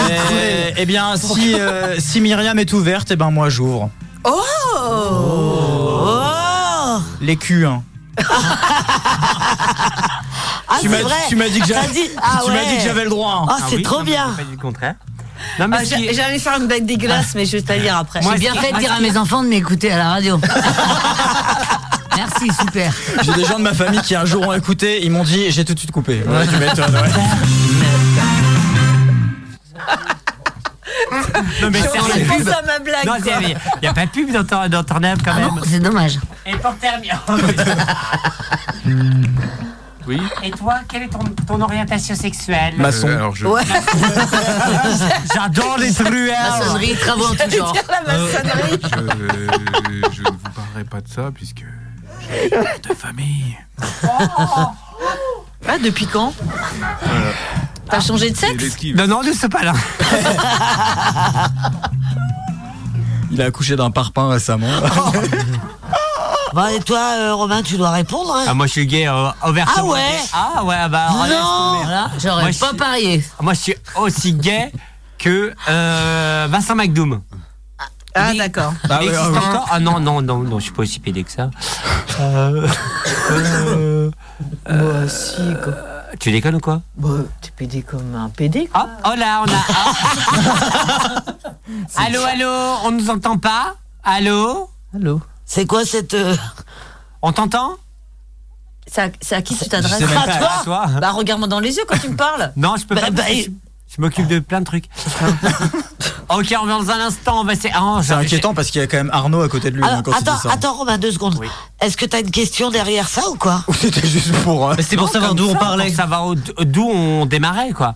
S3: Euh, eh bien, si, euh, si Myriam est ouverte, eh ben moi j'ouvre.
S2: Oh,
S9: Oh
S1: Oh.
S3: Les culs, hein.
S9: Ah, c'est
S3: tu m'as-
S9: vrai.
S3: tu m'as dit que
S9: T'as
S3: j'avais-
S9: Ah
S3: tu m'as
S9: ouais.
S3: dit que j'avais le droit, hein.
S9: Ah,
S3: Ah
S9: c'est
S3: oui,
S9: trop
S3: non, mais
S9: bien.
S3: c'est pas
S1: du contraire.
S2: Ah, j'a- J'allais faire une blague dégueulasse, mais je vais te la dire après.
S10: Ah. J'ai bien fait de dire à mes enfants de m'écouter à la radio. Merci, super.
S3: J'ai des gens de ma famille qui un jour ont écouté, ils m'ont dit j'ai tout de suite coupé. Ouais, tu m'étonnes, ouais.
S1: Non, mais
S2: J'aurais
S1: c'est
S2: pensé à ma blague,
S1: Non,
S2: quoi.
S1: il n'y a pas de pub dans ton, dans ton app, quand même.
S10: c'est dommage.
S1: Et pour terminer.
S17: Oui.
S1: Et toi, quelle est ton, ton orientation sexuelle
S17: Maçon. Euh, alors, je- Ouais.
S1: J'adore les truelles.
S10: Maçonnerie, travaux en tout genre.
S17: Euh, je ne vous parlerai pas de ça puisque euh, j'ai une vie de famille.
S3: Oh.
S2: Ah, depuis quand
S17: Voilà.
S1: Ah.
S2: T'as changé de sexe
S1: Non, non, ne sais pas là.
S3: Il a accouché d'un parpaing récemment.
S9: Bah, et toi, euh, Romain, tu dois répondre. hein.
S1: Ah, moi, je suis gay euh,
S9: Ah
S1: ouvertement.
S9: ouais
S1: gay. Ah ouais, ah bah. alors, laisse tomber.
S10: Voilà, J'aurais
S1: Moi,
S10: pas
S1: je suis-
S10: parié.
S1: Moi, je suis aussi gay que euh, Vincent McDoom.
S2: Ah, d'accord.
S1: Ah, encore ah non, non, non, non, je suis pas aussi pédé que ça. Euh, euh,
S6: Moi, si, quoi.
S1: tu déconnes ou quoi
S6: Bah, t'es pédé comme un pédé, quoi.
S1: Oh là, on a. ah. allô, allô, on nous entend pas Allô
S6: Allô
S9: C'est quoi cette.
S1: euh, On t'entend
S2: C'est à, c'est à qui tu t'adresses
S1: même pas, à toi.
S2: Bah, regarde-moi dans les yeux quand tu me parles.
S1: Non, je peux
S2: Bah,
S1: pas.
S2: bah,
S1: parce que je je m'occupe de plein de trucs. ok, on revient dans un instant. On va Ah, c'est
S3: C'est inquiétant parce qu'il y a quand même Arnaud à côté de lui
S9: Alors,
S3: hein, quand il
S9: attends,
S3: dit ça.
S9: attends, Romain, deux secondes. Est-ce que t'as une question derrière ça ou quoi
S3: C'était juste pour.
S1: C'est pour savoir d'où on parlait. Pour savoir où- d'où on démarrait, quoi.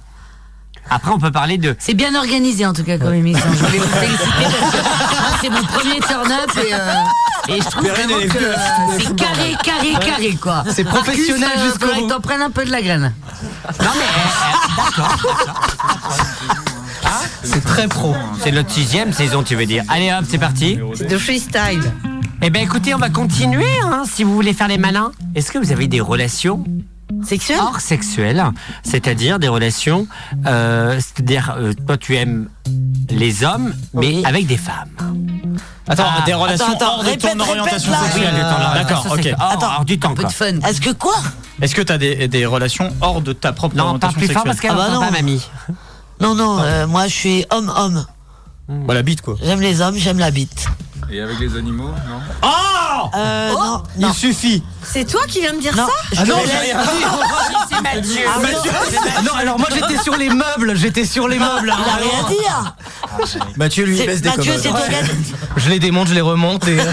S1: Après, on peut parler de.
S10: C'est bien organisé en tout cas comme émission. Je voulais vous féliciter parce que ah, c'est mon premier turn-up et, euh, et je trouve
S6: Perrine,
S10: vraiment
S6: elle est
S10: que
S6: venue à
S10: euh,
S6: foutre
S10: c'est
S6: le
S10: carré,
S6: bordel.
S10: carré,
S6: Ouais.
S10: carré quoi.
S6: C'est professionnel
S10: Marcus,
S6: jusqu'au
S10: faudrait
S6: bout.
S10: que T'en prennes un peu de la graine.
S1: C'est très pro. C'est notre sixième saison, tu veux dire. Allez hop, c'est parti.
S2: De freestyle.
S1: Eh ben écoutez, on va continuer hein, si vous voulez faire les malins. Est-ce que vous avez des relations
S2: sexuelles
S1: Hors sexuelles, c'est-à-dire des relations, euh, c'est-à-dire euh, toi tu aimes les hommes, mais avec des femmes.
S3: Attends,
S1: Ah.
S3: des relations
S1: Attends, attends,
S3: hors de
S1: répète,
S3: ton orientation
S1: répète, là.
S3: sexuelle.
S1: Oui, de ton orientation
S3: D'accord, ok.
S1: sexuelle. Hors- Attends, hors du temps, un peu quoi. de fun.
S9: Est-ce que quoi
S3: Est-ce que t'as des, des relations hors de ta propre
S9: Non,
S3: orientation
S9: parle plus fort
S3: sexuelle
S9: parce qu'elle Ah bah entend non. pas, mamie. Non, non, euh, moi je suis homme-homme.
S3: Bah, la bite, quoi.
S9: J'aime les hommes, j'aime la bite.
S17: Et avec les animaux, non
S3: Oh
S9: Euh, non, non.
S3: Il suffit.
S2: C'est toi qui viens me dire ça
S9: Ah non,
S2: te
S9: j'ai
S2: laisse.
S9: rien dit.
S2: C'est Mathieu.
S9: Ah, Mathieu.
S18: Non, alors moi j'étais sur les meubles, j'étais sur les meubles.
S9: Ah, Il a rien dit. hein.
S18: Mathieu
S9: lui, il C'est- baisse des Mathieu, commodes. c'est toi qui as-
S18: Je les démonte, je les remonte et. euh,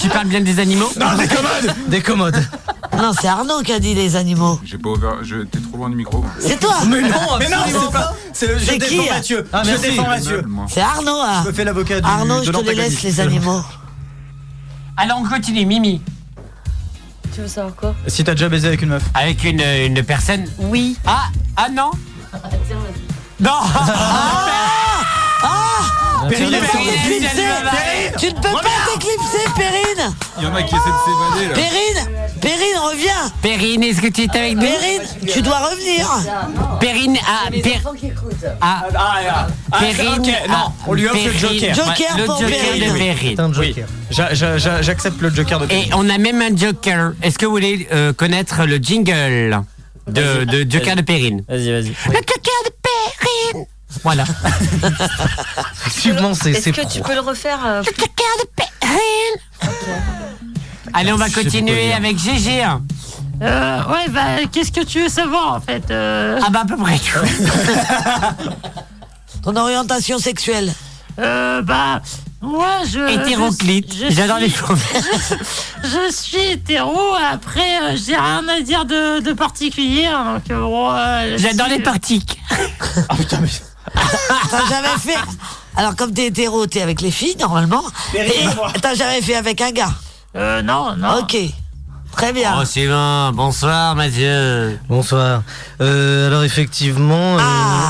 S1: tu parles bien des animaux
S18: Non, des commodes Des commodes.
S9: Non, c'est Arnaud qui a dit les animaux.
S17: J'ai pas ouvert. je- T'es trop loin du micro.
S9: C'est toi
S3: Mais non, mais non, c'est pas. C'est le je
S9: C'est qui,
S3: défends
S9: hein
S3: Mathieu.
S9: Ah,
S3: je
S9: merci.
S3: défends Mathieu.
S9: C'est Arnaud. hein.
S3: Je me fais l'avocat du
S9: Arnaud,
S3: de
S9: je te les laisse
S3: l'antagoniste.
S9: les animaux.
S1: Alors on continue, Mimi.
S2: Tu veux savoir quoi
S3: Si t'as déjà baisé avec une meuf
S1: Avec une, une personne
S2: Oui.
S1: Ah, ah non ah. Non
S9: Ah
S17: Perrine,
S9: Tu ne
S17: elle
S9: peux
S17: s'en
S9: pas
S17: est Perrine
S9: t'éclipser. Tu ne peux pas t'éclipser, Perrine
S17: Il y en a qui essaient de s'évader là.
S9: Perrine Perrine, reviens
S1: Perrine, est-ce que tu es avec nous
S9: Perrine, tu dois revenir
S1: Perrine, ah, Per- ah,
S3: ah, ah,
S1: Perrine,
S3: ok, non, on lui offre
S1: Perrine.
S3: le Joker.
S1: Joker
S3: Ouais,
S1: pour Perrine. Putain de
S3: Oui.
S1: Joker.
S3: J'a- j'a- j'a- J'accepte le Joker de
S1: Et on a même un Joker. Est-ce que vous voulez euh, connaître le jingle de, de Joker de Perrine
S3: Vas-y, vas-y.
S1: Le Joker de Perrine Voilà.
S18: Effectivement, c'est
S2: Est-ce
S18: c'est
S2: que tu
S18: pro.
S2: peux le refaire euh,
S1: Allez, on va
S18: Je sais pas
S1: continuer
S18: dire.
S1: avec Gégé.
S4: Euh, ouais, bah, qu'est-ce que tu veux savoir en fait euh...
S1: Ah, bah, à peu près tout.
S9: Ton orientation sexuelle
S4: Euh, bah, moi je.
S1: Hétéroclite.
S4: je- je
S1: J'adore
S4: suis-
S1: les choses.
S4: Je suis hétéro, après, euh, j'ai rien à dire de, de particulier. hein, donc, euh, bon, euh,
S1: J'adore
S4: si-
S1: les partiques.
S2: Ah,
S9: T'as jamais fait Alors, comme t'es hétéro, t'es avec les filles, normalement. Et t'as jamais fait avec un gars
S4: Euh, non, non.
S9: Ok. Très bien.
S1: Oh, Sylvain, bonsoir, Mathieu.
S5: Bonsoir. Euh, alors effectivement. euh,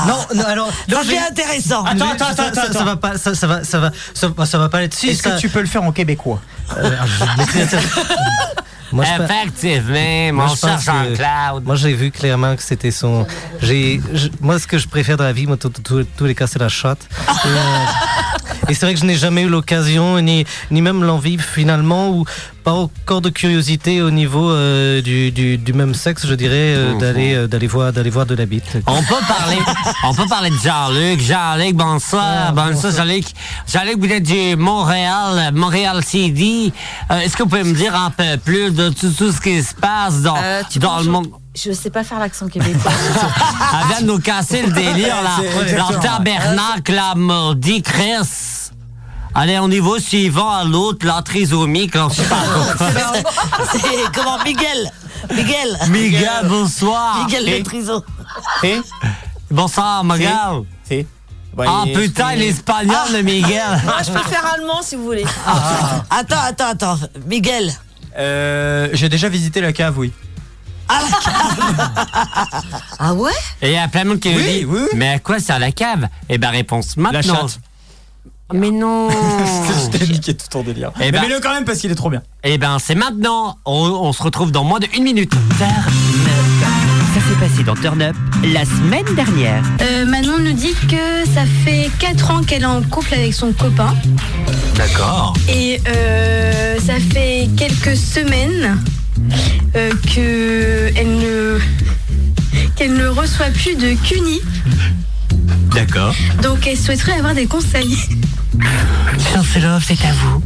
S5: Non, non, alors.
S9: Ah. Ça
S5: non,
S9: fait
S5: j'ai-
S9: intéressant.
S5: Attends, attends, attends, attends, ça va pas, ça, ça va, ça va, ça, va- ça va pas être. Si,
S3: Est-ce
S5: ça-
S3: que tu peux le faire en québécois
S5: Euh, Moi, je pas-
S1: Effectivement,
S5: Moi,
S1: mon
S5: je
S1: cher
S5: pense que-
S1: Jean-Claude.
S5: Moi, j'ai vu clairement que c'était son. J'ai, je- moi, ce que je préfère dans la vie, moi, tous tous- tous les cas, c'est la chatte. Et, euh, Et c'est vrai que je n'ai jamais eu l'occasion, ni, ni même l'envie finalement, ou pas encore de curiosité au niveau euh, du, du, du même sexe, je dirais, euh,
S1: Mhm.
S5: d'aller euh, d'aller voir, d'aller voir de la bite.
S1: On peut parler, on peut parler de Jean-Luc. Jean-Luc,
S2: Oh,
S1: bonsoir. bonsoir, Jean-Luc. Jean-Luc, vous êtes du Montréal, Montréal CD. Euh, Est-ce que vous pouvez me dire un peu plus de tout, tout ce qui se passe dans,
S4: Euh,
S1: dans le monde?
S2: Je sais pas faire l'accent québécois.
S1: Elle vient de nous casser le délire, là.
S2: C'est exactement.
S1: Leur tabernacle, la maudit Chris. Allez, on y va suivant à l'autre, la trisomie, quand je parle.
S9: C'est comment Miguel Miguel
S1: Miguel, bonsoir.
S9: Miguel
S1: Et-
S9: le trison.
S1: Si. Bonsoir, Miguel.
S3: Si.
S1: ah
S9: il-
S1: putain,
S9: il-
S1: l'espagnol de Miguel.
S9: Ah,
S2: je peux faire allemand si vous voulez.
S9: Attends, attends, attends. Miguel.
S3: Euh, J'ai déjà visité la cave, oui.
S9: Ah ouais
S1: Et il y a plein de monde qui nous dit Mais à quoi sert la cave Eh ben, réponse maintenant.
S3: chatte.
S1: Mais non
S3: Je t'ai niqué tout ton délire.
S1: Eh
S3: Mais
S1: ben-
S3: mets-le quand même parce qu'il est trop bien.
S1: Eh ben, c'est maintenant. On, on se retrouve dans moins de une minute.
S21: Ça s'est passé dans Turn Up la semaine dernière.
S22: Euh, Manon nous dit que ça fait 4 ans qu'elle est en couple avec son copain.
S1: D'accord.
S22: Et euh, ça fait quelques semaines euh, que elle ne qu'elle ne reçoit plus de CUNY.
S1: D'accord.
S22: Donc elle souhaiterait avoir des conseils.
S1: Sauf love, c'est à vous.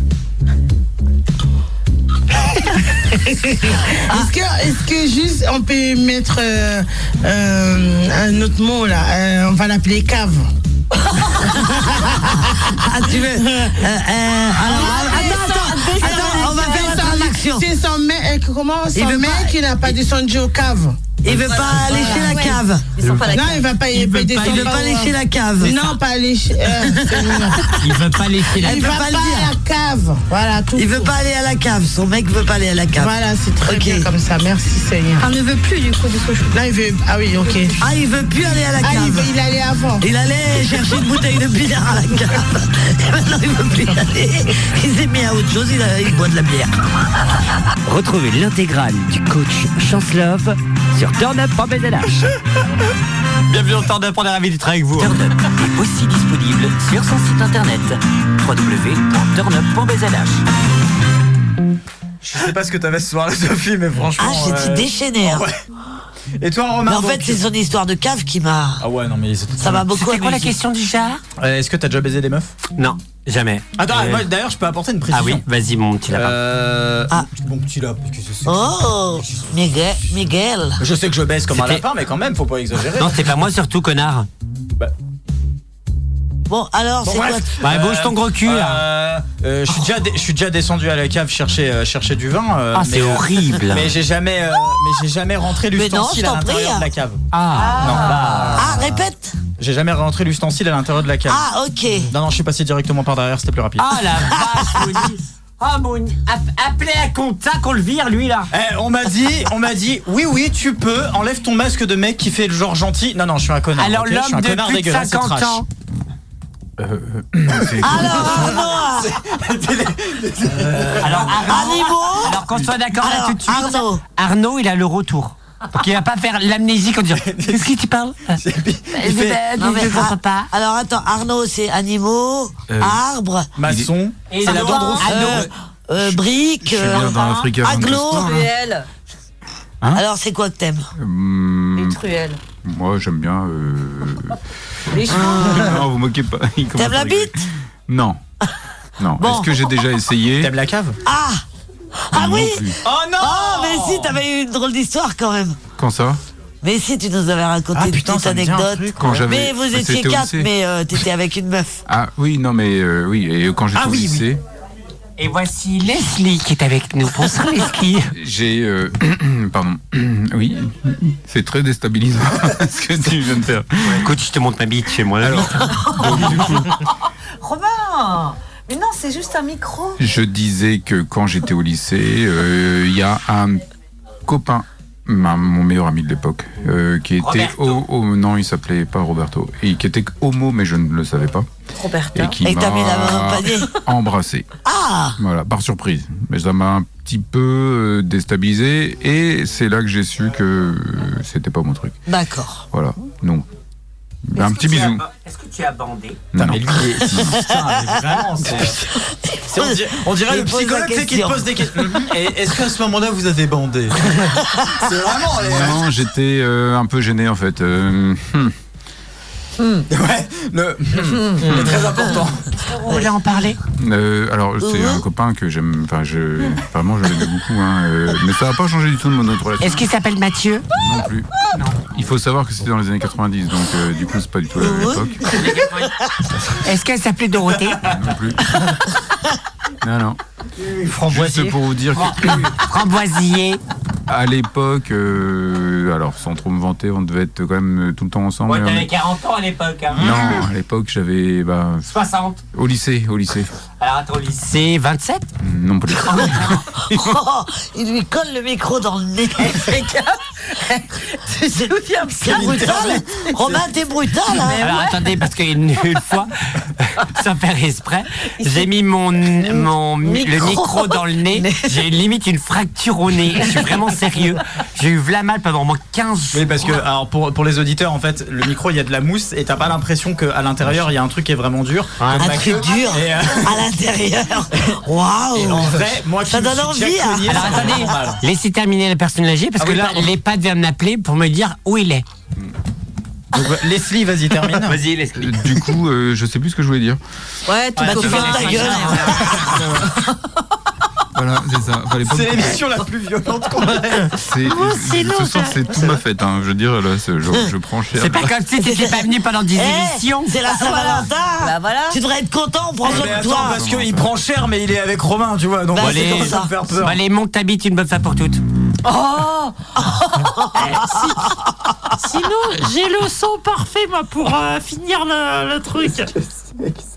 S23: Est-ce que, est-ce que juste on peut mettre euh, euh, un autre mot là euh, On va l'appeler cave.
S9: Ah, tu veux euh, euh,
S23: Ah,
S9: alors, Attends, attends, attends, on va faire la traduction.
S23: C'est son mec, euh, comment
S9: Il
S23: son
S9: veut
S23: mec
S9: pas-
S23: qui n'a pas descendu au cave.
S9: Il veut pas aller chez la cave. Ils sont pas la
S23: non,
S9: cave.
S23: il va pas,
S9: Il veut
S23: peut
S9: pas- il
S23: descendre
S9: veut pas
S23: au-
S9: aller chez la cave.
S23: Non, pas aller chez. euh, c'est mignon.
S1: Il veut pas laisser
S23: il va pas, à la cave. Voilà, tout
S9: Il veut pas aller à la cave. Son mec veut pas aller à la cave.
S23: Voilà, c'est très bien comme ça. Merci Seigneur.
S22: On ne veut plus du coup de ce
S23: Là, il veut. Ah oui, ok.
S9: Ah, il veut plus aller à la
S23: Ah, il
S9: cave.
S23: veut- il allait avant.
S9: Il allait chercher une bouteille de bière à la cave. Et maintenant, il veut plus y aller. Il s'est mis à autre chose. Il, a- il boit de la bière. Ah,
S21: Retrouvez l'intégrale du coach Chance Love sur turnup.bzh.
S1: Bienvenue dans Turn Up, on est ravis d'être avec vous.
S21: Turn Up est aussi disponible sur son site internet www.turnup.bzh.
S3: Je sais pas ce que t'avais ce soir-là, Sophie, mais franchement.
S9: Ah, j'étais
S3: euh,
S9: déchaîné. hein.
S3: Et
S23: Oh,
S3: toi,
S9: Mais
S3: Romain
S9: en fait,
S3: donc-
S9: c'est son histoire de cave qui m'a.
S3: Ah ouais, non, mais c'était
S9: Ça m'a beaucoup
S3: C'était quoi la
S9: amusé.
S1: question du genre
S3: Euh, Est-ce que t'as déjà baisé des meufs
S1: Non, jamais.
S3: Attends,
S1: Euh,
S3: moi, d'ailleurs, je peux apporter une
S1: Ah
S3: précision.
S1: oui, vas-y, mon petit lapin.
S3: Ah. Bon petit lapin, qu'est-ce que c'est que
S9: Oh, Miguel. Miguel.
S3: ça Je sais que je baisse comme un
S1: C'était-
S3: lapin, mais quand même, faut pas exagérer.
S1: Non, c'est pas moi surtout, connard.
S9: Bon, alors, c'est quoi Euh,
S1: Bah, bouge ton gros cul,
S3: là. Euh, je suis déjà, dé- je suis déjà descendu à la cave chercher, euh, chercher du vin. euh,
S1: Ah,
S3: mais,
S1: c'est
S3: euh,
S1: horrible.
S3: Mais j'ai jamais, euh, mais j'ai jamais rentré
S9: Mais non, je
S3: l'ustensile à
S9: t'en
S3: l'intérieur
S9: prie.
S3: de la cave.
S1: Ah.
S3: Non, bah,
S9: Ah, répète.
S3: j'ai jamais rentré l'ustensile à l'intérieur de la cave.
S9: Ah, ok.
S3: Non, non, je suis passé directement par derrière, c'était plus rapide.
S1: Ah la vache, Moni. Ah, Moni. App- Appelez à contact, on le vire, lui, là.
S3: Eh, on m'a dit, on m'a dit, oui, oui, tu peux. Enlève ton masque de mec qui fait le genre gentil. Non, non, je suis un connard.
S1: Alors,
S3: ok Je suis
S1: l'homme
S3: un
S1: de
S3: connard
S1: plus de
S3: dégueulasse,
S1: 50
S3: trash.
S1: ans. Euh,
S9: Ah, Alors,
S1: Alors, Arnaud, alors qu'on soit d'accord là tout de suite, Arnaud. il a le retour. Donc il va pas faire l'amnésie quand il dit Qu'est-ce qu'il tu parles
S3: Bah,
S9: Il
S1: fait- Non, mais, ah,
S9: Alors attends, Arnaud, c'est animaux,
S17: Euh,
S9: arbres,
S3: maçon,
S9: et
S3: c'est la dendrophile.
S9: Euh, briques, euh,
S17: Je suis bien dans Africa
S9: aglo.
S17: Underscore, là. Hein
S9: Alors c'est quoi que t'aimes
S17: Hum,
S2: Truelle.
S17: moi, j'aime bien. euh,
S2: Les chevaux.
S17: non, vous moquez pas. Il commence
S9: T'aimes la
S17: à rigoler.
S9: bite
S17: Non. Non.
S9: Bon.
S17: Est-ce que j'ai déjà essayé T'aimes
S3: la cave
S9: Ah Ah
S17: Non
S9: oui
S17: plus.
S3: Oh non
S9: Oh mais si, t'avais eu une drôle d'histoire quand même.
S17: Quand ça
S9: Mais si, tu nous avais raconté
S17: Ah,
S9: une
S17: putain,
S9: petite
S17: ça me dit un
S9: anecdote.
S17: truc, quand j'avais-
S9: mais vous
S17: bah,
S9: étiez
S17: c'était au
S9: quatre,
S17: lycée.
S9: mais euh, t'étais avec une meuf.
S17: Ah oui, non, mais euh, oui. Et quand j'étais
S1: Ah
S17: au
S1: oui, oui.
S17: lycée,
S1: Et voici Leslie qui est avec nous. Bonsoir Leslie.
S17: j'ai. euh, pardon. oui, c'est très déstabilisant ce que tu viens de faire.
S1: Écoute, je te montre ma bite chez moi.
S17: Alors,
S2: Romain Mais non, c'est juste un micro.
S17: Je disais que quand j'étais au lycée, euh, il y a un copain, ma- mon meilleur ami de l'époque, euh, qui était
S2: Roberto.
S17: ho- ho- non, il s'appelait pas Roberto, et qui était homo, mais je ne le savais pas,
S2: Roberta.
S17: et qui
S9: Et t'as mis la main dans le
S17: m'a
S9: panier.
S17: embrassé.
S9: Ah
S17: Voilà, par surprise. Mais ça m'a un petit peu euh, déstabilisé, et c'est là que j'ai su que euh, c'était pas mon truc.
S9: D'accord.
S17: Voilà. Donc, un petit bisou.
S1: Est-ce que
S24: que tu as Ah, bandé.
S3: Non, mais lui, il est- putain, mais vraiment, c'est- c'est- on dirait, on dirait
S24: Il
S3: le
S24: pose la
S3: psychologue tu sais, qui te
S24: question.
S3: pose des questions. Et Est-ce qu'à ce moment-là, vous avez bandé C'est vraiment. les-
S17: Non, j'étais euh, un peu gêné en fait. Euh, hmm.
S3: Ouais, le. C'est très important.
S25: On voulait en parler.
S17: Euh, alors, c'est un copain que j'aime. Enfin, je, vraiment, je l'aime beaucoup. Hein, euh, mais ça n'a pas changé du tout de mon autre relation.
S25: Est-ce qu'il s'appelle Mathieu
S17: Non plus. Il faut savoir que c'était dans les années 90, donc euh, du coup, c'est pas du tout la même époque.
S25: Est-ce qu'elle s'appelait Dorothée
S17: Non, non. Juste
S25: Framboisier.
S17: pour vous dire que.
S25: Framboisier.
S17: À l'époque, euh, alors sans trop me vanter, on devait être quand même euh, tout le temps ensemble.
S24: Ouais,
S17: mais on-
S24: t'avais 40 ans à l'époque. Hein.
S17: Non, à l'époque, j'avais. bah,
S24: 60.
S17: au lycée, au lycée.
S24: Alors, attends, lycée.
S1: C'est 27
S17: Non plus.
S9: Oh, il lui colle le micro dans le nez. Fais gaffe. Tu sais où vient
S1: C'est
S9: C'est brutal.
S1: littéralement-
S9: Romain, t'es brutal. Hein.
S1: Alors attendez, parce qu'une une fois, sans faire exprès, j'ai mis mon, mon mi- le
S9: Micro.
S1: micro dans le nez. J'ai limite une fracture au nez. Je suis vraiment sérieux. J'ai eu vla mal pendant au moins 15 jours.
S3: Oui, parce que alors pour, pour les auditeurs, en fait, le micro, il y a de la mousse et t'as pas l'impression qu'à l'intérieur, il y a un truc qui est vraiment dur.
S9: Un truc dur
S3: euh,
S9: à l'intérieur. Waouh.
S3: En vrai, moi qui
S9: Ça
S3: me
S9: donne
S3: suis
S9: envie.
S3: déjà
S9: hein.
S3: cogné,
S1: Alors
S3: ça me fait mal.
S1: attendez, laissez terminer la personne âgée parce
S3: Ah
S1: que
S3: oui,
S1: là,
S3: pardon.
S1: l'EHPAD vient de m'appeler pour me dire où il est.
S3: Donc, bah, Leslie, vas-y, termine.
S1: Vas-y, Leslie.
S17: Du coup, euh, je sais plus ce que je voulais dire.
S9: Ouais,
S5: Ah,
S3: tu vas te faire ta gueule.
S17: Voilà, c'est ça. Fallait pas me
S3: C'est
S17: couper.
S3: l'émission la plus violente qu'on ait.
S17: C'est- Ce soir, c'est tout ma fête. hein. Je veux dire, là, c'est- je, je prends cher.
S1: C'est pas comme si t'étais pas venu pendant 10
S9: Eh,
S1: émissions.
S9: c'est
S10: Ah,
S9: la Saint-Valentin.
S2: Bah voilà.
S9: Tu devrais être content. On prend soin
S3: Mais
S9: de
S3: attends,
S9: toi.
S3: parce qu'il prend cher, mais il est avec Romain, tu vois. Donc,
S1: Bon,
S3: bah, c'est
S1: allez,
S3: comme ça me faire
S1: bon,
S3: peur.
S1: allez, monte ta bite une bonne fois pour toutes.
S7: Oh Eh, Sinon, j'ai le son parfait, moi, pour euh, finir le, le truc.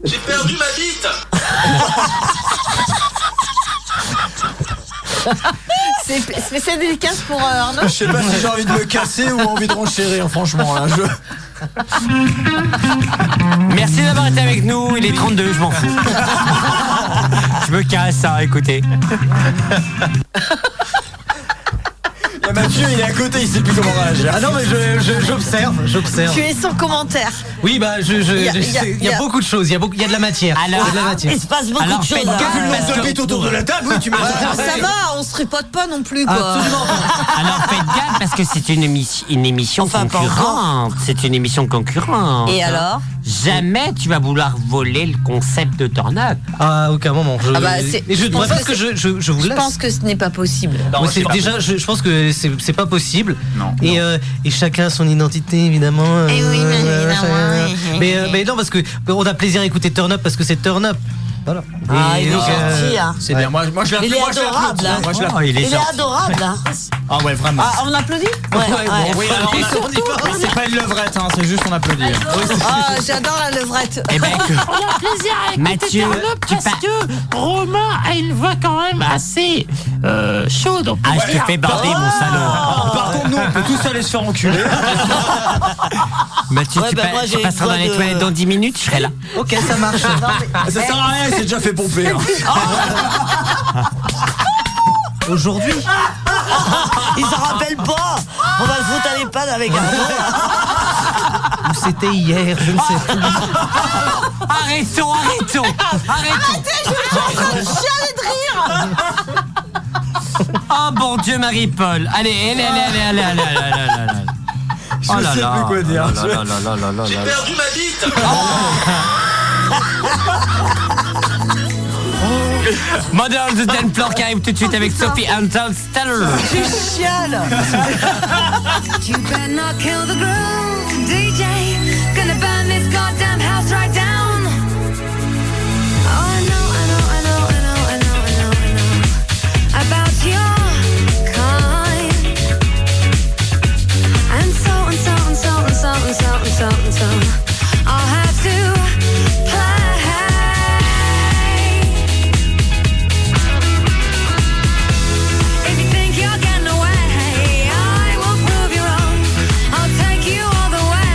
S26: J'ai perdu ma bite
S2: C'est spécial dédicace pour euh, Arnaud.
S3: Je sais pas si j'ai envie de me casser ou envie de renchérir, franchement. Là, je...
S1: Merci d'avoir été avec nous. Il est 32, je m'en fous. je me casse, hein, écoutez.
S3: Il y a Mathieu, il est à côté, il sait plus comment réagir. Ah non, mais je- je- j'observe, j'observe.
S2: Tu es sans commentaire.
S5: Oui, bah, je, je-
S2: Il y a-
S5: je-
S2: il y a-
S5: il y, a beaucoup de choses, il y a, beaucoup, il y a de la matière.
S1: Alors,
S5: il y a de la matière.
S9: il se passe beaucoup de choses,
S5: faites
S9: là.
S5: gaffe,
S9: Euh,
S7: Ah,
S5: parce que-
S9: bite autour de la
S3: table, oui, tu
S2: Ah, ça va, on se tripote pas non plus quoi.
S1: Alors faites gaffe Bah, parce que c'est une, émi- une émission
S2: pas encore.
S1: concurrente. C'est une émission concurrente.
S2: Et alors
S1: Jamais tu vas vouloir voler le concept de Tornade.
S5: À aucun moment. Je,
S2: Ah bah, c'est-
S5: et je,
S2: je pense
S5: bref,
S2: que
S5: que je, je, je vous
S2: Je
S5: laisse.
S2: pense que ce n'est pas possible.
S5: Mais c'est- déjà, je, je pense que c'est c'est pas possible.
S3: ah.
S5: Et, euh, et chacun a son identité, évidemment.
S2: Eh oui, mais
S5: euh,
S2: évidemment, oui,
S5: chacun-
S2: oui,
S5: mais,
S2: oui.
S5: euh, mais non, parce que on a plaisir à écouter Turn Up parce que c'est Turn Up. Voilà.
S9: Ah, il est
S5: euh,
S9: gentil, hein.
S3: C'est bien, moi, moi je l'applaudis.
S9: Il est
S3: moi, je l'applaudis,
S9: adorable.
S3: hein, moi, je
S9: hein.
S3: l'applaudis.
S9: Il est adorable. hein.
S3: Ah ouais, vraiment.
S2: Ah, on applaudit
S9: Ouais,
S3: Ouais, bon,
S9: ouais.
S3: oui, alors, on applaudit pas. C'est pas une levrette, hein, c'est juste on applaudit. Oui, c'est-
S2: Ah, j'adore la levrette.
S1: Eh ben, que-
S7: On a plaisir à écouter
S1: Mathieu,
S7: Turn Up parce que Romain a une voix quand même assez euh, chaude. on peut
S1: Ah, je te
S7: dire.
S1: fais bander, mon salaud.
S3: Ah, Par contre, nous, on peut tous aller se faire enculer.
S1: Mathieu,
S9: Ouais,
S1: tu,
S9: bah,
S1: pa-
S9: moi,
S1: tu
S9: j'ai une
S1: passeras
S9: voix
S1: dans les
S9: de-
S1: toilettes dans 10 minutes, je serai là.
S5: Ok, ça marche.
S3: Ah, Ça sert à rien, c'est déjà fait pomper. hein.
S5: Aujourd'hui
S9: Il s'en rappelle pas. On va le foutre à l'EHPAD avec Arnaud.
S5: Ou c'était hier, je ne sais pas.
S1: Arrêtons, arrêtons, arrêtons. Oh bon Dieu, Marie-Paul. Allez, allez, allez, allez, allez, allez, allez, allez, allez, allez.
S3: Je sais plus quoi dire.
S1: Oh là là là là là là là.
S26: ma bite
S1: Modern de Dan Plor qui arrive tout de suite avec Sophie Anton Steller.
S18: Tu chiales You better not kill the groove, DJ Gonna burn this goddamn house right down Oh, I know, I know, I know, I know, I know, I know, I know About your kind And so, and so, and so, and so, and so, and so, and so I'll have to play If you think you're getting away, I will prove you wrong. I'll take you all the way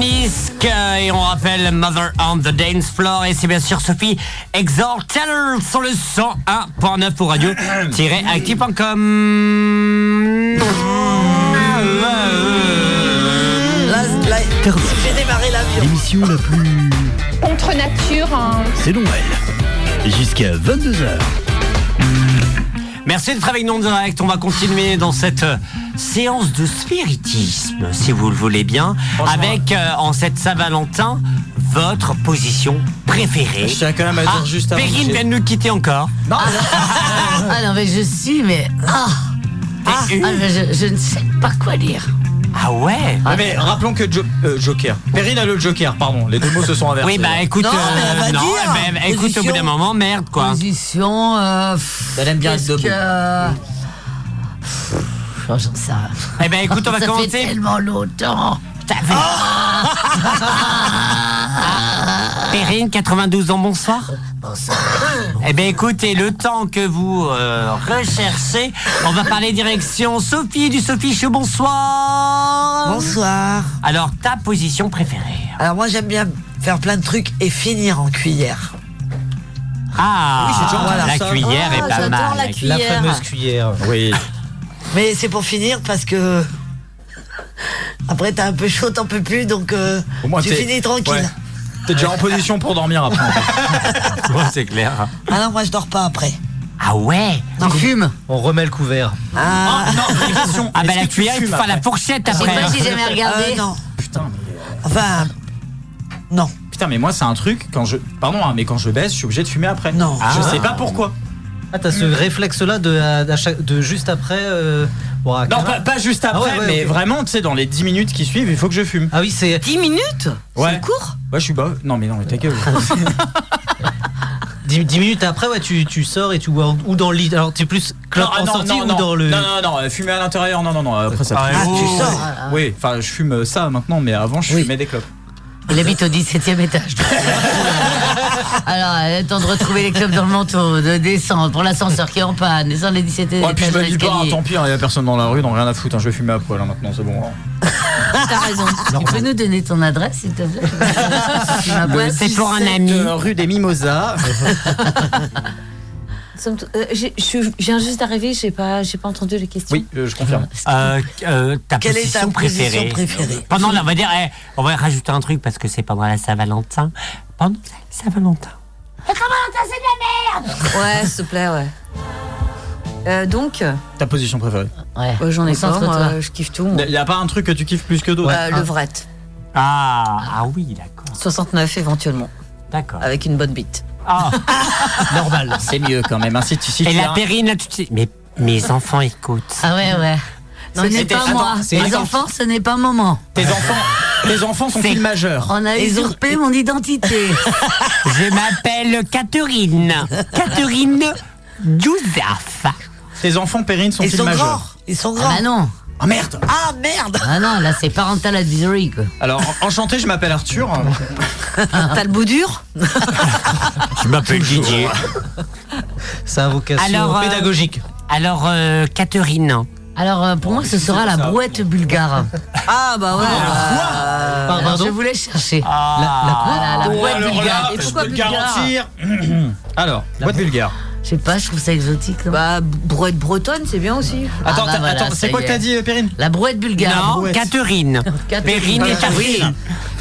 S1: disque euh, et on rappelle Mother on the Dance Floor et c'est bien sûr Sophie Exhortel sur le 101.9 pour radio-active.com.
S9: Euh, Là, là, j'ai démarré l'avion.
S27: L'émission la plus.
S9: Contre nature. hein.
S27: C'est long, elle. Jusqu'à 22h.
S1: Merci d'être avec nous en direct. On va continuer dans cette euh, séance de spiritisme, si vous le voulez bien, avec euh, en cette Saint-Valentin votre position préférée.
S3: Je tiens quand même à dire
S1: Ah,
S3: juste avant que
S1: Perrine
S3: j'ai-
S1: vient de nous quitter encore.
S10: Non, ah non, mais je suis, mais. Ah, Ah, ah, mais je, je ne sais pas quoi dire.
S1: Ah ouais
S3: Ah, mais rappelons que Jo- euh, Joker. Perrine a le Joker, pardon. Les deux mots se sont inversés.
S1: Oui, bah écoute, euh, non, bah, écoute, au bout d'un moment, merde quoi.
S10: Position. Euh, pff,
S1: Elle aime bien
S10: qu'est-ce
S1: être debout.
S10: que- Pff, J'en sais rien.
S1: Eh ben écoute, on va
S10: Ça
S1: commencer. Ah.
S10: fait tellement longtemps.
S7: Ah.
S1: Perrine, 92 ans, bonsoir. Bonsoir. Eh bien, écoutez, le temps que vous euh, recherchez, on va parler direction Sophie du Sophie Show. Bonsoir.
S9: Bonsoir.
S1: Alors, ta position préférée
S9: Alors moi j'aime bien faire plein de trucs et finir en cuillère.
S1: Ah,
S9: Oui, j'ai toujours entendu
S1: la
S9: ça.
S1: cuillère
S9: Ah,
S1: est pas
S9: j'adore
S1: mal.
S9: la cuillère. La fameuse
S1: cuillère. Oui.
S9: Mais c'est pour finir parce que après t'as un peu chaud, t'en peux plus, donc euh,
S3: Au moins,
S9: tu
S3: t'es-
S9: finis tranquille.
S3: ouais. T'es déjà en position pour dormir après. en fait.
S1: c'est clair.
S9: Ah non, moi je dors pas après.
S1: Ah ouais
S9: On fume.
S5: On remet le couvert.
S9: Ah,
S1: Ah bah
S5: Est-ce
S1: la
S5: que tu
S1: cuillère, il
S5: fumes
S1: faut faire la
S5: après
S1: fourchette
S5: Je sais
S1: après.
S5: pas si j'ai jamais regardé.
S9: Euh, non.
S3: Enfin,
S9: non.
S3: Putain, mais moi, c'est un truc, quand je. Pardon, hein, mais quand je baisse, je suis obligé de fumer après. Non. Je
S1: Ah.
S3: sais pas pourquoi.
S5: Ah, t'as ce réflexe-là de, à- d'à chaque- de juste après. euh, bon, à
S3: Non,
S5: quinze-
S3: pas, pas juste après,
S5: Ah ouais, ouais,
S3: mais
S5: ok.
S3: vraiment, tu sais, dans les 10 minutes qui suivent, il faut que je fume.
S5: Ah oui, c'est.
S10: 10 minutes
S3: Ouais.
S10: C'est court
S3: Ouais, je suis pas. Non, mais non, mais ta gueule.
S5: 10, minutes après, ouais, tu, tu sors et tu vois ou dans le lit. Alors, t'es plus clope en
S3: non,
S5: sortie
S3: non,
S5: ou
S3: non.
S5: dans le.
S3: Non, non, non, euh, fumer à l'intérieur, non, non, non, après ça.
S5: Ah,
S3: pue.
S5: tu
S3: Oh.
S5: sors.
S3: Oui, enfin, je fume euh, ça maintenant, mais avant, je fumais des clopes.
S10: Il habite au 17ème étage. Alors, euh, le temps de retrouver les clubs dans le manteau, de descendre pour l'ascenseur qui est en panne, descendre les 17
S3: Oh, et
S10: étages
S3: puis je
S10: de
S3: me dis pas,
S10: l'escalier.
S3: tant pis, il y a personne dans la rue, donc rien à foutre, hein, je vais fumer à poil hein, maintenant, c'est bon. hein.
S10: T'as raison. Tu peux nous donner ton adresse, s'il te plaît Tu m'as pas-
S3: C'est pour un ami. Rue des Mimosas.
S2: Somme toute- euh, j'ai- je suis- je viens juste d'arriver, j'ai pas, j'ai pas entendu les questions.
S3: Oui, euh, je confirme.
S1: Euh, euh, ta
S2: Quelle est
S1: position,
S2: ta position
S1: préférée,
S2: préférée
S1: Pendant la, on va dire, eh, on va rajouter un truc parce que c'est pendant la Saint-Valentin. Pendant la Saint-Valentin.
S2: Mais comment t'as c'est de la merde Ouais, s'il te plaît, ouais. Euh, donc, euh,
S3: Ta position préférée
S2: ouais, j'en ai pas, moi,
S3: Concentre-toi.
S2: je kiffe tout.
S3: Il n'y a pas un truc que tu kiffes plus que d'autres
S2: Euh, Levrette.
S1: Ah, ah oui, d'accord.
S2: 69 éventuellement.
S1: D'accord.
S2: Avec une bonne bite.
S1: Ah
S3: Normal, c'est mieux quand même. hein, si tu, si
S1: Et
S3: tu
S1: la
S3: as-
S1: périne, Ah, là, tu te dis, mais mes enfants écoutent.
S10: Ah ouais, ouais.
S1: Non,
S10: ce
S1: mais
S10: n'est
S1: c'était-
S10: pas
S1: attends,
S10: moi.
S1: c'est-
S10: Les
S1: attends.
S10: enfants, ce n'est pas maman.
S3: Tes enfants, tes enfants sont ils majeurs.
S10: On a usurpé mon identité.
S1: Je m'appelle Catherine. Catherine Douzaf.
S3: Tes enfants, Perrine, sont
S10: Ils
S3: ils
S10: sont
S3: majeurs
S10: grands. Ils sont grands. Ah bah non.
S3: Ah merde
S10: Ah merde Ah non, là c'est parental advisory quoi.
S3: Alors, en- enchanté, je m'appelle Arthur.
S10: T'as le bout dur
S1: Je m'appelle Didier.
S5: C'est un vocation
S1: euh,
S5: pédagogique.
S1: alors, euh, Catherine.
S10: Alors euh, pour moi ce sera la brouette bulgare. Ah bah ouais.
S2: euh,
S5: Pardon,
S10: alors, je
S5: pardon
S10: voulais chercher.
S5: Ah.
S10: La, la, la,
S5: Oh,
S10: boîte
S5: alors là,
S10: bulgare.
S5: je Et pourquoi peux le bulgare garantir.
S3: Alors, boîte bulgare.
S10: Je sais pas, je trouve ça exotique. Ah, Bah, brouette bretonne, c'est bien aussi.
S3: Attends, t'as- attends, c'est quoi que t'as dit, euh, Perrine
S10: La brouette bulgare.
S1: Non,
S10: Brouette.
S1: Catherine. Perrine est partie.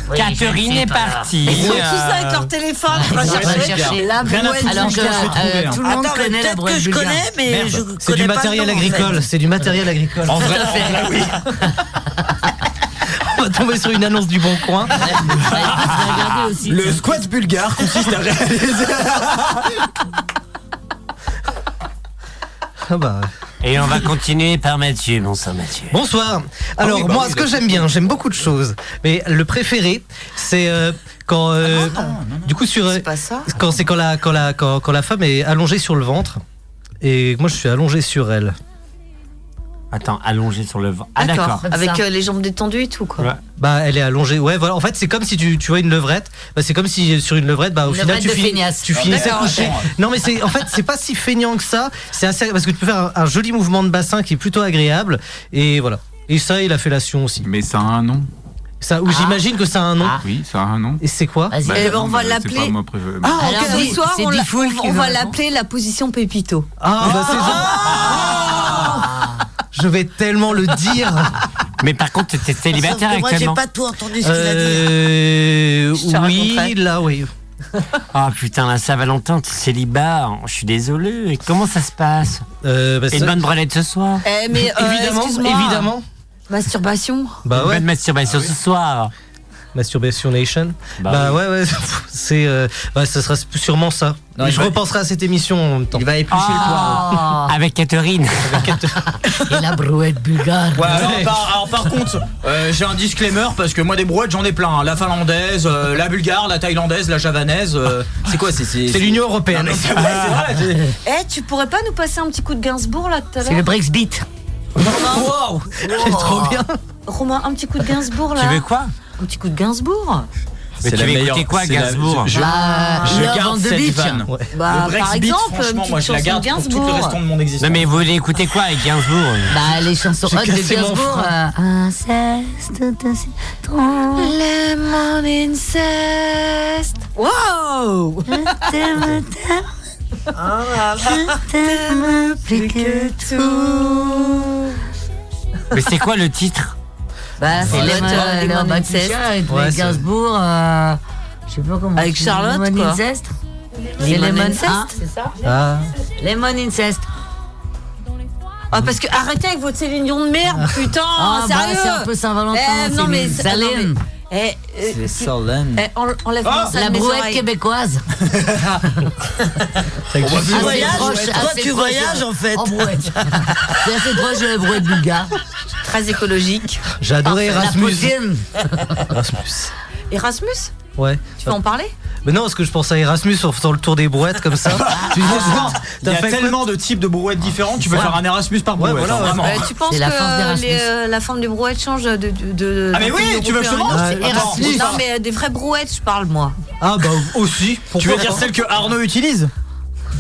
S10: Oui,
S1: Catherine
S10: je sais
S1: est
S10: pas.
S1: partie.
S10: Ils font
S1: Euh,
S10: tous ça avec leur
S9: téléphone.
S1: Ah.
S10: Ils vont pas chercher la
S9: Rien à
S10: brouette
S9: foutre,
S10: Alors
S9: je
S10: que
S9: vais la trouver,
S10: euh,
S9: hein.
S10: tout le monde
S9: Attends, mais
S10: connaît la
S9: peut-être
S10: brouette
S9: que je
S10: bulgare.
S9: connais, mais Merde. je
S5: C'est du matériel agricole. C'est du matériel agricole.
S10: En vrai, Tout à fait. en vrai, oui.
S5: On va tomber sur une annonce du bon coin.
S3: Le squat bulgare consiste à réaliser.
S1: Et on va continuer par Mathieu. Bonsoir Mathieu.
S5: Bonsoir. Alors,
S1: oui, bah
S5: moi,
S1: oui,
S5: ce que j'aime bien, j'aime beaucoup de choses. Mais le préféré, c'est euh, quand. euh,
S1: Ah,
S5: Du coup, sur. euh, Quand c'est quand la, quand, la, quand, quand la femme est allongée sur le ventre. Et moi, je suis allongé sur elle.
S1: Attends, allongé sur le ventre. Ah, d'accord.
S2: Avec euh, les jambes détendues et tout, quoi.
S5: Bah, elle est allongée. Ouais, voilà. En fait, c'est comme si tu, tu vois une levrette. Bah, c'est comme si euh, sur une levrette, bah, au
S10: Une
S5: final,
S10: levrette
S5: tu
S10: de
S5: finis,
S10: feignasse.
S5: tu
S10: Ah,
S5: finissais
S10: d'accord,
S5: couché.
S10: ok.
S5: Non, mais c'est, en fait, c'est pas si feignant que ça. C'est assez, parce que tu peux faire un, un joli mouvement de bassin qui est plutôt agréable. Et voilà. Et ça, et la fellation aussi.
S28: Mais ça a un nom.
S5: Ça,
S10: Ah.
S5: ou j'imagine que ça a un nom.
S17: Oui, ça a un nom.
S5: Et c'est quoi Ah,
S17: Bah,
S2: Eh ben, on va
S17: c'est pas
S2: l'appeler-
S17: moi préféré.
S2: Alors ce soir, on, l'a-
S17: Bifoul
S2: on-
S17: qui
S2: on
S17: va
S2: va
S17: là-dedans.
S2: l'appeler la position Pépito.
S5: Ah, bah, c'est Je vais tellement le dire.
S1: Mais par contre, t'es célibataire
S9: Sauf que moi, j'ai
S1: actuellement.
S9: pas tout entendu ce qu'il a dit.
S5: Euh, oui, là, oui.
S1: Ah putain, la Saint-Valentin, t'es célibat, je suis désolé. Et comment ça se passe
S5: euh, bah,
S1: Une
S5: ça-
S1: bonne brelette ce soir
S2: Eh, mais, euh,
S5: Évidemment,
S2: excuse-moi.
S5: évidemment.
S2: Masturbation.
S5: Bah
S1: Une
S5: ouais.
S1: bonne
S3: Ah
S1: masturbation ce soir.
S5: Masturbation Nation.
S1: Bah
S5: Bah,
S1: oui.
S5: ouais, ouais. C'est, euh, bah, ça sera sûrement ça.
S1: Non,
S5: Et
S1: il
S5: je
S1: va-
S5: repenserai à cette émission en même temps. Il va
S1: éplucher
S9: ah.
S1: le Avec Ah. Catherine.
S10: Et la brouette bulgare.
S3: Ouais, alors, par, alors, par contre, euh, j'ai un disclaimer parce que moi des brouettes j'en ai plein. hein. La finlandaise, euh, la bulgare, la thaïlandaise, la javanaise. euh, c'est quoi C'est
S5: C'est l'Union Européenne.
S3: Non, mais c'est vrai, c'est vrai, j'ai-
S2: Eh, tu pourrais pas nous passer un petit coup de Gainsbourg là tout à l'heure
S10: C'est le Brexit.
S2: Romain.
S10: C'est trop bien.
S2: Romain, un petit coup de Gainsbourg là.
S10: Tu veux
S1: quoi
S2: Un petit coup de Gainsbourg.
S1: Mais tu
S3: la
S1: veux écouter
S3: meilleure-
S1: quoi,
S3: c'est la-
S1: Gainsbourg
S7: Ah,
S3: je- je-
S1: Ah.
S2: Bah,
S3: je
S2: Love on
S3: garde
S2: the
S3: cette
S2: Beach.
S3: vanne.
S2: Bah,
S3: le Brexit,
S2: par exemple,
S3: franchement,
S2: une
S3: moi je la
S2: petite
S3: garde
S2: chanson
S3: pour tout le
S2: Gainsbourg.
S3: restant de mon existence.
S1: Non mais vous voulez écouter quoi avec Gainsbourg
S10: Bah, les chansons
S2: J'ai
S10: hot de
S2: cassé mon
S10: Gainsbourg.
S2: frein.
S10: euh,
S2: Inceste de Lemon inceste. Wow Je t'aime, t'aime. Je t'aime plus que tout.
S1: Mais c'est quoi le titre
S10: Bah, c'est
S1: Voilà.
S10: les
S1: Lemon-
S10: les
S1: Lemon
S10: Mad
S1: Incest.
S10: Zest, avec
S1: Ouais, c'est-
S10: Gainsbourg, euh, je sais pas comment.
S2: Avec
S10: c'est-
S2: Charlotte,
S10: Lemon
S2: quoi.
S10: Incest.
S2: C'est Lemon Incest
S10: c'est ça
S5: Ah.
S10: Lemon Incest.
S2: Ah, parce que arrêtez avec votre Céline Dion de merde, putain,
S10: Ah, bah,
S2: sérieux.
S10: c'est un peu Saint-Valentin,
S2: Eh, non
S10: Céline.
S2: mais c'est-
S10: Salem.
S2: non, mais- eh, euh,
S3: C'est
S2: tu-
S3: Salem.
S2: eh, en- enlève-moi
S10: Ah,
S2: ça de
S10: la
S2: mes
S10: brouette
S2: oreilles.
S10: québécoise.
S9: Toi, tu
S10: Assez
S9: voyages,
S10: proche,
S9: toi,
S10: assez
S9: tu
S10: proche,
S9: voyages,
S10: euh,
S9: en fait.
S10: En brouette. C'est assez proche de la brouette bulgare.
S2: Très écologique.
S3: Ah,
S5: J'adorais
S2: Parfait.
S5: Erasmus.
S2: La poutine.
S5: Erasmus.
S2: Erasmus
S5: Ouais.
S2: Tu veux en parler
S5: Mais non, parce que je pense à Erasmus en faisant le tour des brouettes comme ça. tu dis, genre,
S3: Il y
S5: t'as
S3: a
S5: fait quoi
S3: tellement de types de brouettes différentes. Tu peux
S5: Ouais.
S3: faire un Erasmus par
S5: Ouais,
S3: brouette.
S5: voilà,
S3: hein,
S5: ouais.
S3: vraiment.
S5: Ouais,
S2: Euh, Tu penses
S5: Oh, C'est la force
S2: que
S5: d'Erasmus.
S2: les, euh, la forme des brouettes change de. de, de-
S3: Ah, mais
S2: d'un
S3: oui,
S2: pays
S3: tu veux que je te
S2: européen à un
S3: montre
S2: autre
S3: Attends,
S2: Erasmus.
S3: attends.
S2: Non, mais euh, des vraies brouettes, je parle moi.
S5: Ah bah
S3: oh.
S5: aussi.
S3: Tu veux dire celle que Arnaud utilise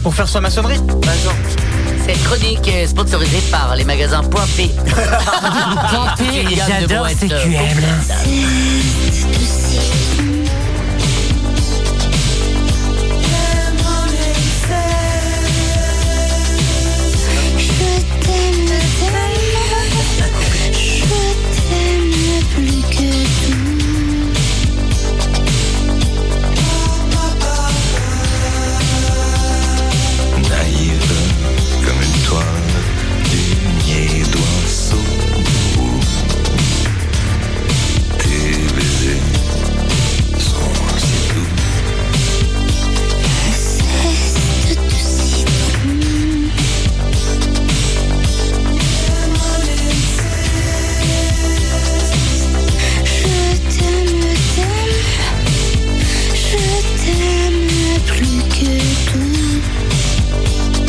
S3: pour faire sa maçonnerie
S10: Cette chronique
S3: euh,
S10: est sponsorisée par les magasins Point P. Point
S1: P, j'adore CQM.
S7: Je t'aime tellement, je t'aime plus que
S29: naïve comme une toile d'unier d'oiseau. Tes baisers sont si doux.
S7: tout. Cesse de te citer. Je t'aime, t'aime, je t'aime plus que tout.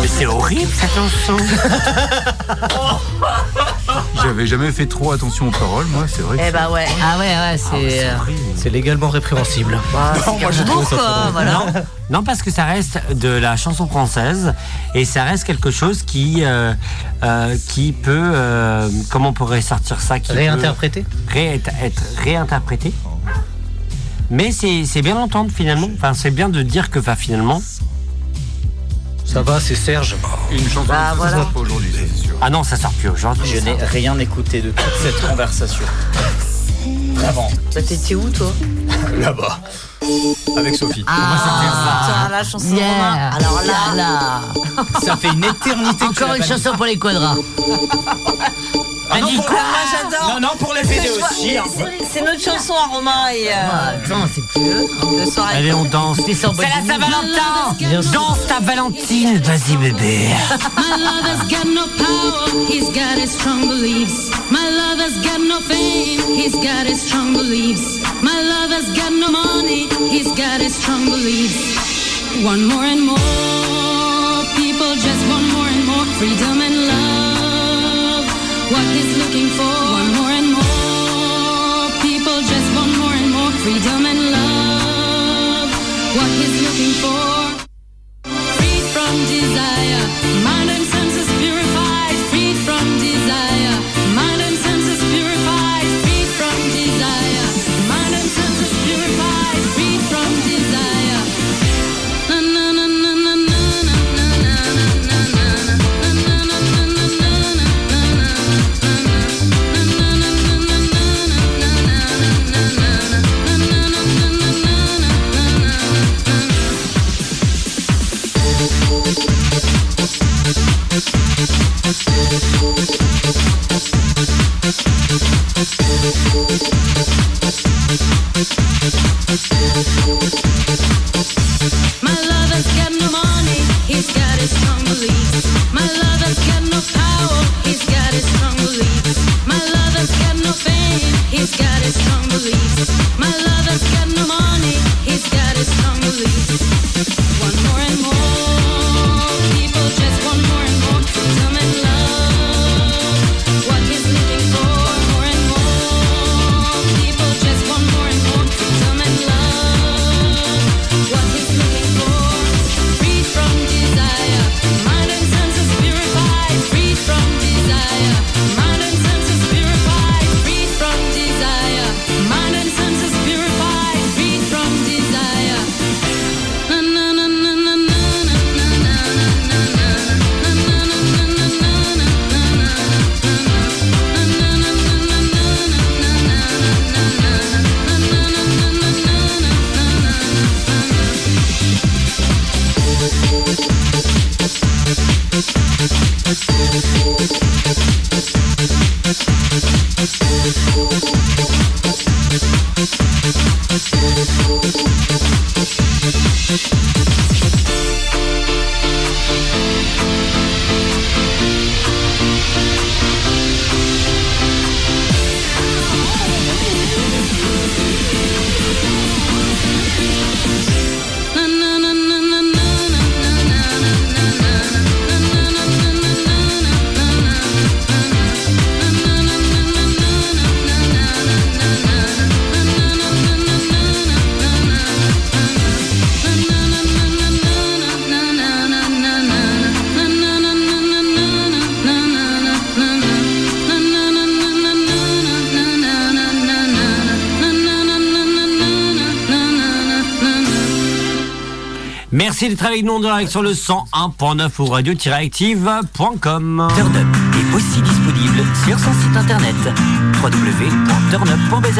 S1: Mais c'est horrible cette chanson.
S17: J'avais jamais fait trop attention aux paroles, moi, c'est vrai. que
S10: Eh
S17: c'est-
S10: bah ouais. Ah ouais, ouais, c'est.
S5: C'est légalement répréhensible.
S2: Bah,
S1: non, non, parce que ça reste de la chanson française et ça reste quelque chose qui, euh, euh, qui peut. euh, comment on pourrait sortir ça qui peut-
S5: Réinterpréter
S1: ré- être, être réinterprété. Mais c'est c'est bien d'entendre finalement. Enfin, c'est bien de dire que enfin, finalement.
S5: Ça va, c'est Serge.
S17: Une chanson
S1: Bah,
S17: ça
S1: voilà.
S17: sort pas aujourd'hui, c'est sûr.
S1: Ah non, ça sort plus aujourd'hui.
S3: Je
S1: ça.
S3: n'ai rien écouté de toute cette conversation. Vraiment.
S2: Bah, t'étais où toi
S3: Là-bas. Avec Sophie.
S2: Ah, la chanson
S10: Yeah.
S2: Romain.
S10: Alors là, là.
S3: Ça fait une éternité que tu
S10: Encore
S3: l'as
S10: une
S3: pas dit.
S10: chanson pour les quadras.
S3: Ah non, pour-
S2: j'adore.
S3: Non, non, pour les
S2: Je
S3: PD
S2: vois-
S3: aussi. hein.
S2: C'est- C'est notre chanson à Romain et. euh,
S10: Ah, Attends, c'est plus.
S2: Le soir avec-
S1: Allez, on danse. C'est la
S2: Bien
S1: Saint-Valentin.
S2: sûr.
S1: Danse ta Valentine. Vas-y, bébé.
S7: My lover's got no power, he's got his strong beliefs. My lover's got no fame, he's got his strong beliefs. My lover's got no money, he's got his strong beliefs. One more and more people just want more and more freedom and love. What he's looking for, one more and more people just want more and more freedom and love. What he's looking for. Freed from desire, mind and senses purified. Freed from desire, strong beliefs. My lover's got no money, he's got his strong beliefs. Want more and more, people just want more and more. So come and love what he's living for. More and more, people just want more and more. So come and love what he's living for. Free from desire, mind and senses purified. Free from desire, mind and senses purified. Free from desire, mind and senses purified. Free from desire. Na na na na na na.
S1: Merci d'être avec nous en direct sur le 101.9 ou radio-active.com. Turnup est aussi disponible sur son site internet www.turnup.bzh.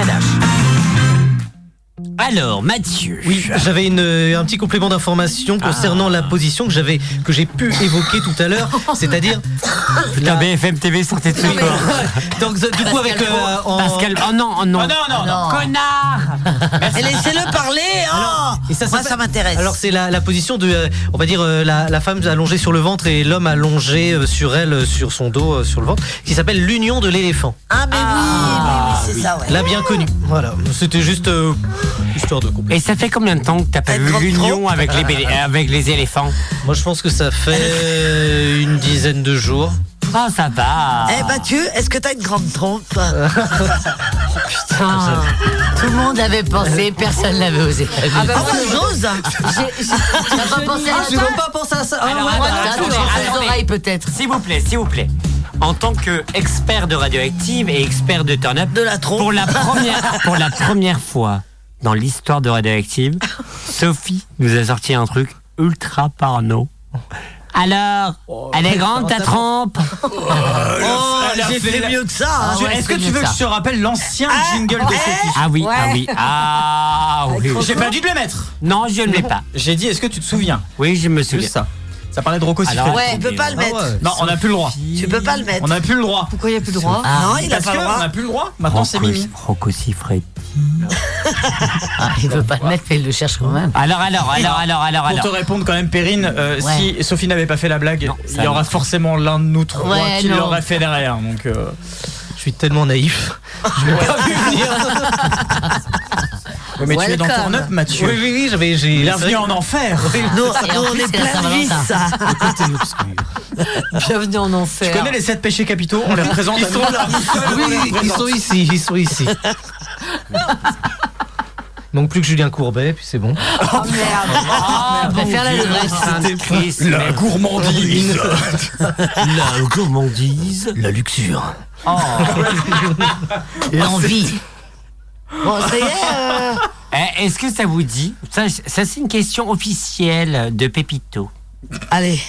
S1: Alors, Mathieu.
S5: Oui, j'avais une, euh, un petit complément d'information
S9: Ah.
S5: concernant la position que j'avais que j'ai pu évoquer tout à l'heure, c'est-à-dire
S1: Putain, BFM TV sortait de ce corps.
S5: Donc, du coup, avec, Pascal euh, Pro. en-
S1: Pascal. Oh non, oh non.
S5: Oh non, non, non.
S1: Connard
S9: Et laissez-le parler, hein
S5: Et ça
S9: Moi,
S5: s'appelle-
S9: ça m'intéresse.
S5: Alors c'est la, la position de, euh, on va dire euh, la, la femme allongée sur le ventre et l'homme allongé euh, sur elle, euh, sur son dos, euh, sur le ventre, qui s'appelle l'union de l'éléphant. Ah,
S9: Ah, mais oui, Ah, mais oui, c'est ça, ouais.
S5: La bien connue. Voilà. C'était juste euh, histoire de compléter.
S1: Et ça fait combien de temps que t'as pas vu l'union avec les, bélé-
S5: euh,
S1: avec les éléphants
S5: Moi je pense que ça fait euh, une dizaine de jours.
S1: Ah, ça va.
S9: Eh, Mathieu, est-ce que t'as une grande trompe
S10: Putain. Tout le monde l'avait pensé, personne l'avait osé.
S9: Ah bah, moi, j'ose.
S10: Ah, J'ai- j'ai- T'as pas pensé à
S9: j'ai
S10: ça
S9: même pas pensé à ça. Ah,
S10: Alors,
S9: ouais,
S10: attends,
S9: ouais,
S10: attends,
S9: attends,
S10: attends.
S9: attends.
S10: oreilles, peut-être.
S1: S'il vous plaît, s'il vous plaît. En tant qu'expert de radioactive et expert de turn-up, de la pour la première, pour la première fois dans l'histoire de radioactive, Sophie nous a sorti un truc ultra parno. Alors,
S3: Oh,
S1: elle est grande ta trempe
S9: Oh,
S3: elle a
S9: j'ai fait
S3: la-
S9: mieux que ça, hein.
S3: Tu-
S9: Ouais,
S3: Est-ce
S9: c'est
S3: que tu
S9: mieux
S3: veux
S9: que
S3: que
S9: ça.
S3: je te rappelle l'ancien jingle de Sophie
S1: Ah oui, ah oui, ah oui.
S3: J'ai pas dû te le mettre.
S1: Non, je ne l'ai pas.
S3: J'ai dit, est-ce que tu te souviens
S1: Oui, je me
S3: souviens. ça. Ça parlait de Rocco
S9: Alors,
S3: Siffredi.
S9: Ouais, tu peux pas le
S3: Ah ouais.
S9: mettre.
S3: Non, on n'a plus le droit.
S9: Tu peux pas le mettre.
S3: On n'a plus le droit.
S10: Pourquoi il n'y a plus le
S9: droit Ah, non, il a
S3: Parce
S9: pas le
S3: que
S9: droit.
S3: On n'a plus le droit. Maintenant, c'est
S1: Rocco-
S3: Mimi.
S1: Rocco Siffredi.
S10: Ah, il veut pas le mettre, mais il le cherche quand même.
S1: Alors, alors, alors, alors, alors,
S3: Pour
S1: alors.
S3: te répondre quand même, Perrine, euh,
S10: Ouais.
S3: si Sophie n'avait pas fait la blague, il y
S1: non.
S3: aura forcément l'un de nous trois
S10: Ouais,
S3: qui
S10: non.
S3: l'aurait fait derrière. Donc, euh.
S5: Je suis tellement naïf.
S3: Ouais, mais tu es dans
S5: Welcome.
S3: Turn Up, Mathieu.
S5: Oui, oui, oui, j'avais. j'ai-
S3: Bienvenue
S5: c'est vrai
S3: en
S5: que-
S3: enfer.
S5: Oui,
S3: Nous,
S5: c'est ça.
S3: nous, Et en on plus, est c'est la plein de Saint-Valentin. vices.
S10: Bienvenue en enfer.
S3: Tu connais les 7 péchés capitaux On les représente
S5: Ils
S3: à
S5: sont
S3: nous.
S5: là.
S3: On les
S5: Oui, ils
S3: représente.
S5: sont ici, ils sont ici. Il manque plus que Julien Courbet, puis c'est bon.
S10: Oh merde.
S1: Ah,
S10: Je préfère la levrette.
S7: Ah,
S5: La gourmandise.
S1: La gourmandise.
S5: La luxure.
S9: Oh.
S10: L'envie.
S9: Bon, ça y est. euh,
S1: Eh, Est-ce que ça vous dit Ça, ça, c'est une question officielle de Pépito.
S9: Allez.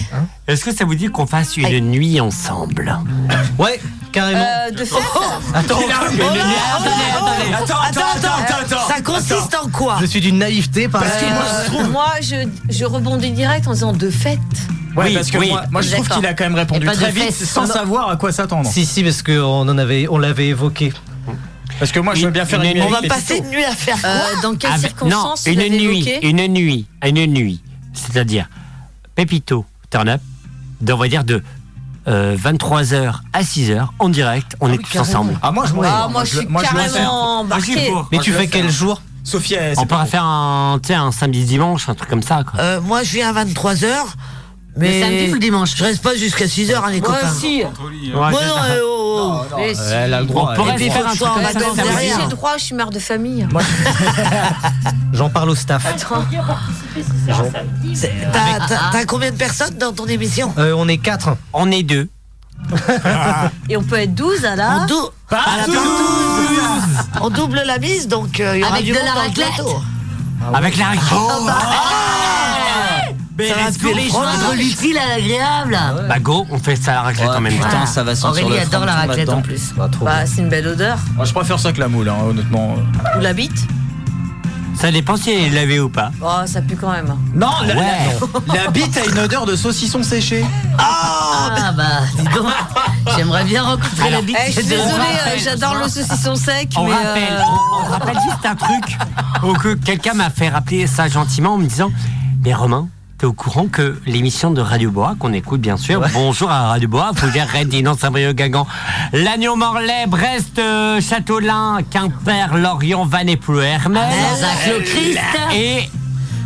S1: Est-ce que ça vous dit qu'on fasse une nuit ensemble
S5: Ouais, carrément.
S2: euh,
S10: de fête
S5: Attends,
S1: mais le-
S3: attendez, attends, attends, attends, attends,
S9: Ça consiste en quoi
S5: Je suis d'une naïveté, par
S3: je trouve-
S2: Euh, Moi, je, je rebondis direct en disant de fête.
S3: Ouais, parce que moi, moi, je trouve
S2: D'accord.
S3: qu'il a quand même répondu
S2: Et pas de
S3: très vite
S2: fesses.
S3: sans
S2: Non.
S3: savoir à quoi s'attendre.
S5: Si, si, parce qu'on en avait, on l'avait évoqué.
S3: Parce que moi, je veux bien faire une nuit
S9: On va
S3: avec
S9: passer
S3: Pépito.
S9: une nuit à faire quoi
S2: Euh, dans
S10: Ah, ben,
S2: quelles
S1: Avec- Non,
S2: circonstances
S1: une
S2: vous l'avez
S1: nuit,
S2: évoqué
S1: une nuit, une nuit. C'est-à-dire, Pépito, turn up, on va dire de 23h à 6h en direct. On est tous ensemble.
S3: Ah, moi, je m'en- Ah, moi, je suis moi, je vais carrément faire. embarquée. Moi, je suis pour.
S1: Mais
S3: Moi,
S1: tu
S3: je
S1: fais
S3: vais
S1: quel
S3: faire.
S1: jour
S3: Sophie, elle,
S1: On
S3: c'est
S1: pourra
S3: pas
S1: faire un, tu sais, un samedi dimanche, un truc comme ça. Quoi.
S9: Euh, moi, je viens à 23h. Mais
S10: Le samedi ou le
S9: dimanche Je reste pas jusqu'à 6h, hein, les
S10: Moi
S9: copains.
S10: aussi.
S1: hein.
S9: Moi,
S1: Ouais,
S9: non,
S1: c'est ça.
S9: euh, oh, oh.
S1: Mais
S3: euh,
S1: si. Elle a le droit,
S9: On
S1: elle
S9: pourrait
S1: a le
S9: faire
S1: droit.
S9: un truc
S1: Faut
S9: en
S1: pas
S9: vacances
S1: dormir.
S9: derrière.
S1: J'ai
S30: J'ai droit, je suis mère de famille.
S18: J'en parle au staff.
S9: C'est- T'as t'as- t'as combien de personnes dans ton émission
S18: Euh, on est quatre.
S1: On est deux.
S9: Et on peut être 12 à la. On, dou- à la partouze. On double la mise, donc euh, il y aura
S10: Avec
S9: du
S10: de
S9: monde
S10: la
S9: dans le
S10: raclette.
S9: plateau.
S1: Ah Avec la règle. Oh
S10: Ça va prendre l'utile à l'agréable.
S1: Bah go, on fait ça à la raclette en même temps.
S3: putain, ça va sentir
S10: Aurélie
S3: le
S10: adore la
S3: fronton
S10: raclette
S3: là-dedans.
S10: en plus.
S3: Pas trop.
S10: Bah,
S30: c'est une belle odeur.
S3: Moi, je préfère ça que la moule, hein, honnêtement.
S30: Ou la bite
S1: Ça dépend si elle est lavée ou pas.
S30: Oh, ça pue quand même.
S3: Non, la,
S1: Ouais.
S3: la- la bite a une odeur de saucisson séché.
S30: Oh
S10: Ah bah, dis donc, j'aimerais bien rencontrer la bite.
S30: Eh, je suis
S10: de-
S30: désolée,
S10: Raphaël.
S30: euh, j'adore le saucisson sec,
S1: On
S30: mais. euh,
S1: rappelle, on, on rappelle juste un truc. Oh, que quelqu'un m'a fait rappeler ça gentiment en me disant Mais Romain, t'es au courant que l'émission de Radio Boa, qu'on écoute bien sûr, bonjour à Radio Boa, Fougère, Rennes, Dinan, Saint-Brieuc, Guingamp, Lannion, Morlaix, Brest, euh, Châteaulin, Quimper, Lorient, Vannes et Hermel.
S3: Ah,
S10: Herzac, le Christ.
S1: Et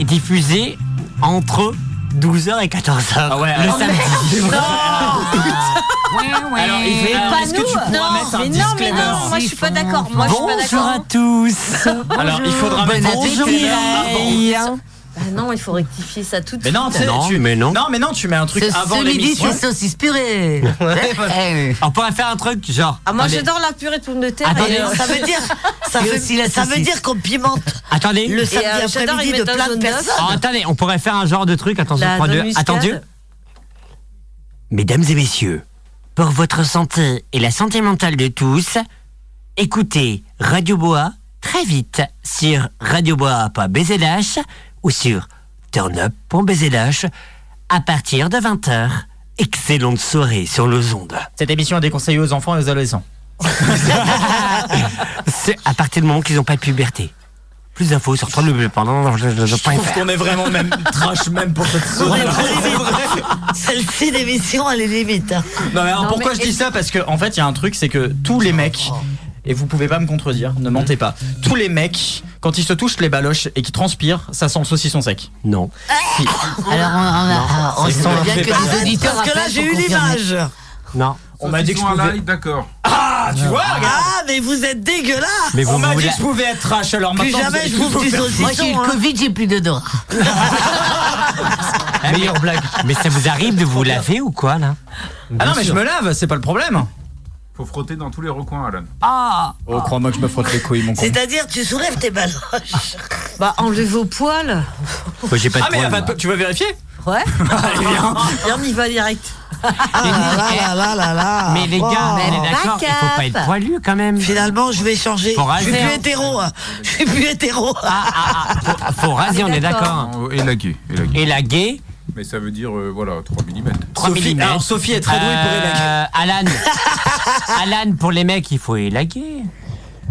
S1: diffusée entre 12h et 14h.
S3: Ah
S1: le
S30: oh,
S1: samedi.
S30: Ouais,
S1: Alors, il fait-
S30: Mais
S1: alors,
S30: pas
S1: est-ce que tu pourras
S30: nous. non,
S1: mettre un
S30: mais non, mais
S1: disclaimer
S30: non, moi je suis pas d'accord. Moi je suis pas
S1: Bonjour à
S30: d'accord.
S1: tous.
S3: Alors, il faudra mettre un disclaimer avant.
S30: Ah non, il faut rectifier ça tout de
S3: Mais
S30: suite.
S3: non, tu sais, tu- Non, mais non, tu mets un truc avant l'émission.
S30: saucisse purée.
S9: Eh
S1: On pourrait faire un truc genre.
S30: Ah, moi
S1: attendez,
S30: j'adore la purée de pommes de terre.
S1: Attendez,
S30: et, euh,
S9: Ça veut dire, ça
S30: Et
S9: veut,
S30: aussi la
S9: ça veut
S30: saucisse.
S9: dire qu'on pimente
S1: Attendez.
S9: le samedi
S30: euh, j'adore, ils
S9: après-midi de
S30: mettent un
S9: plein de
S30: jaune d'œuf.
S9: personnes.
S1: Oh, attendez, on pourrait faire un genre de truc. Attention,
S30: La
S1: 3, 2,
S30: noix muscade.
S1: attention. Mesdames et messieurs, pour votre santé et la santé mentale de tous, écoutez Radio Boa très vite sur radioboa.bzlh ou sur turnup.bzlh à partir de 20h. Excellente soirée sur le ondes.
S3: Cette émission est déconseillée aux enfants et aux adolescents.
S1: C'est à partir du moment qu'ils n'ont pas de puberté. Plus d'infos sur
S3: Je trouve qu'on est vraiment même trash même pour cette soirée.
S9: Celle-ci d'émission, elle est limite. hein.
S3: Non mais alors, pourquoi je dis ça Parce que en fait il y a un truc c'est que tous les mecs et vous pouvez pas me contredire, ne mentez pas. Tous les mecs, quand ils se touchent les baloches et qu'ils transpirent, ça sent le saucisson sec.
S1: Non.
S10: Alors, on, on,
S3: Ah,
S10: a- ah, on
S3: c'est
S10: sent
S3: qu'on
S10: bien
S3: fait
S10: que
S3: pas
S10: les
S3: ça.
S10: auditeurs.
S9: Parce que là,
S10: appellent
S9: j'ai
S10: pour
S9: eu
S10: confirmer.
S9: l'image.
S1: Non.
S3: On m'a dit que je
S17: Saucisson à
S3: pouvais...
S17: l'ail, d'accord.
S3: Ah,
S10: Euh,
S3: tu vois, regarde
S9: Ah, mais vous êtes dégueulasse
S1: Mais vous
S3: On m'a dit
S1: voulez-
S3: que je pouvais être trash alors
S9: Plus
S3: maintenant.
S9: jamais je bouffe du
S10: Moi, j'ai eu
S9: saucisson.
S10: le
S9: hein.
S10: Covid, j'ai plus d'odorat.
S1: Meilleure blague. Mais ça vous arrive de vous laver ou quoi là
S3: Ah non mais je me lave, c'est pas le problème.
S17: Faut frotter dans tous les recoins, Alan.
S1: Ah
S3: Oh crois-moi que je me frotte les couilles mon con.
S9: C'est-à-dire, tu soulèves tes baloches.
S30: Bah enlevez vos poils.
S1: j'ai pas de
S3: Ah mais
S1: poils,
S3: attends,
S1: moi.
S3: tu veux vérifier
S30: Ouais.
S3: Allez, viens.
S30: Viens, on y va direct.
S9: Ah là là là là là.
S1: Mais les gars, on
S9: Oh.
S1: est d'accord, il faut pas être poilu quand même.
S9: Finalement, je vais changer.
S1: Faut
S9: Je
S1: raser,
S9: suis plus
S1: hein. Ah,
S9: hétéro. hein. Je suis plus hétéro.
S1: Faut raser, on est d'accord.
S17: Et laqué. Et laqué.
S1: Et la gay,
S17: Mais ça veut dire, euh, voilà, 3 mm.
S1: 3
S3: Sophie-
S1: mm.
S3: alors, Sophie est très douée pour élaguer.
S1: Alan. Euh, Alan, pour les mecs, il faut élaguer.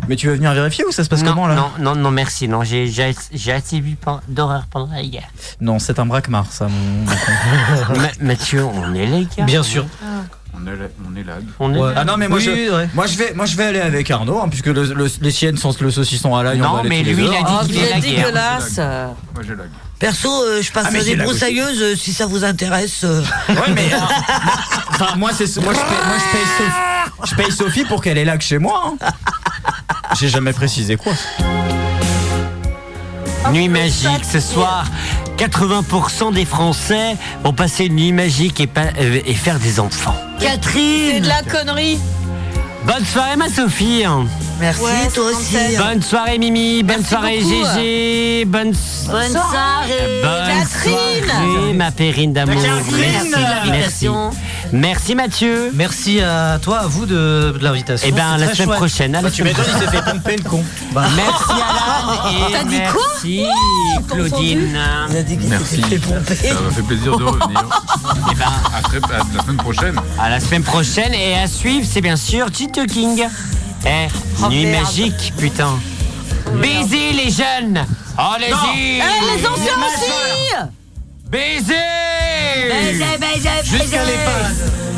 S3: Mais tu veux venir vérifier ou ça se passe
S1: non,
S3: comment là
S1: non, non, non, merci. Non, j'ai, j'ai, j'ai assez vu pen- d'horreur pendant la guerre.
S3: Non, c'est un braquemar ça mon.
S1: Ma- Mathieu, on élague.
S18: Bien sûr.
S17: Ah. On est, on est lag.
S1: On
S3: Ouais.
S1: élague.
S3: Ah non mais moi
S18: Oui,
S3: je
S18: ouais.
S3: moi je vais moi je vais aller avec Arnaud hein, puisque le- le- les siennes sont le saucisson à l'ail.
S1: Non,
S3: on va aller
S1: mais
S3: tous les
S1: lui,
S3: deux. Ah,
S1: il a dit
S30: Oh,
S1: qu'il
S30: vous
S1: est
S30: êtes
S1: lagué. hein.
S30: dégueulasse.
S17: Moi, j'ai lag.
S9: Perso, euh, je passe
S3: Ah, mais
S9: à
S3: j'ai
S9: des
S3: la gauche.
S9: broussailleuses euh, si ça vous intéresse. euh.
S3: Ouais, mais euh, enfin moi c'est moi je paye, moi, je paye Sophie, je paye Sophie pour qu'elle est là que chez moi. hein. J'ai jamais précisé quoi.
S1: Nuit magique ce soir. 80% des Français vont passer une nuit magique et, pas- euh, et faire des enfants.
S30: C'est de
S10: Catherine
S30: la connerie.
S1: Bonne soirée ma Sophie.
S9: Merci,
S30: Ouais,
S9: toi aussi.
S30: c'est
S1: Bonne soirée Mimi. Bonne soirée
S30: beaucoup.
S1: GG. Bonne, s-
S10: Bonne soirée
S1: bonne
S30: Catherine.
S1: soirée ma Périne d'amour.
S3: Catherine.
S1: Merci,
S10: Merci de
S1: merci.
S10: l'invitation.
S1: Merci Mathieu.
S18: Merci à toi, à vous de, de l'invitation.
S1: Et ben
S18: C'est
S1: la
S18: très
S1: semaine
S18: chouette.
S1: prochaine. à la
S3: Bah, Tu
S1: semaine
S3: m'étonnes, il s'est fait pomper le con.
S1: prochaine. Bah, Merci Alan. et
S30: T'as dit quoi
S1: merci Claudine. Euh,
S9: Il a dit qu'il
S17: Merci.
S9: s'était fait pomper.
S17: Ça m'a fait plaisir de revenir.
S1: Et ben,
S17: À, très- à la semaine prochaine.
S1: À la semaine prochaine et à suivre, c'est bien sûr Tito King. Eh, nuit
S30: Oh, merde.
S1: magique, putain. Baisez les jeunes. Allez-y.
S30: Eh, les anciens aussi
S1: Baisez.
S30: Eh, Baiser, baiser, baiser.
S1: Jusqu'à l'épaule.